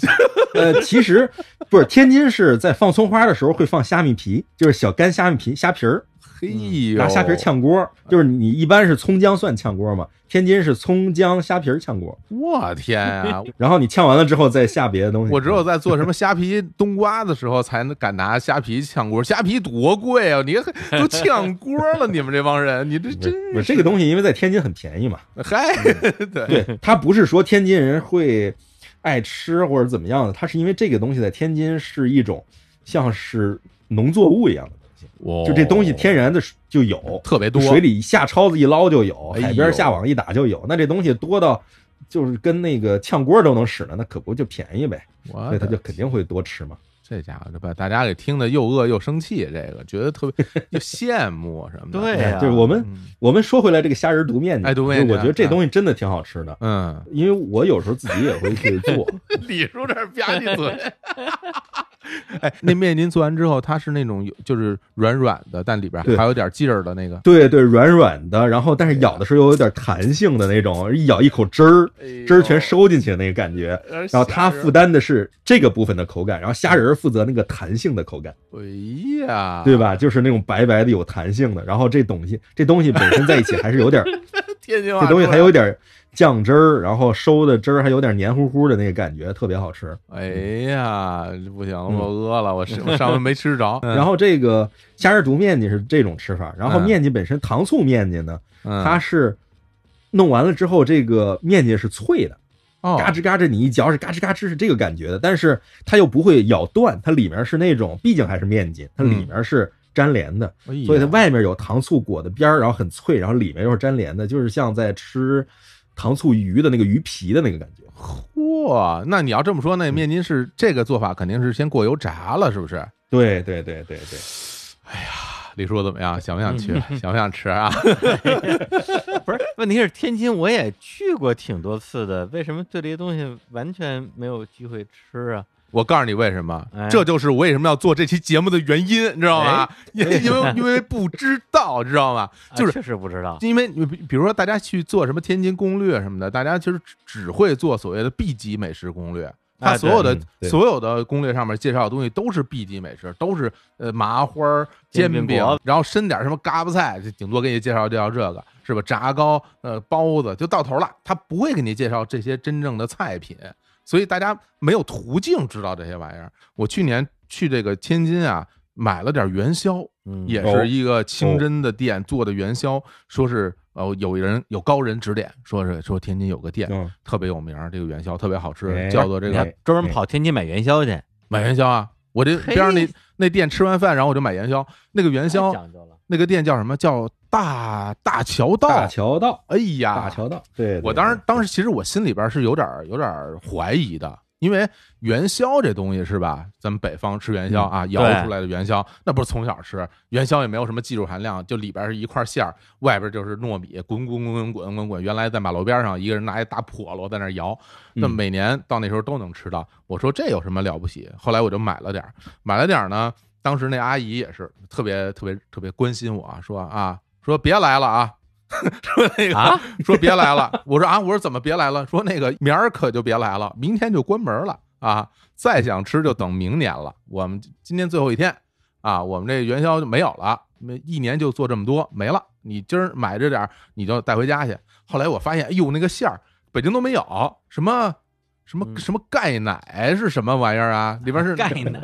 Speaker 4: 呃，其实不是，天津是在放葱花的时候会放虾米皮，就是小干虾米皮、虾皮儿，
Speaker 3: 嘿呦，
Speaker 4: 嗯拿虾皮儿炝锅。就是你一般是葱姜蒜炝锅嘛，天津是葱姜虾皮儿炝锅。
Speaker 3: 我天
Speaker 4: (laughs)
Speaker 3: 啊！
Speaker 4: 然后你炝完了之后再下别的东西。
Speaker 3: 我只有在做什么虾皮冬瓜的时候，才能敢拿虾皮炝锅。虾皮多贵啊！你都炝锅了，你们这帮人，你这
Speaker 4: 不
Speaker 3: 真
Speaker 4: 是不是这个东西，因为在天津很便宜嘛。
Speaker 3: 嗨，对，
Speaker 4: 对，它不是说天津人会爱吃或者怎么样的，它是因为这个东西在天津是一种像是农作物一样的东西，就这东西天然的就有，
Speaker 3: 哦特别多，
Speaker 4: 水里下抄子一捞就有，
Speaker 3: 哎呦
Speaker 4: 海边下网一打就有。那这东西多到就是跟那个炝锅都能使了，那可不就便宜呗？
Speaker 3: 我
Speaker 4: 所以他
Speaker 3: 的
Speaker 4: 就肯定会多吃嘛。
Speaker 3: 这家伙就把大家给听得又饿又生气，这个觉得特别就羡慕什么的。
Speaker 2: 对呀、
Speaker 4: 对哎我们
Speaker 3: 嗯
Speaker 4: 我们说回来这个虾仁儿独面筋，
Speaker 3: 哎独面
Speaker 4: 就
Speaker 3: 筋
Speaker 4: 我觉得这
Speaker 3: 啊
Speaker 4: 东西真的挺好吃的。
Speaker 3: (laughs) 嗯， (laughs)
Speaker 4: 因为我有时候自己也会去做，
Speaker 3: 李叔这吧唧嘴，哎，那面筋做完之后，它是那种有就是软软的，但里边
Speaker 4: 对
Speaker 3: 还有点劲儿的那个。
Speaker 4: 对对，软软的，然后但是咬的时候又有点弹性的那种，一咬一口汁
Speaker 3: 哎
Speaker 4: 儿，汁儿全收进去的那个感觉。
Speaker 3: 然
Speaker 4: 然后它负担的是这个部分的口感，然后虾仁儿负责那个弹性的口感，
Speaker 3: 哎呀，
Speaker 4: 对？吧？就是那种白白的有弹性的，然后这东西这东西本身在一起还是
Speaker 3: (laughs)
Speaker 4: 有点儿，
Speaker 3: 天津话
Speaker 4: 这东西还有点儿酱汁儿，然后收的汁儿还有点黏糊糊的那个感觉，特别好吃。
Speaker 3: 哎呀，不行了，
Speaker 4: 嗯
Speaker 3: 我饿了，我是我上回没吃着。
Speaker 4: (laughs) 然后这个虾仁儿煮面筋是这种吃法，然后
Speaker 3: 嗯
Speaker 4: 面筋本身糖醋面筋呢，它
Speaker 3: 它
Speaker 4: 是弄完了之后，这个面筋是脆的。
Speaker 3: 哦
Speaker 4: 嘎吱嘎吱，你一嚼是嘎吱嘎吱是这个感觉的，但是它又不会咬断，它里面是那种，毕竟还是面筋，它里面是粘连的，
Speaker 3: 哎呀
Speaker 4: 所以它外面有糖醋裹的边儿，然后很脆，然后里面又是粘连的，就是像在吃糖醋鱼的那个鱼皮的那个感觉。
Speaker 3: 哦哇，那你要这么说，那面筋是这个做法，肯定是先过油炸了，是不是？
Speaker 4: 对对对对对，
Speaker 3: 李叔怎么样？想不想去？ (laughs) 想不想吃啊？
Speaker 2: 不是，问题是天津我也去过挺多次的，为什么对这些东西完全没有机会吃啊？
Speaker 3: 我告诉你为什么
Speaker 2: 哎，
Speaker 3: 这就是我为什么要做这期节目的原因，你知道吗？因为因为因为不知道，知道吗？
Speaker 2: 啊
Speaker 3: 就是
Speaker 2: 确实不知道。
Speaker 3: 因为你比比如说大家去做什么天津攻略什么的，大家其实只只会做所谓的 B 级美食攻略。它
Speaker 2: 啊
Speaker 3: 所有的、
Speaker 4: 对嗯对
Speaker 3: 所有的攻略上面介绍的东西都是 B 级美食，都是呃麻花儿、煎
Speaker 2: 煎
Speaker 3: 饼
Speaker 2: 饼果子
Speaker 3: 然后深点什么嘎巴菜，就顶多给你介绍介绍这个是吧？炸糕、呃包子就到头了，他不会给你介绍这些真正的菜品，所以大家没有途径知道这些玩意儿。我去年去这个天津啊，买了点元宵，
Speaker 2: 嗯，
Speaker 3: 也
Speaker 4: 哦
Speaker 3: 是一个清真的店做的元宵，说是呃有人有高人指点，说是说天津有个店
Speaker 4: 嗯，
Speaker 3: 特别有名儿，这个元宵特别好吃
Speaker 4: 哎，
Speaker 3: 叫做这
Speaker 2: 你
Speaker 3: 个
Speaker 2: 还专门跑天津买元宵去，
Speaker 3: 买元宵啊。我这边上那那店吃完饭，然后我就买元宵。那个元
Speaker 2: 太
Speaker 3: 宵
Speaker 2: 哎讲究了。
Speaker 3: 那个店叫什么？叫大大桥道。
Speaker 4: 大桥道，
Speaker 3: 哎呀，
Speaker 4: 大桥道，对对
Speaker 3: 我当时
Speaker 4: 对
Speaker 3: 当时其实我心里边是有点儿有点儿怀疑的，因为元宵这东西是吧？咱们北方吃元宵
Speaker 4: 嗯
Speaker 3: 啊，摇出来的元宵，那不是从小吃元宵也没有什么技术含量，就里边是一块馅儿，外边就是糯米滚滚滚滚滚滚滚。原来在马路边上，一个人拿一大笸箩在那儿摇，那
Speaker 4: 嗯
Speaker 3: 每年到那时候都能吃到。我说这有什么了不起？后来我就买了点儿，买了点儿呢。当时那阿姨也是特别特别特别关心我啊，说啊说别来了啊， (laughs) 说那个、
Speaker 2: 啊
Speaker 3: (laughs) 说别来了，我说啊，我说怎么别来了？说那个明儿可就别来了，明天就关门了啊，再想吃就等明年了。我们今天最后一天啊，我们这元宵就没有了，没一年就做这么多，没了。你今儿买这点儿，你就带回家去。后来我发现，哎呦，那个馅儿北京都没有，什么什么
Speaker 2: 嗯
Speaker 3: 什么钙奶是什么玩意儿啊？里边是
Speaker 2: 钙奶，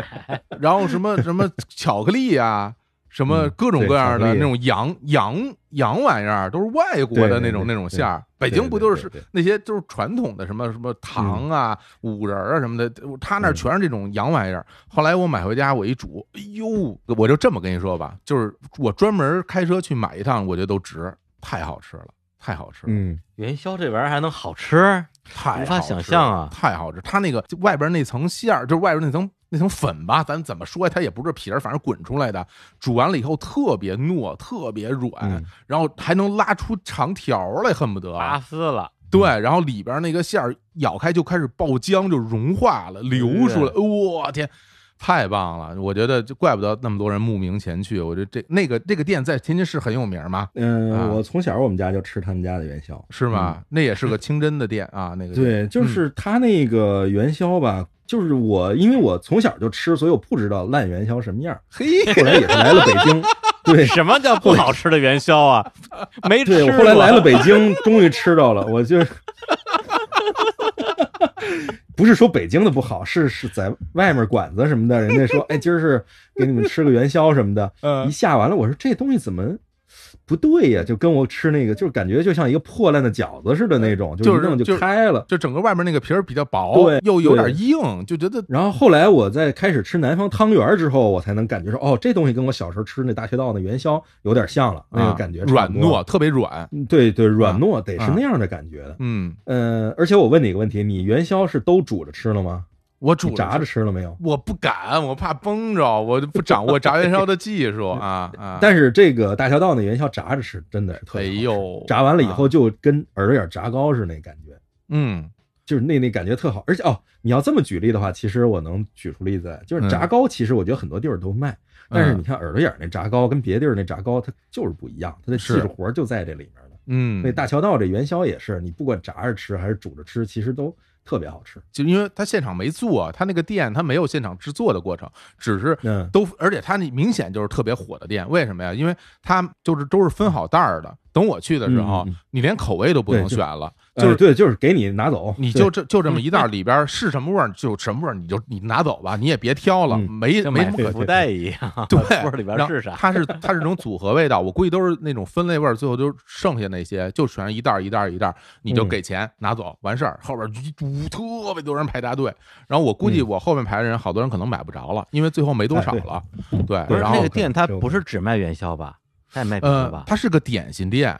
Speaker 3: 然后什么什么巧克力啊，什么
Speaker 4: 嗯
Speaker 3: 各种各样
Speaker 4: 对巧克
Speaker 3: 的
Speaker 4: 力
Speaker 3: 那种洋洋洋玩意儿，都是外国的
Speaker 4: 对对
Speaker 3: 那种
Speaker 4: 对
Speaker 3: 那种
Speaker 4: 对
Speaker 3: 馅儿。北
Speaker 4: 对
Speaker 3: 京不
Speaker 4: 对
Speaker 3: 都
Speaker 4: 对
Speaker 3: 是
Speaker 4: 对嗯
Speaker 3: 那些就是传统的什么什么糖啊、五仁儿啊什么的，他那儿全是这种洋玩意儿。后来我买回家，我一煮，哎呦，我就这么跟你说吧，就是我专门开车去买一趟，我觉得都值，太好吃了，太好吃了。
Speaker 4: 嗯，
Speaker 2: 元宵这玩意儿还能好吃？
Speaker 3: 太
Speaker 2: 无法
Speaker 3: 好吃
Speaker 2: 想象啊
Speaker 3: 了太好吃！它那个就外边那层馅儿，就是外边那层那层粉吧，咱怎么说呀？它也不是皮儿，反正滚出来的。煮完了以后特别糯，特别软，
Speaker 4: 嗯
Speaker 3: 然后还能拉出长条儿来，恨不得
Speaker 2: 拔丝了，
Speaker 3: 对。然后里边那个馅儿咬开就开始爆浆，就融化了，流出来。
Speaker 2: 嗯
Speaker 3: 哦我、天！太棒了，我觉得就怪不得那么多人慕名前去。我觉得这那个那个店在天津市很有名嘛，
Speaker 4: 嗯、
Speaker 3: 啊
Speaker 4: 我从小我们家就吃他们家的元宵，
Speaker 3: 是吗？
Speaker 2: 嗯
Speaker 3: 那也是个清真的店啊，那个店
Speaker 4: 对，就是他那个元宵吧，就是我因为我从小就吃，所以我不知道烂元宵什么样儿。
Speaker 3: 嘿，
Speaker 4: 后来也是来了北京，
Speaker 3: (laughs)
Speaker 2: (laughs)
Speaker 4: 对，
Speaker 2: 什么叫不好吃的元宵啊？没吃
Speaker 4: (laughs) 对我
Speaker 2: 过。
Speaker 4: 后来来了北京，终于吃到了，
Speaker 3: (laughs)
Speaker 4: 我就。不是说北京的不好，是是在外面馆子什么的，人家说，哎，今儿是给你们吃个元宵什么的，
Speaker 3: 嗯
Speaker 4: 一下完了，我说这东西怎么不对呀？就跟我吃那个，就是感觉就像一个破烂的饺子似的那种，就
Speaker 3: 就
Speaker 4: 一
Speaker 3: 是
Speaker 4: 弄
Speaker 3: 就
Speaker 4: 就是开了。
Speaker 3: 就整个外面那个皮儿比较薄，
Speaker 4: 对
Speaker 3: 又有点
Speaker 4: 对
Speaker 3: 硬，就觉得
Speaker 4: 然后后来我在开始吃南方汤圆儿之后，我才能感觉说，哦，这东西跟我小时候吃那大学道那元宵有点像了，那
Speaker 3: 啊
Speaker 4: 个感觉、
Speaker 3: 软糯，，特别软。
Speaker 4: 嗯对对，软糯得是
Speaker 3: 啊
Speaker 4: 那样的感觉的。
Speaker 3: 嗯，
Speaker 4: 呃，而且我问你一个问题，你元宵是都煮着吃了
Speaker 3: 嗯
Speaker 4: 吗？
Speaker 3: 我煮
Speaker 4: 你炸着
Speaker 3: 吃，
Speaker 4: 吃了没有？
Speaker 3: 我不敢，我怕崩着，我就不掌握炸元宵的技
Speaker 4: (laughs)
Speaker 3: 术啊啊！
Speaker 4: 但是这个大桥道那元宵炸着吃真的是特
Speaker 3: 哎
Speaker 4: 别好吃，
Speaker 3: 呦，
Speaker 4: 炸完了以后就跟饵点炸糕似的那感觉。
Speaker 3: 嗯，
Speaker 4: 就是那那感觉特好。而且哦，你要这么举例的话，其实我能举出例子来，就是炸
Speaker 3: 嗯
Speaker 4: 糕，其实我觉得很多地儿都卖，但是你看耳朵眼儿那炸糕跟别地儿那炸糕，它就是不一样，它的技
Speaker 3: 是
Speaker 4: 术活儿就在这里面了。
Speaker 3: 嗯，
Speaker 4: 那大桥道这元宵也是，你不管炸着吃还是煮着吃，其实都特别好吃。
Speaker 3: 就因为他现场没做，他那个店他没有现场制作的过程，只是
Speaker 4: 嗯
Speaker 3: 都，而且他那明显就是特别火的店，为什么呀？因为他就是都是分好袋儿的。等我去的时候，
Speaker 4: 嗯嗯
Speaker 3: 你连口味都不
Speaker 4: 对
Speaker 3: 能
Speaker 4: 就
Speaker 3: 选了，
Speaker 4: 呃
Speaker 3: 是
Speaker 4: 对，就是给你拿走，
Speaker 3: 你
Speaker 4: 对
Speaker 3: 就这就这
Speaker 2: 嗯
Speaker 3: 么一袋儿，里边儿是什么味儿就什么味儿，你就你拿走吧，你也别挑了，
Speaker 4: 嗯
Speaker 3: 没
Speaker 2: 跟
Speaker 3: 没
Speaker 2: 买
Speaker 3: 什么可
Speaker 2: 福袋一样，
Speaker 3: 对
Speaker 2: (laughs) 味，里边
Speaker 3: 然后
Speaker 2: 是啥？(laughs)
Speaker 3: 它是它是这种组合味道，我估计都是那种分类味儿，最后都剩下那些，就全一袋儿一袋儿一袋儿，你就
Speaker 4: 嗯
Speaker 3: 给钱、拿走完事儿。后边一堵特别多人排大队，然后我估计
Speaker 2: 嗯
Speaker 3: 我后面排的人好多人可能买不着了，因为最后没多少了。对，
Speaker 2: 哎不是
Speaker 3: 然
Speaker 2: 那
Speaker 3: 后
Speaker 2: 个店，它
Speaker 4: 这我
Speaker 2: 不是只卖元宵吧？它也卖别的
Speaker 3: 呃
Speaker 2: 吧，？哦
Speaker 3: 它是个点心店，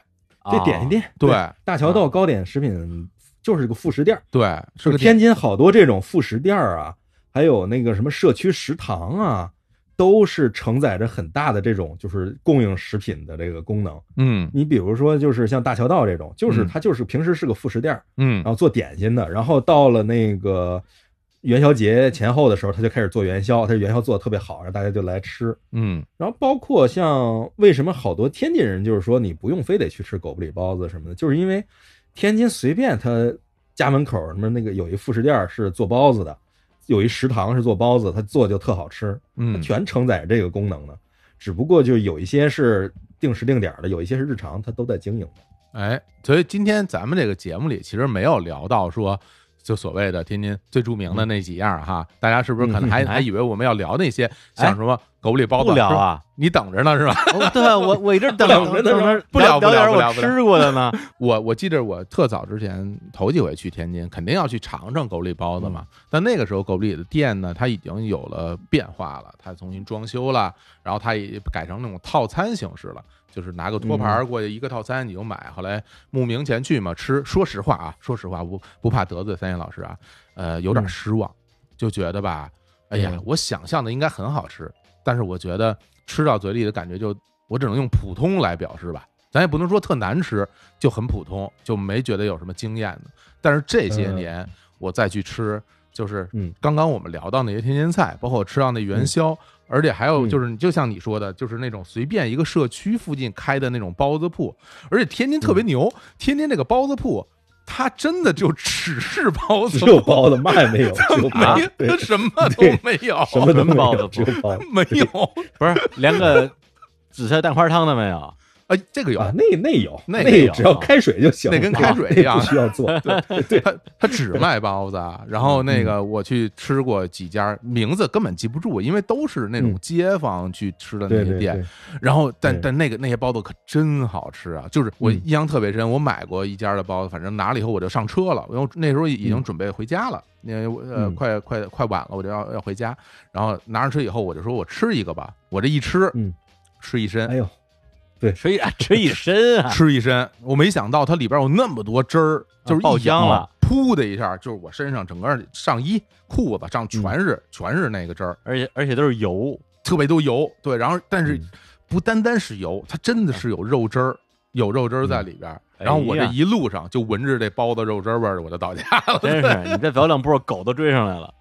Speaker 4: 这点心
Speaker 2: 店，
Speaker 4: 店，
Speaker 3: 对
Speaker 4: 大桥道糕点食品就是个嗯副食店儿，
Speaker 3: 对，是
Speaker 4: 就
Speaker 3: 个
Speaker 4: 是天津好多这种副食店儿啊，还有那个什么社区食堂啊，都是承载着很大的这种就是供应食品的这个功能。
Speaker 3: 嗯
Speaker 4: 你比如说，就是像大桥道这种，就是
Speaker 3: 嗯
Speaker 4: 它就是平时是个副食店儿，
Speaker 3: 嗯
Speaker 4: 然
Speaker 2: 哦
Speaker 4: 后做点心的，然后到了那个元宵节前后的时候，他就开始做元宵，他元宵做的特别好，然后大家就来吃。
Speaker 3: 嗯
Speaker 4: 然后包括像为什么好多天津人就是说你不用非得去吃狗不理包子什么的，就是因为天津随便他家门口什么那个有一副食店儿是做包子的，有一食堂是做包子，他做就特好吃，它
Speaker 2: 哦
Speaker 3: 嗯，
Speaker 4: 全承载这个功能的。只不过就有一些是定时定点儿的，有一些是日常，它都在经营的。
Speaker 3: 哎，所以今天咱们这个节目里其实没有聊到说，就所谓的天津最著名的那几样儿哈，大家是不是可能还、
Speaker 2: 嗯
Speaker 3: 还以为我们要聊那些
Speaker 2: 哎
Speaker 3: 像什么狗不理包子？
Speaker 2: 不聊啊！
Speaker 3: 你等着呢是吧？
Speaker 2: 哦对，我我 (laughs) 一直等
Speaker 4: 等着呢
Speaker 2: 等着
Speaker 3: 不聊
Speaker 2: 聊
Speaker 3: 不
Speaker 2: 点
Speaker 3: 聊不
Speaker 2: 我
Speaker 3: 聊不聊
Speaker 2: 吃过的呢。
Speaker 3: 我我记得我特早之前头几回去天津，肯定要去尝尝狗不理包子嘛。但那个时候狗不理的店呢，它已经有了变化了，它重新装修了，然后它也改成那种套餐形式了。就是拿个托盘儿过去，一个套餐你就买。后来慕名前去嘛，吃。说实话啊，说实话不不怕得罪三叶老师啊，呃，有点
Speaker 4: 嗯
Speaker 3: 失望，就觉得吧，哎呀
Speaker 4: 嗯，
Speaker 3: 我想象的应该很好吃，但是我觉得吃到嘴里的感觉就，我只能用普通来表示吧，咱也不能说特难吃，就很普通，就没觉得有什么惊艳的。但是这些
Speaker 4: 嗯
Speaker 3: 年我再去吃，就是
Speaker 4: 嗯
Speaker 3: 刚刚我们聊到那些天津菜，包括我吃到那元宵，而且还有
Speaker 4: 嗯
Speaker 3: 就是，就像你说的，就是那种随便一个社区附近开的那种包子铺，而且天津特别牛，
Speaker 4: 嗯
Speaker 3: 天津这个包子铺。它真的就只是包子
Speaker 4: (laughs) 只
Speaker 3: 铺，
Speaker 4: 有包子，嘛也没有，只有包
Speaker 3: (laughs) 没
Speaker 4: 子，对，
Speaker 3: 什么都
Speaker 4: 对
Speaker 3: 没有，
Speaker 4: 什么都没
Speaker 2: 包子
Speaker 4: 有，
Speaker 2: 不
Speaker 4: 只有包子
Speaker 3: 没有。
Speaker 2: 不是连个紫菜蛋花汤都没有，
Speaker 3: 哎，这 (laughs) 个有
Speaker 4: 啊。，那那有，
Speaker 3: 那个
Speaker 4: 那
Speaker 2: 有
Speaker 4: 只要开水就行，
Speaker 3: 那跟开水一样
Speaker 4: 那不
Speaker 3: (laughs)
Speaker 4: 需要做。
Speaker 3: 他他
Speaker 4: (laughs)
Speaker 3: 只卖包子啊，然后
Speaker 4: 嗯
Speaker 3: 那个我去吃过几家，名字根本记不住，因为都是那种
Speaker 4: 嗯
Speaker 3: 街坊去吃的那
Speaker 4: 对
Speaker 3: 些
Speaker 4: 对
Speaker 3: 店
Speaker 4: 对。，
Speaker 3: 然后，但
Speaker 4: 对
Speaker 3: 但那个那些包子可真好吃啊！就是我
Speaker 4: 嗯
Speaker 3: 印象特别深，我买过一家的包子，反正拿了以后我就上车了，因为我那时候已经准备回家了，因为我呃
Speaker 4: 嗯
Speaker 3: 快快快晚了，我就要要回家。然后拿上车以后，我就说我吃一个吧，我这一吃
Speaker 4: 嗯，
Speaker 3: 吃一身
Speaker 4: 哎，呦，
Speaker 2: 吃一 (laughs) 吃一身啊！
Speaker 3: (laughs) 吃一身，我没想到它里边有那么多汁儿，就是一
Speaker 2: 爆浆
Speaker 3: 咬
Speaker 2: 了，
Speaker 3: 噗的一下，就是我身上整个上衣、裤子上全是、全是那个汁儿，
Speaker 2: 而且而且都是油，
Speaker 3: 特别多油。对，然后但是
Speaker 4: 嗯
Speaker 3: 不单单是油，它真的是有肉汁儿，有肉汁儿在里边。然后我这
Speaker 2: 哎呀
Speaker 3: 一路上就闻着这包子肉汁儿味儿，我就到家了。
Speaker 2: 真是你这走两步，狗都追上来了，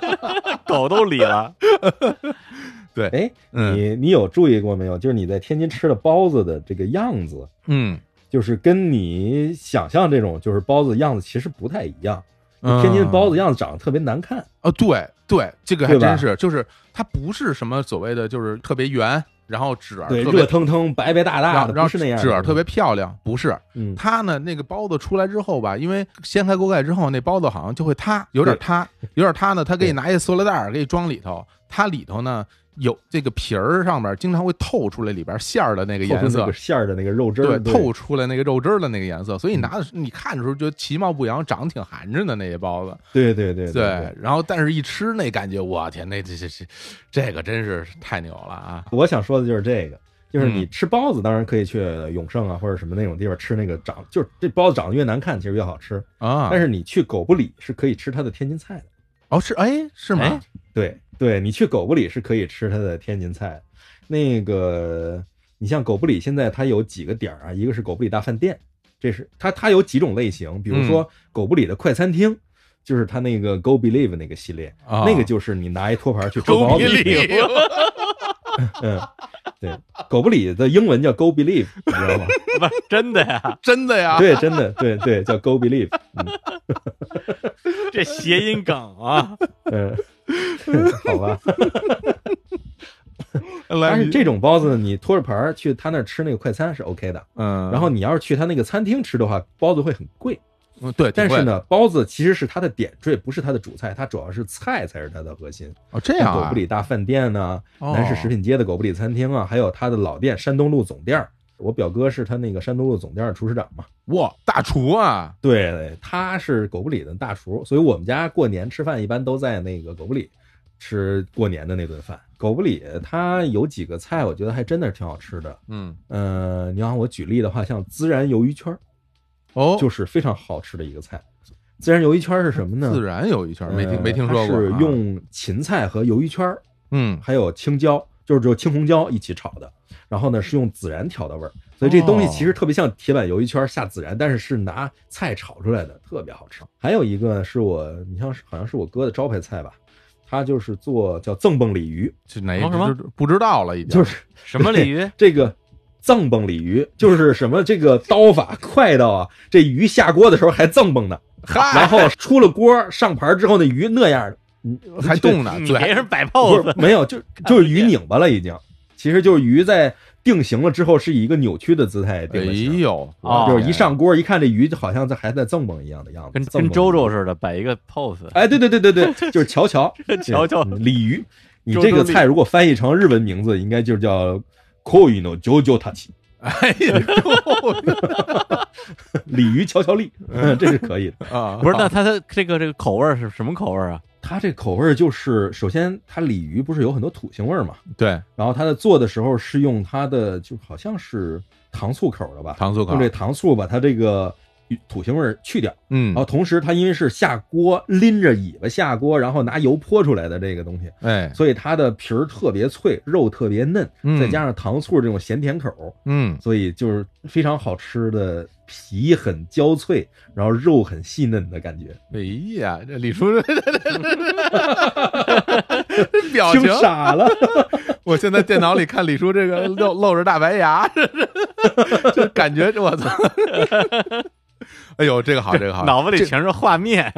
Speaker 2: (laughs) 狗都理了。
Speaker 4: 哎，
Speaker 3: 嗯
Speaker 4: 你你有注意过没有？就是你在天津吃的包子的这个样子，
Speaker 3: 嗯，
Speaker 4: 就是跟你想象这种就是包子样子其实不太一样。
Speaker 3: 嗯
Speaker 4: 天津包
Speaker 3: 子
Speaker 4: 子样子长得特别难看，
Speaker 3: 啊，对对，这个还
Speaker 4: 对吧
Speaker 3: 真是，就是它不是什么所谓的就是特别圆，然后褶儿
Speaker 4: 对，
Speaker 3: 特别
Speaker 4: 热腾腾、白白大
Speaker 3: 然后
Speaker 4: 大的，
Speaker 3: 啊然
Speaker 4: 不
Speaker 3: 后
Speaker 4: 是那样的，
Speaker 3: 褶儿特别漂亮，不是。
Speaker 4: 嗯，
Speaker 3: 它呢，那个包子出来之后吧，因为掀开锅盖之后，那包子好像就会塌，有点塌，有点塌呢。它给你拿一塑料袋儿给你装里头，它里头呢有这个皮儿上面经常会透出来里边馅儿的那个
Speaker 4: 透出
Speaker 3: 颜
Speaker 4: 那
Speaker 3: 色
Speaker 4: 个，馅儿的那个肉汁
Speaker 3: 对
Speaker 4: 儿，，对嗯
Speaker 3: 透出来那个肉汁儿的那个颜色，所以你拿的时候你看的时候觉得其貌不扬，长得挺寒碜的那些包子，
Speaker 4: 对对对
Speaker 3: 对。然后但是一吃那感觉，我天，那这这这这个真是太牛了啊！
Speaker 4: 我想说的就是这个，就是你
Speaker 3: 嗯
Speaker 4: 吃包子，当然可以去永盛啊或者什么那种地方吃那个长，就是这包子长得越难看，其实越好吃。
Speaker 3: 啊，
Speaker 4: 但是你去狗不理是可以吃它的天津菜的，
Speaker 3: 哦是哎是
Speaker 2: 哎
Speaker 3: 吗？
Speaker 4: 对对，你去狗不理是可以吃它的天津菜的。那个，你像狗不理现在它有几个点儿啊？一个是狗不理大饭店，这是它它有几种类型，比如说狗不理的快餐厅，就是它那个 Go Believe 那个系列，
Speaker 3: 啊
Speaker 4: 那个就是你拿一托盘去
Speaker 3: 狗
Speaker 4: 包
Speaker 3: 比
Speaker 4: 子。
Speaker 3: 例，
Speaker 4: 嗯，对，狗不理的英文叫 Go Believe，你知道吗？
Speaker 2: 不是真的呀，
Speaker 3: 真的呀，
Speaker 4: 对，真的，对对，叫 Go Believe。嗯
Speaker 2: 这谐音梗啊，
Speaker 4: 嗯，好吧。
Speaker 3: 来，
Speaker 4: 但是
Speaker 3: 你
Speaker 4: 这种包子，你托着盘儿去他那儿吃那个快餐是 OK 的。
Speaker 3: 嗯，
Speaker 4: 然后你要是去他那个餐厅吃的话，包子会很贵。
Speaker 3: 嗯对，
Speaker 4: 但
Speaker 3: 挺
Speaker 4: 是
Speaker 3: 贵的，
Speaker 4: 呢，包子其实是它的点缀，不是它的主菜，它主要是菜才是它的核心。
Speaker 3: 哦这样
Speaker 4: 像
Speaker 3: 啊
Speaker 4: 狗不理大饭店呐、
Speaker 3: 哦
Speaker 4: 南市食品街的狗不理餐厅啊，还有它的老店山东路总店儿。我表哥是他那个山东路总店儿的厨师长嘛，
Speaker 3: 哇，大厨啊，
Speaker 4: 对，对他是狗不理的大厨，所以我们家过年吃饭一般都在那个狗不理吃过年的那顿饭。狗不理它有几个菜，我觉得还真的是挺好吃的。
Speaker 3: 嗯，
Speaker 4: 呃，你让我举例的话，像孜然鱿鱼圈儿
Speaker 3: 哦，
Speaker 4: 就是非常好吃的一个菜。孜然鱿鱼圈儿是什么呢？
Speaker 3: 自然有一圈，没听
Speaker 4: 呃
Speaker 3: 没听说过
Speaker 4: 它
Speaker 3: 啊，
Speaker 4: 是用芹菜和鱿鱼圈儿，
Speaker 3: 嗯
Speaker 4: 还有青椒，就是只有青红椒一起炒的。然后呢，是用孜然调的味儿，所以这东西其实特别像铁板鱿鱼圈儿下孜然，但是是拿菜炒出来的，特别好吃。还有一个是我，你像是好像是我哥的招牌菜吧，他就是做叫赠蹦鲤鱼，
Speaker 3: 是哪一
Speaker 2: 哦什么
Speaker 3: 就不知道了，已经
Speaker 4: 就是
Speaker 2: 什么鲤
Speaker 4: (laughs)
Speaker 2: 鱼？
Speaker 4: 这个赠蹦鲤鱼，就是什么这个刀法快到啊，这鱼下锅的时候还赠蹦呢， (laughs) 然后出了锅上盘之后，那鱼那样的，嗯
Speaker 3: (laughs)
Speaker 2: (laughs)
Speaker 3: 还动
Speaker 4: (laughs)
Speaker 3: 呢，
Speaker 2: 你
Speaker 3: 嘴
Speaker 2: 没
Speaker 3: 还
Speaker 2: 人摆
Speaker 4: 不
Speaker 2: pose，
Speaker 4: 是没
Speaker 2: (laughs)
Speaker 4: 有，就就是鱼拧巴了，已经。其实就是鱼在定型了之后是以一个扭曲的姿态
Speaker 3: 哎
Speaker 4: 定的型，
Speaker 3: 呦，
Speaker 2: 哦
Speaker 3: 啊
Speaker 4: 就是一上锅一看这鱼就好像在还在赠蹦一样的样子，
Speaker 2: 跟
Speaker 4: 赠
Speaker 2: 跟
Speaker 4: 蹦
Speaker 2: 周周似的摆一个 pose，
Speaker 4: 哎，对对对
Speaker 2: (laughs)
Speaker 4: 对对，就是乔乔
Speaker 2: 乔乔
Speaker 4: 嗯鲤鱼。你
Speaker 2: 周
Speaker 4: 这个
Speaker 2: 周鲤
Speaker 4: 菜如果翻译成日文名字，应该就叫 “koino jojo
Speaker 2: (laughs)
Speaker 4: tachi”，
Speaker 3: 哎呦
Speaker 4: 鲤鱼乔乔力，嗯，这是可以的。
Speaker 3: (laughs) 啊，
Speaker 2: 不是？那他的这个这个口味儿是什么口味儿啊？
Speaker 4: 它这口味儿就是，首先它鲤鱼不是有很多土腥味儿嘛，
Speaker 3: 对
Speaker 4: 然后它在做的时候是用它的就好像是糖醋口的吧，
Speaker 3: 糖醋口
Speaker 4: 用这糖醋把它这个土腥味儿去掉，
Speaker 3: 嗯
Speaker 4: 然后，同时它因为是下锅拎着尾巴下锅，然后拿油泼出来的这个东西，
Speaker 3: 哎，
Speaker 4: 所以它的皮儿特别脆，肉特别嫩，
Speaker 3: 嗯
Speaker 4: 再加上糖醋这种咸甜口，
Speaker 3: 嗯，
Speaker 4: 所以就是非常好吃的，皮很焦脆，然后肉很细嫩的感觉。
Speaker 3: 哎呀，这李叔 (laughs) 这表
Speaker 4: 听
Speaker 3: 情，
Speaker 4: 傻了， (laughs)
Speaker 3: 我现在电脑里看李叔这个露露着大白牙， (laughs) 这这这感觉我
Speaker 4: (laughs)
Speaker 3: 操！哎呦，这个好，这个好，
Speaker 2: 脑子里全是画面，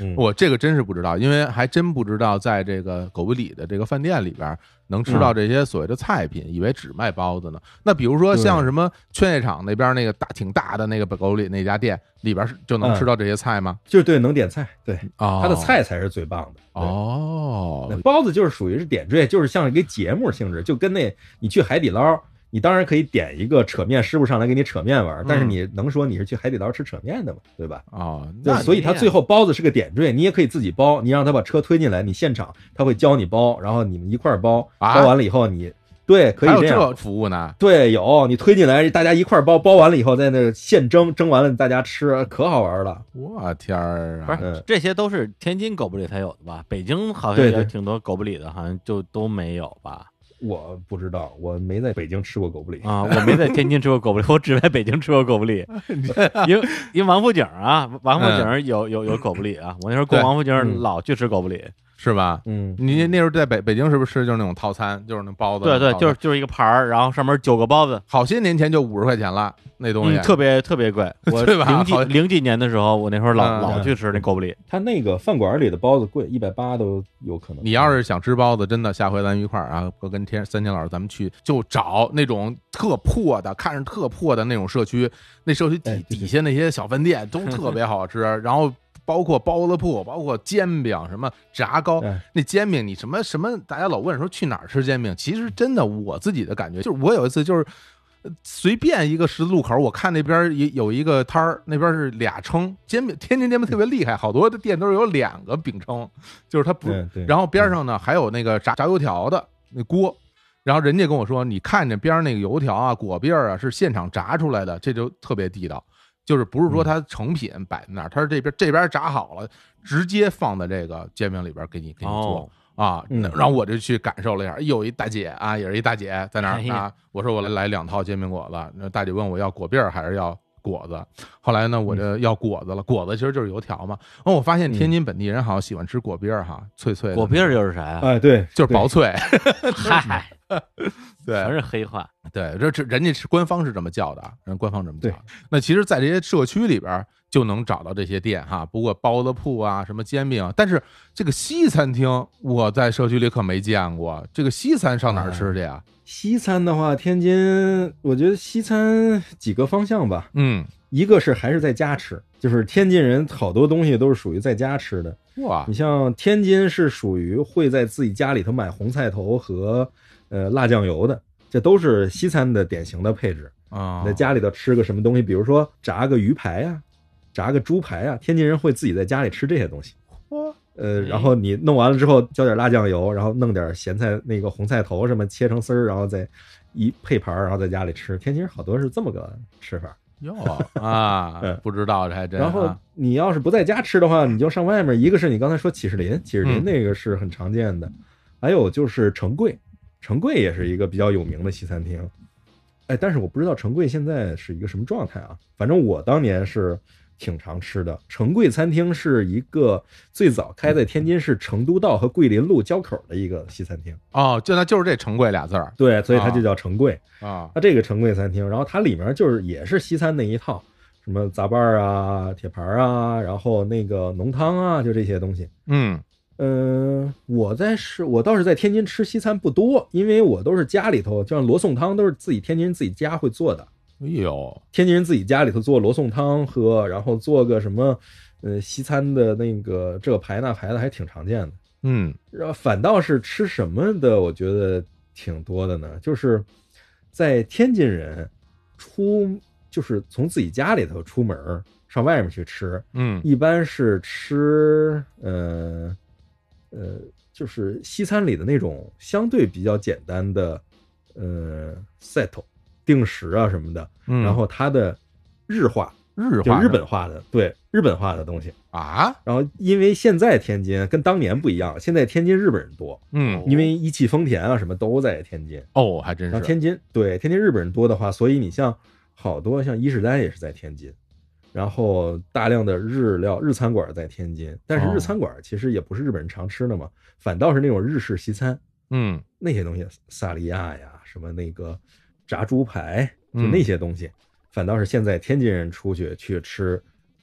Speaker 4: 嗯
Speaker 3: 我这个真是不知道，因为还真不知道在这个狗不理的这个饭店里边儿能吃
Speaker 4: 嗯
Speaker 3: 到这些所谓的菜品，以为只卖包子呢。那比如说
Speaker 4: 对
Speaker 3: 像什么劝业场那边那个大挺大的那个狗不理那家店里边是就能吃到这些菜吗？
Speaker 4: 就是对能点菜，对
Speaker 3: 啊
Speaker 4: 它的菜才是最棒的。对那
Speaker 3: 哦，
Speaker 4: 包子就是属于是点缀，就是像一个节目性质，就跟那你去海底捞，你当然可以点一个扯面师傅上来给你扯面玩儿，但是你能说你是去海底捞吃扯面的吗？对吧？
Speaker 3: 哦，
Speaker 4: 对
Speaker 3: 那，
Speaker 4: 所以它最后包子是个点缀，你也可以自己包，你让他把车推进来，你现场他会教你包，然后你们一块儿包，
Speaker 3: 啊
Speaker 4: 包完了以后你对可
Speaker 3: 还
Speaker 4: 以
Speaker 3: 有
Speaker 4: 这
Speaker 3: 这
Speaker 4: 样。
Speaker 3: 服务呢？
Speaker 4: 对，有你推进来，大家一块儿包，包完了以后在那儿现蒸，蒸完了大家吃，可好玩儿了。
Speaker 3: 我天儿
Speaker 2: 不
Speaker 3: 啊！
Speaker 2: 是 (laughs)
Speaker 4: 嗯
Speaker 2: 这些都是天津狗不理才有的吧？北京好像
Speaker 4: 对
Speaker 2: 也
Speaker 4: 对
Speaker 2: 挺多狗不理的，好像就都没有吧？
Speaker 4: 我不知道，我没在北京吃过狗不理。
Speaker 2: 啊，我没在天津吃过狗不理，我只在北京吃过狗不 (laughs) 理。因为因为王府井啊，王府井有有有狗不理 (laughs) 啊，我那时候过
Speaker 3: 对
Speaker 2: 王府井
Speaker 4: 嗯
Speaker 2: 老去吃狗不理。
Speaker 3: 是吧？
Speaker 4: 嗯，
Speaker 3: 你那时候在北北京是不是吃就是那种套餐，就是那包子？
Speaker 2: 对对，
Speaker 3: 套餐
Speaker 2: 就是就是一个盘儿，然后上面九个包子，
Speaker 3: 好些年前就五十块钱了，那东西
Speaker 2: 嗯，特别特 (laughs) 别贵。我
Speaker 3: (laughs) 对吧
Speaker 2: 零几
Speaker 3: 好像
Speaker 2: 零几年的时候，我那时候老
Speaker 3: 嗯
Speaker 2: 老去吃那狗不理，
Speaker 4: 他那个饭馆里的包子贵，一百八都有可能。
Speaker 3: 你要是想吃包子，真的下回咱一块儿啊，哥跟天三千老师咱们去就找那种特破的，看着特破的那种社区，那社区底
Speaker 4: 哎对
Speaker 3: 底下那些小饭店
Speaker 2: (laughs)
Speaker 3: 都特别好吃，然后。包括包子铺，包括煎饼，什么炸糕
Speaker 4: 哎，
Speaker 3: 那煎饼你什么什么，大家老问说去哪儿吃煎饼，其实真的我自己的感觉就是，我有一次就是呃随便一个十字路口，我看那边也有一个摊儿，那边是俩称煎饼，天津煎饼特别厉害，好多的店都是有两个饼铛，就是它不，
Speaker 4: 嗯对
Speaker 3: 然后边上呢还有那个炸炸油条的那锅，然后人家跟我说，你看着边上那个油条啊、果篦儿啊是现场炸出来的，这就特别地道，就是不是说它成品摆在那儿，它是这边这边炸好了，直接放在这个煎饼里边给你给你做
Speaker 2: 哦。
Speaker 3: 啊，
Speaker 4: 嗯
Speaker 3: 那然后我就去感受了一下，哎有一大姐啊，也是一大姐在那
Speaker 2: 哎
Speaker 3: 儿
Speaker 2: 呀
Speaker 3: 啊，我说我来来两套煎饼果子，那大姐问我要果篦儿还是要果子。后来呢，我这要果子了，果子其实就是油条嘛。哦，我发现天津本地人好像喜欢吃果篦儿哈，脆脆的
Speaker 2: 果篦儿又是啥 (laughs) 呀？
Speaker 4: 哎，对，
Speaker 3: 就是薄脆，
Speaker 2: 嗨，
Speaker 3: 对
Speaker 2: 全，是黑话。
Speaker 3: 对，这这人家是官方是这么叫的，啊，人官方这么叫
Speaker 4: 对
Speaker 3: 的。那其实，在这些社区里边儿就能找到这些店哈，不过包子铺啊，什么煎饼啊，但是这个西餐厅我在社区里可没见过，这个西餐上哪
Speaker 2: 哎
Speaker 3: 儿吃去啊呀？
Speaker 4: 西餐的话，天津我觉得西餐几个方向吧，
Speaker 3: 嗯，
Speaker 4: 一个是还是在家吃，就是天津人好多东西都是属于在家吃的。
Speaker 3: 哇
Speaker 4: 你，像天津是属于会在自己家里头买红菜头和呃辣酱油的，这都是西餐的典型的配置。
Speaker 3: 啊，
Speaker 4: 在家里头吃个什么东西，比如说炸个鱼排啊，炸个猪排啊，天津人会自己在家里吃这些东西。呃，然后你弄完了之后，浇点辣酱油，然后弄点咸菜那个红菜头什么切成丝儿，然后再一配盘儿，然后在家里吃。天津人好多是这么个吃法。
Speaker 3: 哟 (laughs) 啊
Speaker 4: 嗯，
Speaker 3: 不知道这还真啊。
Speaker 4: 然后你要是不在家吃的话，你就上外面。一个是你刚才说起士林，起士
Speaker 3: 嗯
Speaker 4: 林那个是很常见的，还有就是城柜，城柜也是一个比较有名的西餐厅。哎，但是我不知道城柜现在是一个什么状态啊。反正我当年是挺常吃的。城柜餐厅是一个最早开在天津市成都道和桂林路交口的一个西餐厅，
Speaker 3: 哦，就那就是这城柜俩字儿
Speaker 4: 对，所以它就叫城柜。
Speaker 3: 啊
Speaker 4: 它这个城柜餐厅，然后它里面就是也是西餐那一套，什么杂拌儿啊、铁盘儿啊，然后那个浓汤啊，就这些东西。
Speaker 3: 嗯
Speaker 4: 嗯，我在是，我倒是在天津吃西餐不多，因为我都是家里头，就像罗宋汤都是自己天津人自己家会做的，
Speaker 3: 哎呦，
Speaker 4: 天津人自己家里头做罗宋汤喝，然后做个什么，呃，西餐的那个这个牌那牌的还挺常见的。
Speaker 3: 嗯
Speaker 4: 然后反倒是吃什么的，我觉得挺多的呢。就是在天津人出，就是从自己家里头出门儿上外面去吃，
Speaker 3: 嗯
Speaker 4: 一般是吃呃呃，就是西餐里的那种相对比较简单的呃 set 定时啊什么的，
Speaker 3: 嗯，
Speaker 4: 然后它的日化，
Speaker 3: 日
Speaker 4: 就
Speaker 3: 化
Speaker 4: 日本化的，对日本化的东西。
Speaker 3: 啊，
Speaker 4: 然后，因为现在天津跟当年不一样，现在天津日本人多，
Speaker 3: 嗯
Speaker 4: 因为一汽丰田啊什么都在天津。
Speaker 3: 哦，还真
Speaker 4: 然后
Speaker 3: 是
Speaker 4: 天津对天津日本人多的话，所以你像好多像伊势丹也是在天津，然后大量的日料日餐馆在天津，但是
Speaker 3: 哦
Speaker 4: 日餐馆其实也不是日本人常吃的嘛，反倒是那种日式西餐
Speaker 3: 嗯
Speaker 4: 那些东西，萨莉亚呀什么那个炸猪排就
Speaker 3: 嗯
Speaker 4: 那些东西，反倒是现在天津人出去去吃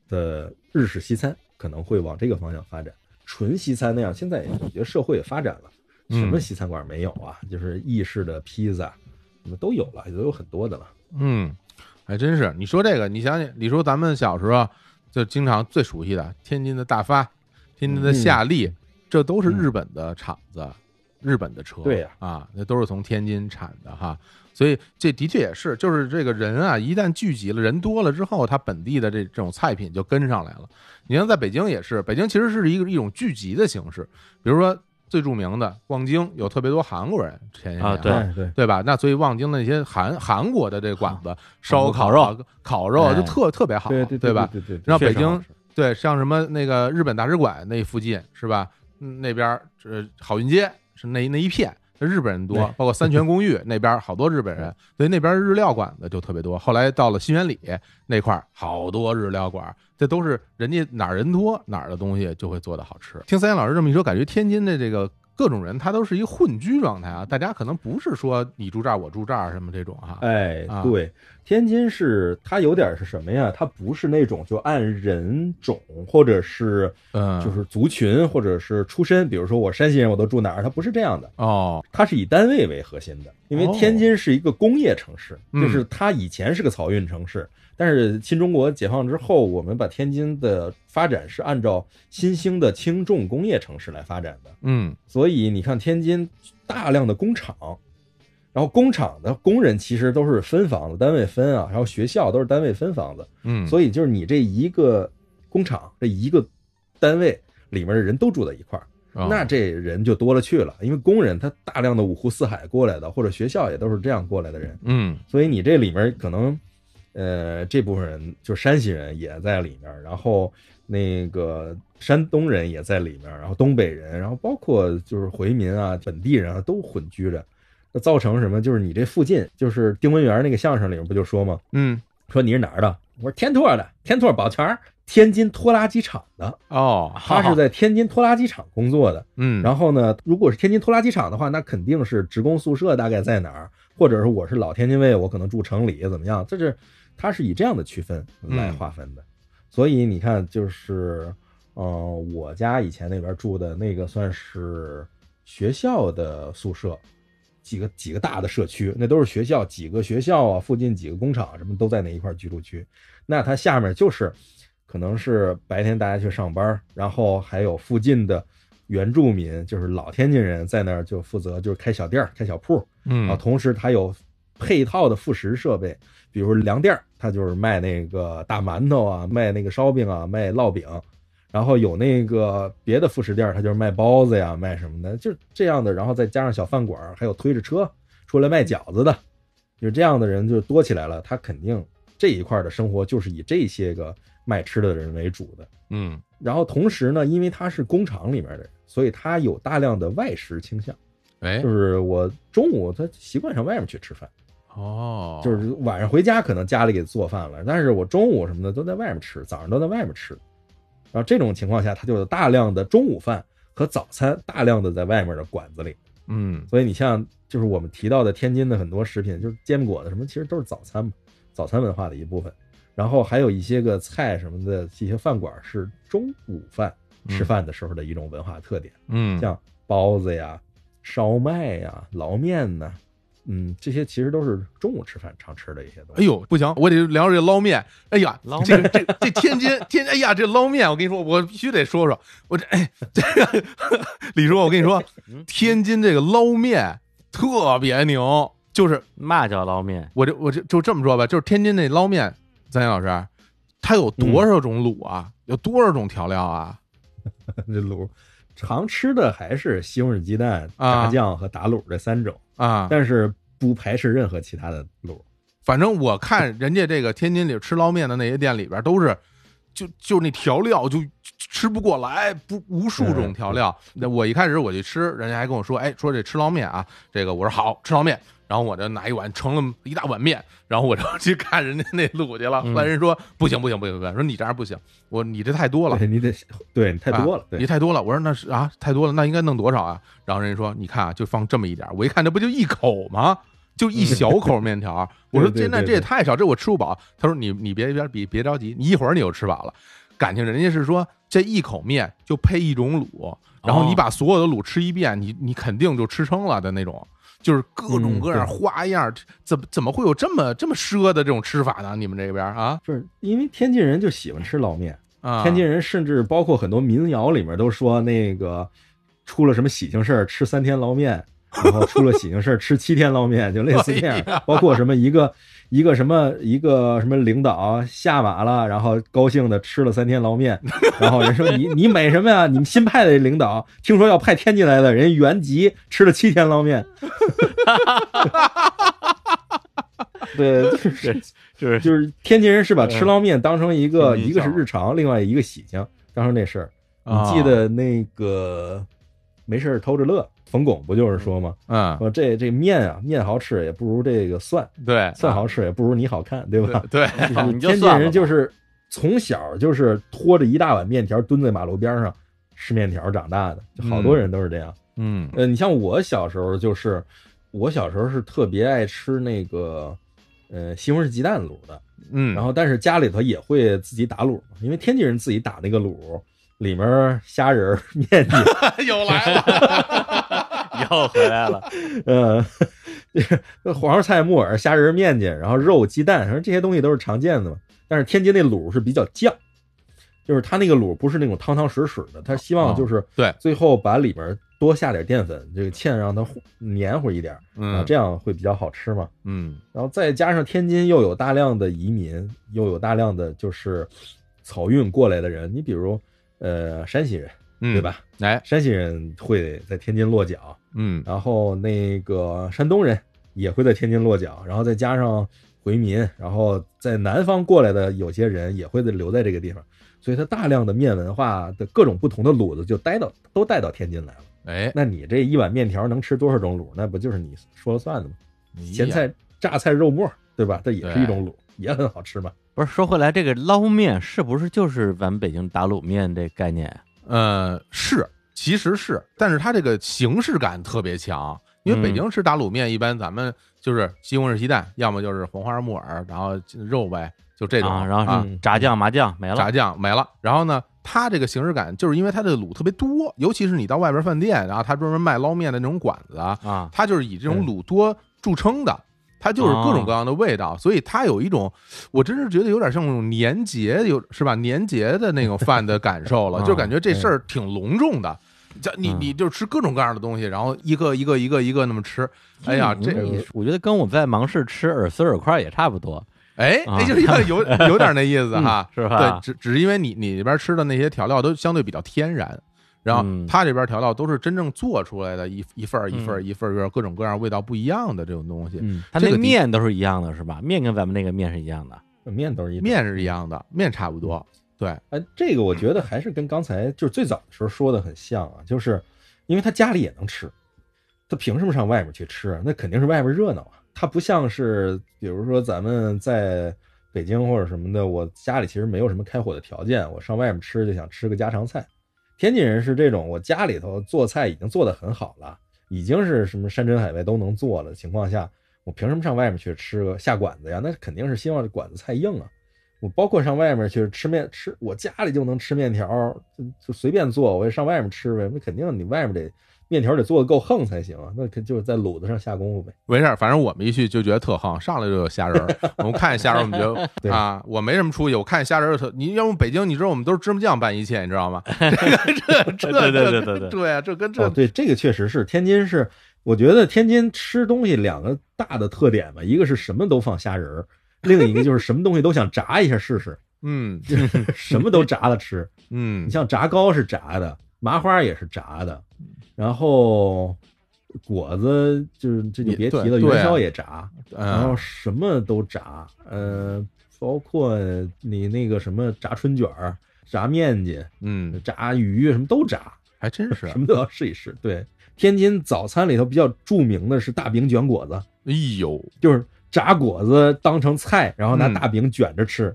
Speaker 4: 的日式西餐可能会往这个方向发展。纯西餐那样，现在我觉得社会也发展了，
Speaker 3: 嗯
Speaker 4: 什么西餐馆没有啊？就是意式的披萨，什么都有了，也都有很多的了。
Speaker 3: 嗯，还真是。你说这个，你想想，你说咱们小时候就经常最熟悉的天津的大发、天津的夏利，这都是日本的厂子、日本的车，
Speaker 4: 对呀
Speaker 3: 啊，那都是从天津产的哈。所以这的确也是，就是这个人啊，一旦聚集了人多了之后，他本地的这这种菜品就跟上来了。你像在北京也是，北京其实是一个一种聚集的形式，比如说最著名的望京有特别多韩国人，前些年
Speaker 2: 啊对
Speaker 4: 哎对，
Speaker 3: 对吧？那所以望京那些韩韩国的这馆子，烧
Speaker 2: 烤
Speaker 3: 肉
Speaker 2: 肉
Speaker 3: 啊、烤肉啊
Speaker 2: 哎
Speaker 3: 就特特别好，
Speaker 4: 对对
Speaker 3: 吧？
Speaker 4: 对对对，
Speaker 3: 然后
Speaker 2: 确
Speaker 3: 北
Speaker 2: 实好
Speaker 3: 京
Speaker 2: 吃
Speaker 3: 对像什么那个日本大使馆那附近是吧？嗯那边儿呃好运街是那那一片。日本人多
Speaker 4: 对，
Speaker 3: 包括三泉公寓那边儿好多日本人，所以那边儿日料馆子就特别多。后来到了新源里那块儿，好多日料馆儿，这都是人家哪儿人多哪儿的东西就会做的好吃。听三岩老师这么一说，感觉天津的这个各种人他都是一混居状态啊，大家可能不是说你住这儿我住这儿什么这种啊，
Speaker 4: 哎
Speaker 3: 啊
Speaker 4: 对，天津是它有点是什么呀？它不是那种就按人种或者是
Speaker 3: 嗯，
Speaker 4: 就是族群或者是出身，比如说我山西人，我都住哪儿？它不是这样的，
Speaker 3: 哦，
Speaker 4: 它是以单位为核心的，因为
Speaker 3: 哦
Speaker 4: 天津是一个工业城市，
Speaker 3: 嗯
Speaker 4: 就是它以前是个漕运城市，但是新中国解放之后，我们把天津的发展是按照新兴的轻重工业城市来发展的，
Speaker 3: 嗯
Speaker 4: 所以你看天津大量的工厂，然后工厂的工人其实都是分房子单位分啊，然后学校都是单位分房子，
Speaker 3: 嗯，
Speaker 4: 所以就是你这一个工厂这一个单位里面的人都住在一块儿，
Speaker 3: 哦
Speaker 4: 那这人就多了去了。因为工人他大量的五湖四海过来的，或者学校也都是这样过来的人，
Speaker 3: 嗯
Speaker 4: 所以你这里面可能，呃，这部分人就山西人也在里面，然后那个山东人也在里面，然后东北人，然后包括就是回民啊、本地人啊都混居着，那造成什么？就是你这附近，就是丁文元那个相声里面不就说吗？
Speaker 3: 嗯
Speaker 4: 说你是哪儿的？我说天拓的，天拓宝泉儿，天津拖拉机厂的，
Speaker 3: 哦，
Speaker 4: 他是在天津拖拉机厂工作的。
Speaker 3: 嗯，
Speaker 4: 然后呢，如果是天津拖拉机厂的话，那肯定是职工宿舍大概在哪儿，或者是我是老天津卫，我可能住城里怎么样？这是它是以这样的区分来划分的。所以你看，就是呃，我家以前那边住的那个算是学校的宿舍，几个几个大的社区，那都是学校几个学校啊，附近几个工厂啊什么都在那一块儿居住区。那它下面就是可能是白天大家去上班，然后还有附近的原住民，就是老天津人在那儿就负责就是开小店儿、开小铺，然后
Speaker 3: 嗯
Speaker 4: 同时它啊有配套的副食设备，比如粮店儿，它就是卖那个大馒头啊，卖那个烧饼啊，卖烙饼。然后有那个别的副食店儿，它就是卖包子呀，卖什么的，就是这样的。然后再加上小饭馆儿，还有推着车出来卖饺子的，就是这样的人就多起来了。他肯定这一块儿的生活就是以这些个卖吃的人为主的。
Speaker 3: 嗯
Speaker 4: 然后同时呢，因为他是工厂里面的人，所以他有大量的外食倾向，
Speaker 3: 哎
Speaker 4: 就是我中午他习惯上外面去吃饭，
Speaker 3: 哦，
Speaker 4: 就是晚上回家可能家里给做饭了，但是我中午什么的都在外面吃，早上都在外面吃。然后这种情况下，他就有大量的中午饭和早餐大量的在外面的馆子里。
Speaker 3: 嗯
Speaker 4: 所以你像就是我们提到的天津的很多食品，就是煎饼果子什么，其实都是早餐嘛，早餐文化的一部分。然后还有一些个菜什么的，一些饭馆是中午饭吃饭的时候的一种文化特点，
Speaker 3: 嗯
Speaker 4: 像包子呀、烧麦呀、捞面呐、嗯，这些其实都是中午吃饭常吃的一些东西。
Speaker 3: 哎呦，不行，我得聊这捞面。哎呀，
Speaker 2: 捞
Speaker 3: 这个这这天津天，哎呀，这捞面，我跟你说，我必须得说说，我这哎， (laughs) 这个李叔，我跟你说，天津这个捞面特别牛，就是
Speaker 2: 嘛叫捞面？
Speaker 3: 我这我这就这么说吧，就是天津那捞面，咱老师，它有
Speaker 4: 嗯
Speaker 3: 多少种卤啊？有多少种调料啊？
Speaker 4: (laughs) 这卤常吃的还是西红柿鸡蛋、
Speaker 3: 啊
Speaker 4: 炸酱和打卤这三种，
Speaker 3: 啊，
Speaker 4: 但是不排斥任何其他的卤。
Speaker 3: 反正我看人家这个天津里吃捞面的那些店里边都是，就就那调料就吃不过来，不无数种调料。那我一开始我去吃，人家还跟我说，哎，说这吃捞面啊，这个我说好吃捞面，然后我就拿一碗盛了一大碗面，然后我就去看人家那卤去了。后来人说不行不行不行不行，说你这样不行，我你这太多了
Speaker 4: 对，。你得对你太多了，
Speaker 3: 啊
Speaker 4: 对
Speaker 3: 你太多了。我说那是啊，太多了，那应该弄多少啊？然后人家说，你看啊，就放这么一点儿。我一看，这不就一口吗？就一小口面条儿。我说
Speaker 4: 嗯对
Speaker 3: 这
Speaker 4: 对
Speaker 3: 那
Speaker 4: 对
Speaker 3: 这也
Speaker 4: 对
Speaker 3: 太少，这我吃不饱。他说你你别别别别着急，你一会儿你就吃饱了。感情人家是说这一口面就配一种卤，然
Speaker 4: 哦
Speaker 3: 后你把所有的卤吃一遍，你你肯定就吃撑了的那种。就是各种
Speaker 4: 嗯
Speaker 3: 各样
Speaker 4: 对
Speaker 3: 花样，这怎么怎么会有这么这么奢的这种吃法呢？你们这边儿啊
Speaker 4: 就是因为天津人就喜欢吃捞面，
Speaker 3: 啊，
Speaker 4: 天津人甚至包括很多民谣里面都说那个出了什么喜庆事儿吃三天捞面，然后出了喜庆事儿吃七天捞面，就类似这样。包括什么一个一个什么一个什么领导下马了，然后高兴的吃了三天捞面，然后人说你你美什么呀？你们新派的领导听说要派天津来的人原籍吃了七天捞面。对，就是
Speaker 3: (laughs)
Speaker 2: 就是
Speaker 4: 就是天津人是把吃捞面当成一个，
Speaker 2: 嗯
Speaker 4: 一个是日常，另外一个喜庆，当成那事儿。你
Speaker 3: 啊
Speaker 4: 记得那个没事儿偷着乐，冯巩不就是说吗？
Speaker 3: 嗯，啊
Speaker 4: 说这这面啊，面好吃也不如这个蒜，
Speaker 3: 对，
Speaker 4: (laughs) 蒜好吃也不如你好看，对
Speaker 3: (laughs)
Speaker 4: 吧？
Speaker 3: 对，对
Speaker 4: 就是
Speaker 2: (laughs) 你就
Speaker 4: 天津
Speaker 2: 算了吧
Speaker 4: 人就是从小就是拖着一大碗面条蹲在马路边上吃面条长大的，就好多人都是这样。
Speaker 3: 嗯
Speaker 4: 呃，你像我小时候就是，我小时候是特别爱吃那个呃西红柿鸡蛋卤的。
Speaker 3: 嗯，
Speaker 4: 然后但是家里头也会自己打卤嘛，因为天津人自己打那个卤，里面虾仁儿、 (laughs) 面筋，
Speaker 3: 又来
Speaker 4: (laughs)
Speaker 3: 了，
Speaker 2: 又回来了， (laughs)
Speaker 4: 呃， (laughs) 黄花菜、木耳、虾仁儿、面筋，然后肉、鸡蛋，反正这些东西都是常见的嘛。但是天津那卤是比较酱，就是它那个卤不是那种汤汤水水的，它希望就是
Speaker 3: 对，
Speaker 4: 最后把里面多下点淀粉，这个芡让它糊黏糊一点，然后
Speaker 3: 嗯
Speaker 4: 啊这样会比较好吃嘛。
Speaker 3: 嗯
Speaker 4: 然后再加上天津又有大量的移民，又有大量的就是漕运过来的人，你比如呃山西人，
Speaker 3: 嗯，
Speaker 4: 对？吧？
Speaker 3: 哎，
Speaker 4: 山西人会在天津落脚，
Speaker 2: 啊
Speaker 3: 嗯
Speaker 4: 然后那个山东人也会在天津落脚，然后再加上回民，然后在南方过来的有些人也会留在这个地方，所以他大量的面文化的各种不同的卤子就待到都带到天津来了。
Speaker 3: 哎，
Speaker 4: 那你这一碗面条能吃多少种卤？那不就是你说了算的吗？咸菜、榨菜、肉末，对吧？这也是一种卤。也很好吃嘛。
Speaker 2: 不是说回来，这个捞面是不是就是咱们北京打卤面这概念啊？
Speaker 3: 呃，是，其实是，但是它这个形式感特别强。因为北
Speaker 2: 嗯
Speaker 3: 京吃打卤面，一般咱们就是西红柿鸡蛋，要么就是黄花木耳，然后肉呗，就这种。
Speaker 2: 啊然后
Speaker 3: 啊
Speaker 2: 是炸酱、麻酱没了
Speaker 3: 炸，酱没了。然后呢，它这个形式感就是因为它这个卤特别多，尤其是你到外边饭店，然后它专门卖捞面的那种馆子啊，
Speaker 2: 啊，
Speaker 3: 它就是以这种卤多著称的。它就是各
Speaker 2: 哦
Speaker 3: 种各样的味道，所以它有一种，我真是觉得有点像那种年节，有是吧？年节的那种饭的感
Speaker 2: (laughs)
Speaker 3: 受了，
Speaker 2: 啊
Speaker 3: 就感觉这事儿挺隆重的。这你
Speaker 2: 嗯
Speaker 3: 你就吃各种各样的东西，然后一个一个一个一个那么吃，哎呀，这
Speaker 4: 嗯
Speaker 2: 你我觉得跟我在芒市吃饵丝饵块也差不多，
Speaker 3: 哎，
Speaker 2: 啊
Speaker 3: 哎，就是有
Speaker 2: (laughs)
Speaker 3: 有有点那意思哈，
Speaker 2: 嗯是吧
Speaker 3: 对，只只是因为你你那边吃的那些调料都相对比较天然，然后
Speaker 2: 嗯
Speaker 3: 他这边调料都是真正做出来的一一份儿一份儿
Speaker 2: 嗯
Speaker 3: 一份儿一份儿各种各样味道不一样的这种东西。
Speaker 4: 嗯，
Speaker 2: 它
Speaker 3: 这
Speaker 2: 那
Speaker 3: 个的
Speaker 2: 面都是一样的，是吧？面跟咱们那个面是一样的，
Speaker 4: 面都是一种
Speaker 3: 面是一样的，面差不多。对，
Speaker 4: 哎，这个我觉得还是跟刚才就是最早的时候说的很像啊，就是因为他家里也能吃，他凭什么上外面去吃啊？那肯定是外边热闹啊。他不像是比如说咱们在北京或者什么的，我家里其实没有什么开火的条件，我上外面吃就想吃个家常菜。天津人是这种，我家里头做菜已经做得很好了，已经是什么山珍海味都能做了的情况下，我凭什么上外面去吃个下馆子呀？那肯定是希望馆子菜硬啊。我包括上外面去吃面吃，我家里就能吃面条，就就随便做，我也上外面吃呗。那肯定你外面得面条得做的够横才行啊，那可就是在卤子上下功夫呗。
Speaker 3: 没事儿，反正我们一去就觉得特横，上来就有虾仁儿。我们看见虾仁儿，我们觉
Speaker 4: 对
Speaker 3: 得啊，我没什么出息，我看见虾仁儿就特。你要不北京，你知道我们都是芝麻酱拌一切，你知道吗？ (laughs) 这个这这
Speaker 2: 对对对对对
Speaker 3: 这对啊，这跟这
Speaker 4: 哦，对，这个确实是天津是，我觉得天津吃东西两个大的特点吧，一个是什么都放虾仁儿，另一个就是什么东西都想炸一下试试，
Speaker 3: 嗯
Speaker 4: 什么都炸了吃。
Speaker 3: 嗯
Speaker 4: 你，像炸糕是炸的，麻花也是炸的，然后果子就是这就
Speaker 3: 也
Speaker 4: 别提
Speaker 3: 对
Speaker 4: 了，
Speaker 3: 对啊
Speaker 4: 元宵也炸。然后
Speaker 3: 嗯
Speaker 4: 什么都炸，呃，包括你那个什么炸春卷儿、炸面筋、
Speaker 3: 嗯，
Speaker 4: 炸鱼，什么都炸，
Speaker 3: 还真是。
Speaker 4: 什么都要试一试。对，天津早餐里头比较著名的是大饼卷果子，
Speaker 3: 哎呦，
Speaker 4: 就是炸果子当成菜，然后拿
Speaker 3: 嗯
Speaker 4: 大饼卷着吃，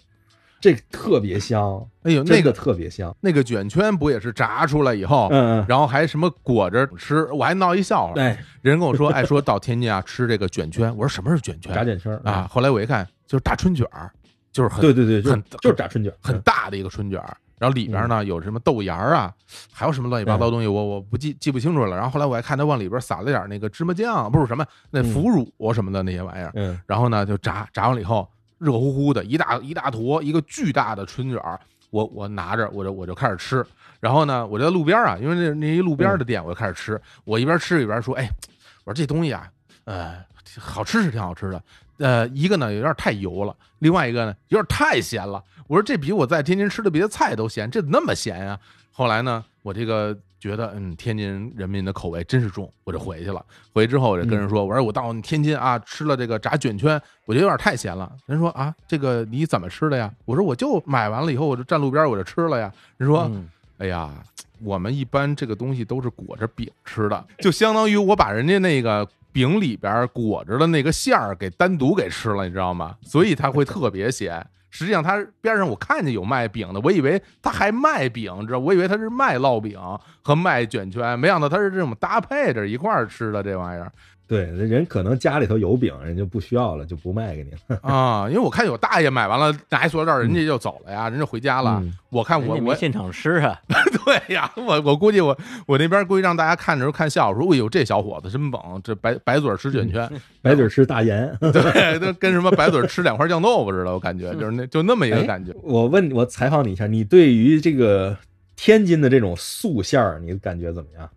Speaker 4: 这个特别香，
Speaker 3: 哎呦，那
Speaker 4: 真的
Speaker 3: 个哦
Speaker 4: 特别香。
Speaker 3: 那个卷圈不也是炸出来以后，
Speaker 4: 嗯，嗯
Speaker 3: 然后还什么裹着吃？我还闹一笑话，
Speaker 4: 哎，
Speaker 3: 人跟我哦说，哎，说到天津啊吃这个卷圈，我说什么是卷圈？
Speaker 4: 炸卷圈儿
Speaker 3: 啊！，后来我一看，就是大春卷儿，就是很
Speaker 4: 嗯对对对，就
Speaker 3: 很
Speaker 4: 就是炸春卷儿，嗯
Speaker 3: 很大的一个春卷儿，然后里边呢有什么豆芽儿啊，还有什么乱七八
Speaker 4: 嗯
Speaker 3: 糟东西，我我不记记不清楚了。然后后来我还看他往里边撒了点那个芝麻酱，不是什么那腐乳什么的那些玩意儿，
Speaker 4: 嗯，
Speaker 3: 然后呢就炸，炸完了以后热乎乎的，一大一大坨，一个巨大的春卷儿，我我拿着我就我就开始吃，然后呢我就在路边儿啊，因为那那一路边儿的店我就开始吃，我一边吃一边说，哎，我说这东西啊，呃，好吃是挺好吃的。呃，一个呢有点太油了，另外一个呢有点太咸了。我说这比我在天津吃的别的菜都咸，这怎么那么咸呀、后来呢，我这个觉得，嗯，天津人民的口味真是重，我就回去了。回去之后我就跟人说，我说我到天津啊，吃了这个炸卷圈，我觉得有点太咸了。人说啊，这个你怎么吃的呀？我说我就买完了以后，我就站路边我就吃了呀。人说，
Speaker 2: 嗯
Speaker 3: 哎呀，我们一般这个东西都是裹着饼吃的，就相当于我把人家那个饼里边裹着的那个馅儿给单独给吃了，你知道吗？所以它会特别咸。实际上，它边上我看见有卖饼的，我以为他还卖饼，你知道，我以为他是卖烙饼和卖卷圈，没想到他是这种搭配着一块儿吃的这玩意儿
Speaker 4: 对，人可能家里头有饼，人就不需要了，就不卖给你了。
Speaker 3: 啊！因为我看有大爷买完了拿一塑料袋，人家就走了呀，人家回家了。
Speaker 2: 嗯
Speaker 3: 我看我
Speaker 2: 人家
Speaker 3: 我
Speaker 2: 没现场吃啊，
Speaker 3: (laughs) 对呀，我我估计我我那边估计让大家看着时候看笑话，说：“哎呦，这小伙子真猛，这白白嘴儿吃卷圈，
Speaker 4: 白嘴吃大盐。
Speaker 3: 对，都跟什么白嘴儿吃两块酱豆腐似的。”我感觉就是那就那么一个感觉。
Speaker 4: 我问我采访你一下，你对于这个天津的这种素馅儿，你感觉怎么样？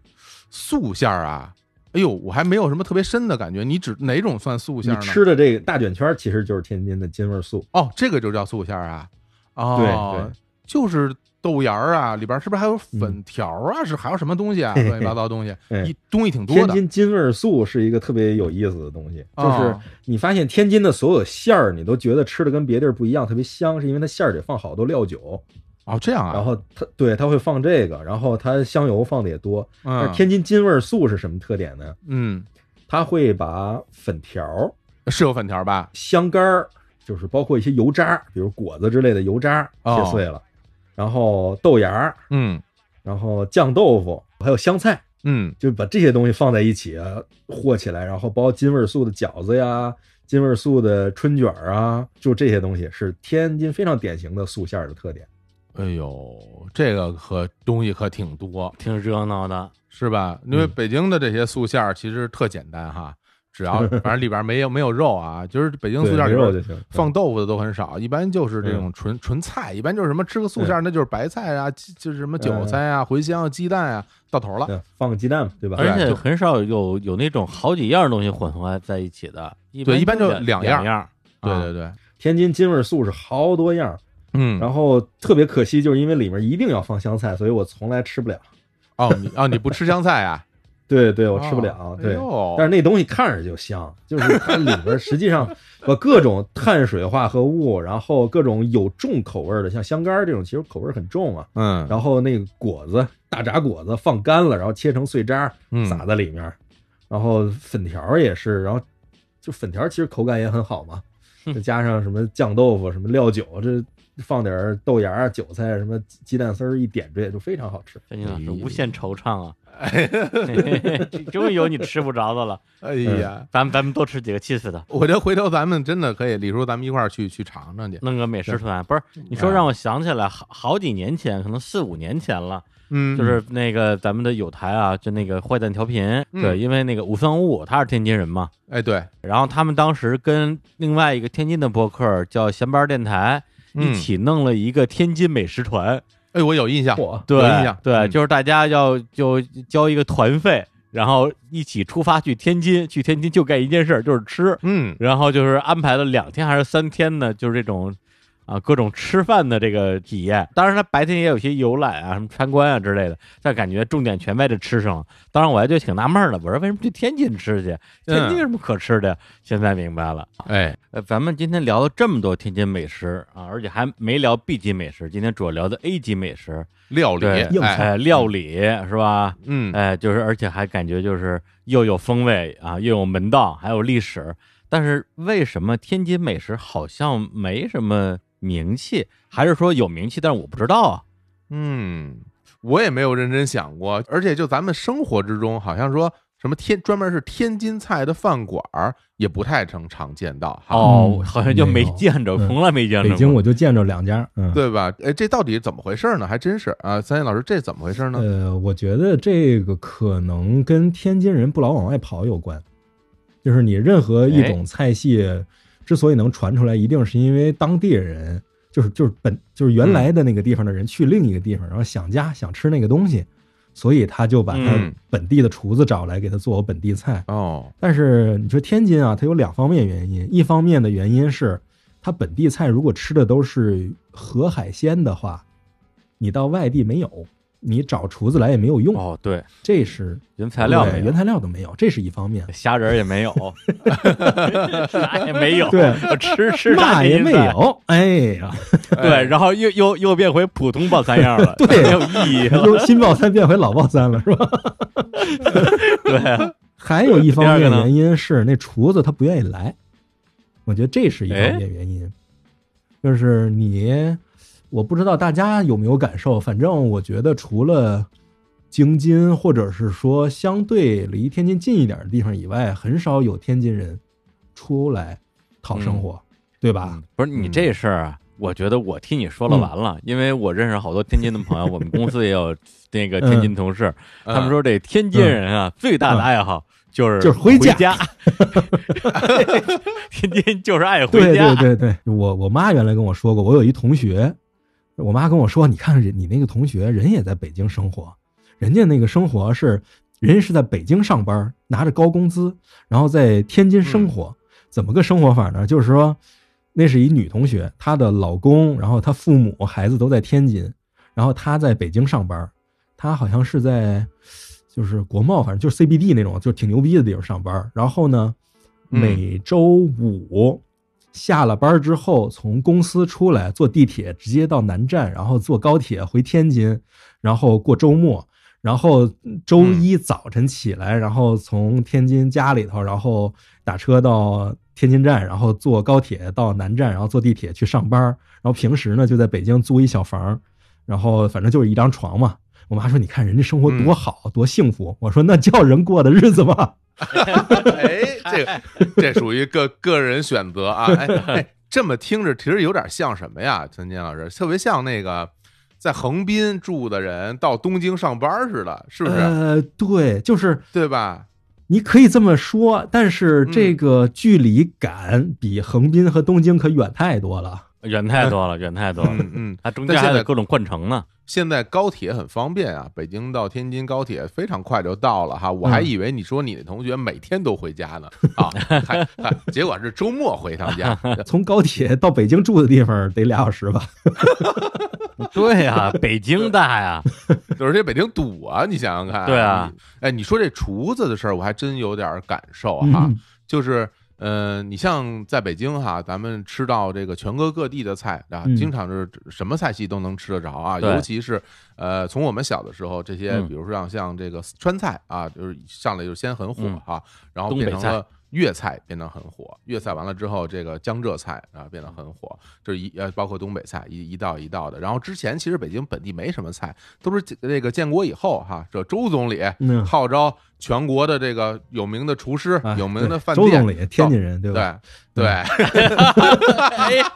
Speaker 3: 素馅儿啊，哎呦，我还没有什么特别深的感觉。你指哪种算素馅
Speaker 4: 你
Speaker 3: 儿呢？
Speaker 4: 吃的这个大卷圈儿其实就是天津的津味儿素，
Speaker 3: 哦，这个就叫素馅儿啊。
Speaker 4: 对
Speaker 3: 哦
Speaker 4: 对，嗯
Speaker 3: 就是豆芽儿啊，里边儿是不是还有粉条儿啊？是还有什么东西啊？乱七八糟东西，
Speaker 4: 哎
Speaker 3: 一东西挺多
Speaker 4: 天
Speaker 3: 的。
Speaker 4: 津津味儿素是一个特别有意思的东西，就是
Speaker 3: 哦
Speaker 4: 你发现天津的所有馅儿，你都觉得吃的跟别地儿不一样，特别香，是因为它馅儿里放好多料酒，
Speaker 3: 哦，这样
Speaker 4: 然
Speaker 3: 啊。
Speaker 4: 后它对它会放这个，然后它香油放的也多。但
Speaker 3: 嗯
Speaker 4: 是天津津味儿素是什么特点呢？
Speaker 3: 嗯，
Speaker 4: 它会把粉条儿、
Speaker 3: 是有粉条儿吧？
Speaker 4: 香干儿、
Speaker 7: 就是包括一些油渣，比如果子之类的油渣
Speaker 3: 哦
Speaker 7: 切碎了，然后豆芽儿，
Speaker 3: 嗯
Speaker 7: 然后酱豆腐，还有香菜，
Speaker 3: 嗯
Speaker 7: 就把这些东西放在一起啊和起来，然后包金味素的饺子呀、金味素的春卷儿啊，就这些东西是天津非常典型的素馅儿的特点。
Speaker 3: 哎呦，这个可东西可挺多，
Speaker 2: 挺热闹的。
Speaker 3: 是吧？因为
Speaker 7: 嗯
Speaker 3: 北京的这些素馅儿其实特简单哈，只
Speaker 4: (laughs)
Speaker 3: 要反正里边没有没有肉啊，就是北京素
Speaker 7: 对，
Speaker 3: 馅儿
Speaker 7: 没
Speaker 3: 里
Speaker 7: 肉
Speaker 3: 边
Speaker 7: 就行。
Speaker 3: 放豆腐的都很少，一般就是这种纯纯菜，一般就是什么吃个素馅儿，那就是白菜啊，鸡就是什么韭菜啊、茴香、啊、鸡蛋啊，到头了。
Speaker 7: 对放个鸡蛋嘛，对吧？
Speaker 2: 而且
Speaker 3: 就
Speaker 2: 很少有有那种好几样东西混合在一起的，一
Speaker 3: 对一般就
Speaker 2: 两
Speaker 3: 两样
Speaker 2: 样。
Speaker 3: 对
Speaker 2: 啊
Speaker 3: 对对，
Speaker 7: 天津金味素是好多样儿，
Speaker 3: 嗯，
Speaker 7: 然后特别可惜，就是因为里面一定要放香菜，所以我从来吃不了。
Speaker 3: 哦你哦你不吃香菜啊？
Speaker 7: 对 (laughs) 对，我吃不了。
Speaker 3: 哦哎
Speaker 7: 对，
Speaker 3: 呦
Speaker 7: 但是那东西看着就
Speaker 2: (laughs)
Speaker 7: 香，就是它里边实际上把各种碳水化合物，然后各种有重口味儿的，像香干儿这种，其实口味儿很重啊。
Speaker 3: 嗯，
Speaker 7: 然后那个果子，大炸果子放干了，然后切成碎渣儿
Speaker 3: 嗯
Speaker 7: 撒在里面儿，然后粉条儿也是，然后就粉条儿其实口感也很好嘛，再加上什么酱豆腐、什么料酒，这放点儿豆芽儿、韭菜、什么鸡鸡蛋丝儿一点缀，就非常好吃。
Speaker 2: 张金老师无限惆怅
Speaker 3: (laughs)
Speaker 2: 啊！终于有你吃不着的了，
Speaker 3: 哎
Speaker 7: 嗯
Speaker 3: 呀，
Speaker 2: 咱们咱们多吃几个，气死他！
Speaker 3: 我觉得回头咱们真的可以，李叔，咱们一块儿去去尝尝去。
Speaker 2: 弄个美食团，不是？你
Speaker 3: 嗯
Speaker 2: 说让我想起来，好好几年前，可能四五年前了，
Speaker 3: 嗯，
Speaker 2: 就是那个咱们的有台啊，就那个坏蛋调频，
Speaker 3: 嗯
Speaker 2: 对，因为那个吴三武他是天津人嘛，
Speaker 3: 哎对，
Speaker 2: 然后他们当时跟另外一个天津的播客叫闲班电台。
Speaker 3: 嗯
Speaker 2: 一起弄了一个天津美食团，
Speaker 3: 哎我有印象，
Speaker 7: 嚯，
Speaker 2: 对
Speaker 3: 有印象
Speaker 2: 对，
Speaker 3: 嗯
Speaker 2: 就是大家要就交一个团费，然后一起出发去天津，去天津就干一件事儿，就是吃，
Speaker 3: 嗯
Speaker 2: 然后就是安排了两天还是三天呢，就是这种啊各种吃饭的这个体验。当然，它白天也有些游览啊、什么参观啊之类的，但感觉重点全在这吃上了。当然，我还就挺纳闷儿的，我说为什么去天津吃去？天津有什么可吃的呀？现在明白了。
Speaker 3: 哎
Speaker 2: 嗯呃，咱们今天聊了这么多天津美食啊，而且还没聊 B 级美食，今天主要聊的 A 级美食，
Speaker 3: 料理
Speaker 2: 对
Speaker 7: 硬
Speaker 3: 哎
Speaker 7: 菜
Speaker 2: 哎，料理是吧？
Speaker 3: 嗯
Speaker 2: 哎，就是而且还感觉就是又有风味啊，又有门道，还有历史。但是为什么天津美食好像没什么名气？还是说有名气，但是我不知道啊？
Speaker 3: 嗯，我也没有认真想过，而且就咱们生活之中，好像说什么天专门是天津菜的饭馆儿，也不太常常见到哈，
Speaker 2: 哦，
Speaker 4: 嗯
Speaker 2: 好像就没
Speaker 4: 没有
Speaker 2: 见着，
Speaker 4: 嗯
Speaker 2: 从来没见着过。
Speaker 4: 北京我就见着两家，嗯，
Speaker 3: 对吧？哎，这到底怎么回事呢？还真是啊，三叶老师，这怎么回事呢？
Speaker 4: 呃，我觉得这个可能跟天津人不老往外跑有关，就是你任何一
Speaker 3: 哎
Speaker 4: 种菜系之所以能传出来，一定是因为当地人，就是就是本就是原来的那个地方的人去另一个地
Speaker 3: 嗯
Speaker 4: 方，然后想家想吃那个东西，所以他就把他
Speaker 3: 嗯
Speaker 4: 本地的厨子找来给他做本地菜。
Speaker 3: 哦，
Speaker 4: 但是你说天津啊，它有两方面原因，一方面的原因是它本地菜如果吃的都是河海鲜的话，你到外地没有，你找厨子来也没有用，
Speaker 2: 哦，对，
Speaker 4: 这是
Speaker 2: 原材料
Speaker 4: 对
Speaker 2: 没
Speaker 4: 原
Speaker 2: 有，
Speaker 4: 材料都没有，这是一方
Speaker 2: (laughs)
Speaker 4: 面。
Speaker 2: 虾仁儿也没有， (laughs) 啥也没有，
Speaker 4: (laughs) 对
Speaker 2: 我吃吃啥天
Speaker 4: 那也
Speaker 2: 津
Speaker 4: 没
Speaker 2: 菜
Speaker 4: 有，哎呀，
Speaker 2: 对，
Speaker 3: 哎
Speaker 2: 然后又又又变回普通报三样了，
Speaker 4: 对
Speaker 2: 没 (laughs) 有意义了。
Speaker 4: 由 (laughs) 新报三变回老报三了，是吧？
Speaker 2: 对啊，
Speaker 4: 还有一方
Speaker 2: 第二
Speaker 4: 面
Speaker 2: 个呢
Speaker 4: 原因是那厨子他不愿意来，我觉得这是一方
Speaker 2: 哎
Speaker 4: 面原因，就是你，我不知道大家有没有感受，反正我觉得除了京津或者是说相对离天津近一点的地方以外，很少有天津人出来讨生
Speaker 2: 嗯
Speaker 4: 活，对吧？
Speaker 2: 不是你这事儿啊，我觉得我替你说了完了，因为我认识好多天津的朋友，我们公司也有那个天津同事，
Speaker 3: 嗯
Speaker 2: 他们说这天津人啊最大的爱好就是
Speaker 4: 就是
Speaker 2: 回
Speaker 4: 回家
Speaker 2: 天津就是爱回
Speaker 4: 对
Speaker 2: 家
Speaker 4: 对，对对，我我妈原来跟我说过，我有一同学，我妈跟我说，你看人你那个同学人也在北京生活，人家那个生活是人家是在北京上班，拿着高工资，然后在天津生
Speaker 2: 嗯
Speaker 4: 活，怎么个生活法呢？就是说，那是一女同学，她的老公，然后她父母孩子都在天津，然后她在北京上班，她好像是在就是国贸，反正就是 CBD 那种，就是挺牛逼的地方上班。然后呢，
Speaker 3: 嗯
Speaker 4: 每周五下了班之后，从公司出来坐地铁直接到南站，然后坐高铁回天津，然后过周末。然后周一早晨起来，然后从天津家里头，然后打车到天津站，然后坐高铁到南站，然后坐地铁去上班儿。然后平时呢就在北京租一小房儿，然后反正就是一张床嘛。我妈说：“你看人家生活
Speaker 3: 嗯
Speaker 4: 多好，多幸福。”我说：“那叫人过的日子吗？”
Speaker 3: 哎，这个这属于个个人选择啊。哎哎，这么听着其实有点像什么呀？陈坚老师，特别像那个在横滨住的人到东京上班似的， (laughs) 是不啊是？
Speaker 4: 呃，对，就是
Speaker 3: 对吧？
Speaker 4: 你可以这么说，但是
Speaker 3: 嗯
Speaker 4: 这个距离感比横滨和东京可远太多了。
Speaker 2: (laughs) 远太多了，远太多了。
Speaker 3: 嗯嗯，
Speaker 2: 它中间
Speaker 3: 但现
Speaker 2: 还
Speaker 3: 在
Speaker 2: 得各种换乘呢。
Speaker 3: 现在高铁很方便啊，北京到天津高铁非常快就到了
Speaker 2: 嗯
Speaker 3: 哈。我还以为你说你的同学每天都回家呢啊， (laughs) 还还结果是周末回趟家。
Speaker 4: 从高铁到北京住的地方得俩小时吧？
Speaker 2: 对呀、北京大呀，
Speaker 3: 而且北京堵啊，你想想看。
Speaker 2: 对啊，
Speaker 3: 哎，你说这厨子的事儿，我还真有点感受哈。
Speaker 4: 嗯
Speaker 3: 就是，呃，你像在北京哈，咱们吃到这个全国各地的菜啊，
Speaker 4: 嗯
Speaker 3: 经常是什么菜系都能吃得着啊。
Speaker 2: 对
Speaker 3: 尤其是呃，从我们小的时候，这些
Speaker 2: 嗯
Speaker 3: 比如说像像这个川菜啊，就是上来就先很火
Speaker 2: 嗯
Speaker 3: 啊，然后
Speaker 2: 东
Speaker 3: 变
Speaker 2: 北
Speaker 3: 成
Speaker 2: 菜
Speaker 3: 了。粤菜变得很火，粤菜完了之后，这个江浙菜啊变得很火，就是一呃包括东北菜一一道一道的。然后之前其实北京本地没什么菜，都是这这个建国以后哈，这周总理
Speaker 4: 嗯
Speaker 3: 号召全国的这个有名的厨师、
Speaker 4: 哎
Speaker 3: 有名的
Speaker 4: 对
Speaker 3: 饭
Speaker 4: 周
Speaker 3: 店
Speaker 4: 总，理，天津人，对吧？嗯
Speaker 3: 对对，
Speaker 2: 哎，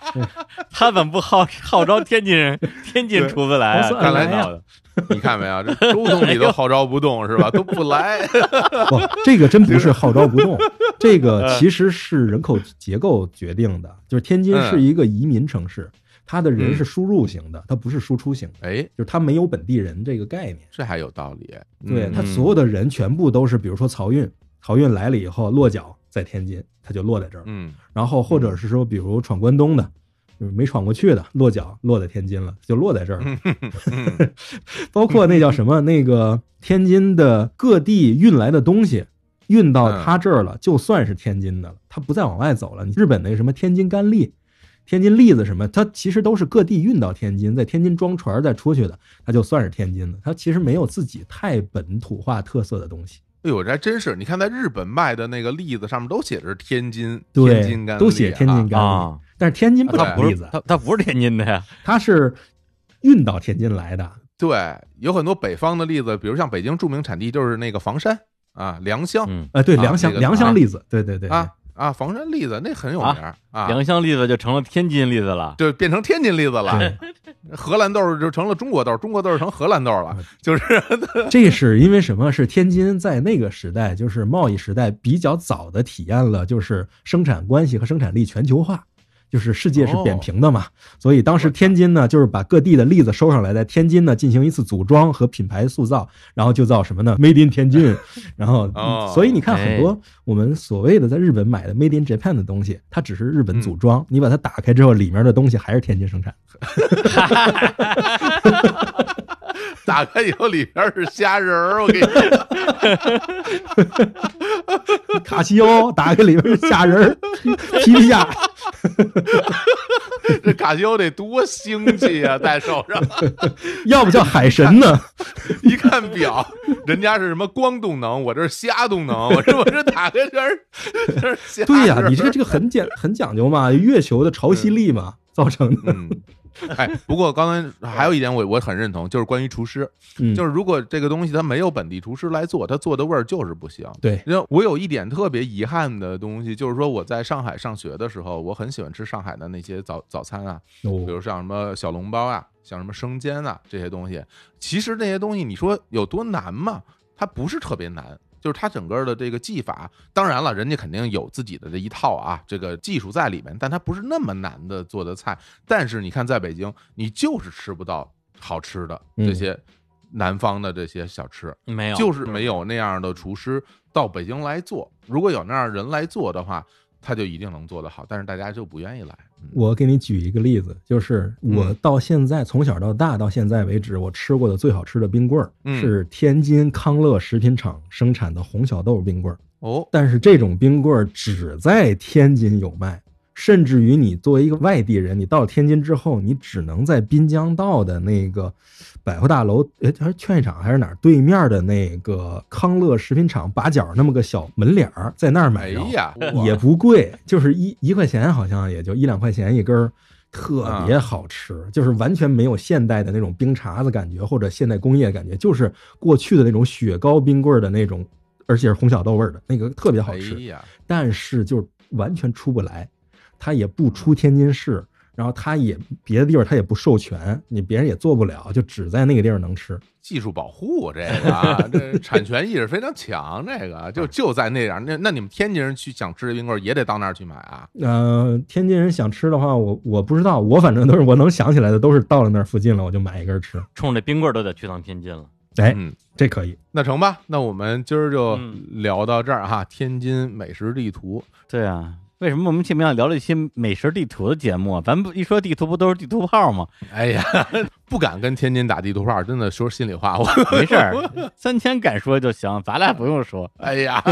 Speaker 2: 他怎么不号号召天津人、天津厨子来啊？
Speaker 4: 对
Speaker 2: 看
Speaker 3: 来
Speaker 2: 到
Speaker 3: 呀
Speaker 2: 的，
Speaker 3: (laughs) 你看没有，
Speaker 4: (laughs)
Speaker 3: 这周总理都号召不动是吧？都不来， (laughs)
Speaker 4: 不，这个真不是号召不动，这
Speaker 3: 嗯
Speaker 4: 个其实是人口结构决定的。就是天津
Speaker 3: 嗯
Speaker 4: 是一个移民城市，它的人是输入型的，它不是输出型的，
Speaker 3: 哎，
Speaker 4: 就是它没有本地人这个概念。
Speaker 3: 这还有道理，
Speaker 4: 对
Speaker 3: 嗯
Speaker 4: 他所有的人全部都是，比如说漕运，漕运来了以后落脚在天津，他就落在这儿了。
Speaker 3: 嗯
Speaker 4: 然后或者是说，比如闯关东的，就是没闯过去的，落脚落在天津了，就落在这儿了。
Speaker 3: 嗯
Speaker 4: 包括那叫什么，那个天津的各地运来的东西。运到他这儿了，就算是天津的了，他不再往外走了。你日本那个什么天津干栗、天津栗子什么，它其实都是各地运到天津，在天津装船儿再出去的，它就算是天津的。它其实没有自己太本土化特色的东西。
Speaker 3: 哎呦，这还真是！你看，在日本卖的那个栗子上面都写着是天津，
Speaker 4: 对，
Speaker 3: 天津干栗啊
Speaker 4: 都写天津干栗，
Speaker 2: 啊
Speaker 4: 但是天津不
Speaker 3: 啊
Speaker 2: 他
Speaker 4: 产
Speaker 2: 不
Speaker 4: 栗
Speaker 2: 是
Speaker 4: 子，
Speaker 2: 他他不是天津的呀，
Speaker 4: 它是运到天津来的。
Speaker 3: 对，有很多北方的栗子，比如像北京著名产地就是那个房山啊、良乡
Speaker 2: 嗯，
Speaker 4: 呃，对，
Speaker 3: 啊
Speaker 4: 良
Speaker 3: 那
Speaker 4: 乡
Speaker 3: 个
Speaker 4: 良
Speaker 3: 啊
Speaker 4: 乡栗子，对对对
Speaker 3: 啊，啊，房山栗子那很有名儿啊，
Speaker 2: 良乡栗子就成了天津栗子了。
Speaker 3: 就变成天津栗子
Speaker 4: 对 (laughs)
Speaker 3: 了，荷兰豆儿就成了中国豆儿，中国豆儿成荷兰豆儿了，
Speaker 4: 嗯
Speaker 3: 就是 (laughs)
Speaker 4: 这是因为什么？是天津在那个时代，就是贸易时代比较早的体验了，就是生产关系和生产力全球化，就是世界是扁平的嘛。所以当时天津呢，就是把各地的栗子收上来，在天津呢进行一次组装和品牌塑造，然后就造什么呢？Made in 天津。然后，
Speaker 3: 哦
Speaker 4: 所以你看很多我们所谓的在日本买的 Made in Japan 的东西，它只是日本组装，你把它打开之后，里面的东西还是天津生产。
Speaker 3: 打开以后里边是虾仁儿，我跟你 (laughs) 说，
Speaker 4: 卡西欧打开里面是虾仁儿、皮皮虾。
Speaker 3: 这卡西欧得多腥气啊，戴手上。
Speaker 4: (laughs) 要不叫海神呢？
Speaker 3: 一看表，人家是什么光动能，我这是虾动能，我这我这打开全是全是虾。
Speaker 4: (laughs) 对呀、你这个这个很讲很讲究嘛，月球的潮汐力嘛造成的。
Speaker 3: 嗯，哎，不过刚才还有一点我我很认同，就是关于厨师，
Speaker 4: 嗯，
Speaker 3: 就是是如果这个东西它没有本地厨师来做，它做的味儿就是不行。
Speaker 4: 对
Speaker 3: 因为我有一点特别遗憾的东西，就是说我在上海上学的时候，我很喜欢吃上海的那些早早餐啊，比
Speaker 4: 哦
Speaker 3: 如像什么小笼包啊，像什么生煎啊这些东西。其实那些东西你说有多难嘛？它不是特别难，就是它整个的这个技法，当然了，人家肯定有自己的这一套啊，这个技术在里面，但它不是那么难的做的菜。但是你看，在北京，你就是吃不到好吃的这些南方的这些小吃，
Speaker 2: 没有，
Speaker 3: 就是没有那样的厨师到北京来做。如果有那样人来做的话，他就一定能做得好，但是大家就不愿意来。嗯
Speaker 4: 我给你举一个例子，就是我到现在、从小到大到现在为止，我吃过的最好吃的冰棍儿、
Speaker 3: 嗯
Speaker 4: 是天津康乐食品厂生产的红小豆冰棍儿，
Speaker 3: 哦，
Speaker 4: 但是这种冰棍儿只在天津有卖。
Speaker 8: 甚至于你作为一个外地人，你到了天津之后，你只能在滨江道的那个百货大楼，哎，还是劝业场还是哪儿对面的那个康乐食品厂把角那么个小门脸儿，在那儿
Speaker 3: 哎
Speaker 8: 买着。
Speaker 3: 呀，
Speaker 8: 也不贵，就是一一块钱，好像也就一两块钱一根儿，特别好吃，就是完全没有现代的那种冰碴子感觉或者现代工业感觉，就是过去的那种雪糕冰棍儿的那种，而且是红小豆味儿的那个特别好
Speaker 3: 哎
Speaker 8: 吃，
Speaker 3: 呀，
Speaker 8: 但是就完全出不来，它也不出天津市，然后它也别的地方它也不授权，你别人也做不了，就只在那个地方能吃。
Speaker 3: 技术保护这个啊，这产权意识非常强，这个就就在那样。那那你们天津人去想吃这冰棍儿也得到那儿去买啊？
Speaker 8: 呃，天津人想吃的话，我我不知道，我反正都是我能想起来的，都是到了那儿附近了，我就买一根儿吃。
Speaker 2: 冲着冰棍儿都得去趟天津了。
Speaker 8: 哎，
Speaker 3: 嗯，
Speaker 8: 这可以。
Speaker 3: 那成吧，那我们今儿就
Speaker 2: 嗯
Speaker 3: 聊到这儿哈。天津美食地图，
Speaker 2: 对啊，为什么莫名其妙聊了一期美食地图的节目啊？咱们不一说地图，不都是地图炮吗？
Speaker 3: 哎呀， (laughs) 不敢跟天津打地图炮，真的说心里话，我
Speaker 2: 没事儿，三千敢说就行，咱俩不用说。
Speaker 3: (laughs) 哎呀，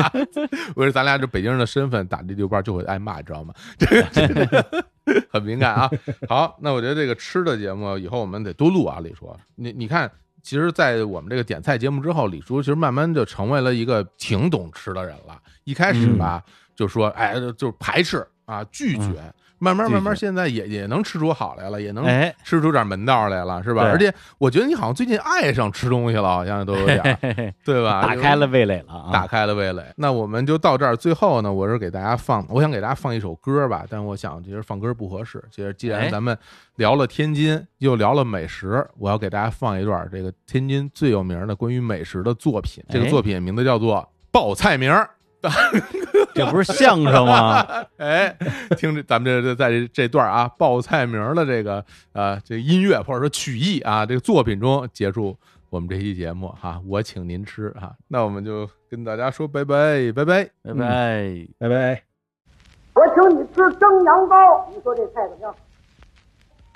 Speaker 3: 我说咱俩这北京人的身份打地图炮就会挨骂，知道吗？ (laughs) 这个这个很敏感啊。好，那我觉得这个吃的节目以后我们得多录啊，李叔，你你看。其实，在我们这个点菜节目之后，李叔其实慢慢就成为了一个挺懂吃的人了。一开
Speaker 2: 嗯
Speaker 3: 始吧，就说哎，就是排斥啊，拒绝。慢
Speaker 2: 嗯
Speaker 3: 慢
Speaker 2: 拒绝
Speaker 3: 慢慢，现在也也能吃出好来了，也能
Speaker 2: 哎，
Speaker 3: 吃出点门道来了，是吧？
Speaker 2: 对
Speaker 3: 而且我觉得你好像最近爱上吃东西了，好像都有
Speaker 2: (laughs)
Speaker 3: 点儿，
Speaker 2: 嘿嘿
Speaker 3: 对吧？
Speaker 2: 打开了味蕾了啊！
Speaker 3: 打开了味蕾。那我们就到这儿。最后呢，我是给大家放，我想给大家放一首歌吧，但我想其实放歌不合适。其实既然
Speaker 2: 哎
Speaker 3: 咱们聊了天津，又聊了美食，我要给大家放一段这个天津最有名的关于美食的作品。这个
Speaker 2: 哎
Speaker 3: 作品名字叫做《报菜名儿》。
Speaker 2: 这不是相声 (laughs) 吗？
Speaker 3: 哎，听这咱们这这在这这段啊报菜名儿的这个呃这音乐或者说曲艺啊这个作品中结束我们这期节目哈、我请您吃哈、那我们就跟大家说拜拜拜拜。
Speaker 2: 拜拜。
Speaker 4: 拜拜。
Speaker 9: 我请你吃蒸羊羔，你说这菜怎么样？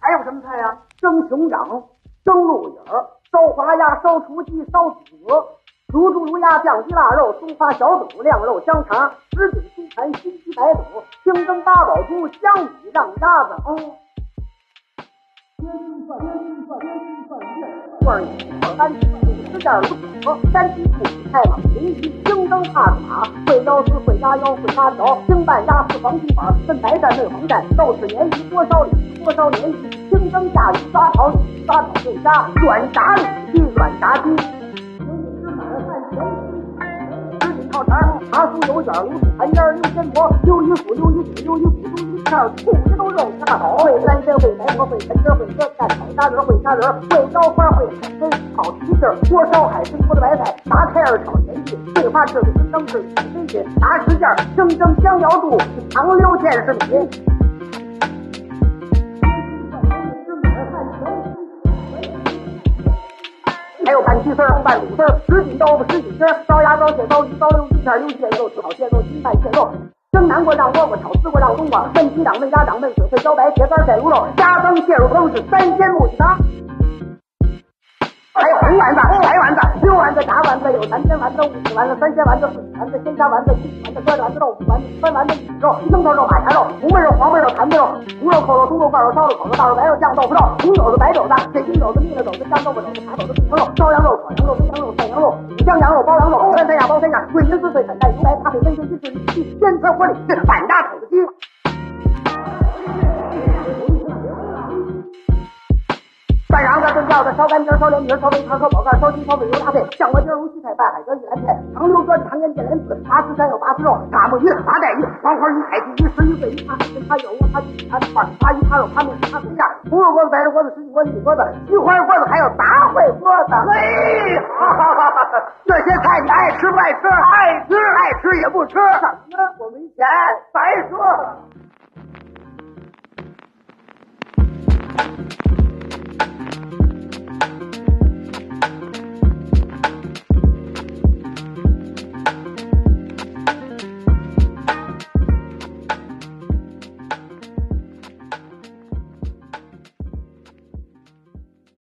Speaker 9: 还有什么菜呀、啊蒸熊掌、蒸鹿尾儿、烧滑鸭、烧雏鸡、烧子鹅、卤猪卤鸭、酱鸡腊肉、松花小肚、晾肉香肠、十锦鸡盘、熏鸡白肚、清蒸八宝猪、香米让鸭子。哦，天津涮天津涮天津涮面，罐儿一三五十件卤鹅，山鸡兔皮菜马林鸡清蒸帕子马，烩腰丝烩鸭腰烩鸭条，清拌鸭丝黄鸡板，分白蛋嫩黄蛋，豆豉鲶鱼锅烧鲤，锅烧鲶鱼，清蒸炸鱼抓烤鲤，抓烤对虾，软炸里脊，软炸鸡。吃满了饭全吃锦泡肠、茶酥油卷、卤煮盘烟、溜鲜脖、溜鱼腐、溜鱼肚、溜鱼骨、溜鱼片、醋鱼都肉、大脑、烩三鲜、烩白馍、烩陈汁、烩鲜蛋炒虾仁、烩虾仁、烩腰花、烩海参、炒蹄筋、锅烧海参、锅的白菜、炸开儿炒田鸡、桂花翅、蒸翅、飞筋、炸十件、蒸蒸香瑶肚、糖溜芡是米。吃满了饭全吃。还有拌鸡丝儿、红拌卤丝儿、十几豆腐、十几汁儿、烧鸭、烧蟹、烧鱼、烧溜鱼片、溜蟹肉、炒蟹肉、清拌蟹肉。蒸南瓜、让窝瓜、炒丝瓜、让冬瓜、焖鸡掌、焖鸭掌、焖水烩茭白、茄干、带卤肉、加灯、蟹肉羹是三鲜木鸡汤。还有红丸子、白丸子、溜丸子、炸丸子，有南煎丸子、五子丸子、三鲜丸子、水丸子、鲜虾丸子、鸡子丸子、酸丸子、豆腐丸子、酸丸子、鱼肉、樱桃肉、马牙肉、红焖肉、黄焖肉、坛子肉、红肉、扣肉、猪肉、灌肉、烧肉、烤肉、大肉、白肉、酱豆腐肉、红肘子、白肘子、水晶肘子、蜜了肘子、酱豆腐肘子、茶肘子、红肉、烧羊肉、烤羊肉、煨羊肉、涮羊肉、五香羊肉、包羊肉、红山山鸭、包山鸭、桂林四碎粉带、油白咖啡、焖鸡、鸡翅、鸡鲜菜火里脊、板鸭口子鸡。拌瓤子、炖饺子、烧干碟、烧莲皮、烧肥肠、烧宝盖、烧鸡、烧肥油搭配，酱锅鸡、如鸡菜、拌海蜇、玉兰片、糖溜酸、糖腌芥蓝子、拔丝山药、拔丝肉、嘎木鱼、麻带鱼、黄花鱼、海蜇鱼、石鱼、桂鱼、叉参、叉油、叉鸡、叉串、叉鱼、叉肉、叉面、叉鸡架、红肉锅子、白肉锅子、十几锅子、米锅子、菊花锅子，还有杂烩锅子。嘿，哈哈哈哈！这些菜你爱吃不爱吃？爱吃，爱吃也不吃。怎么？我没钱，白说了。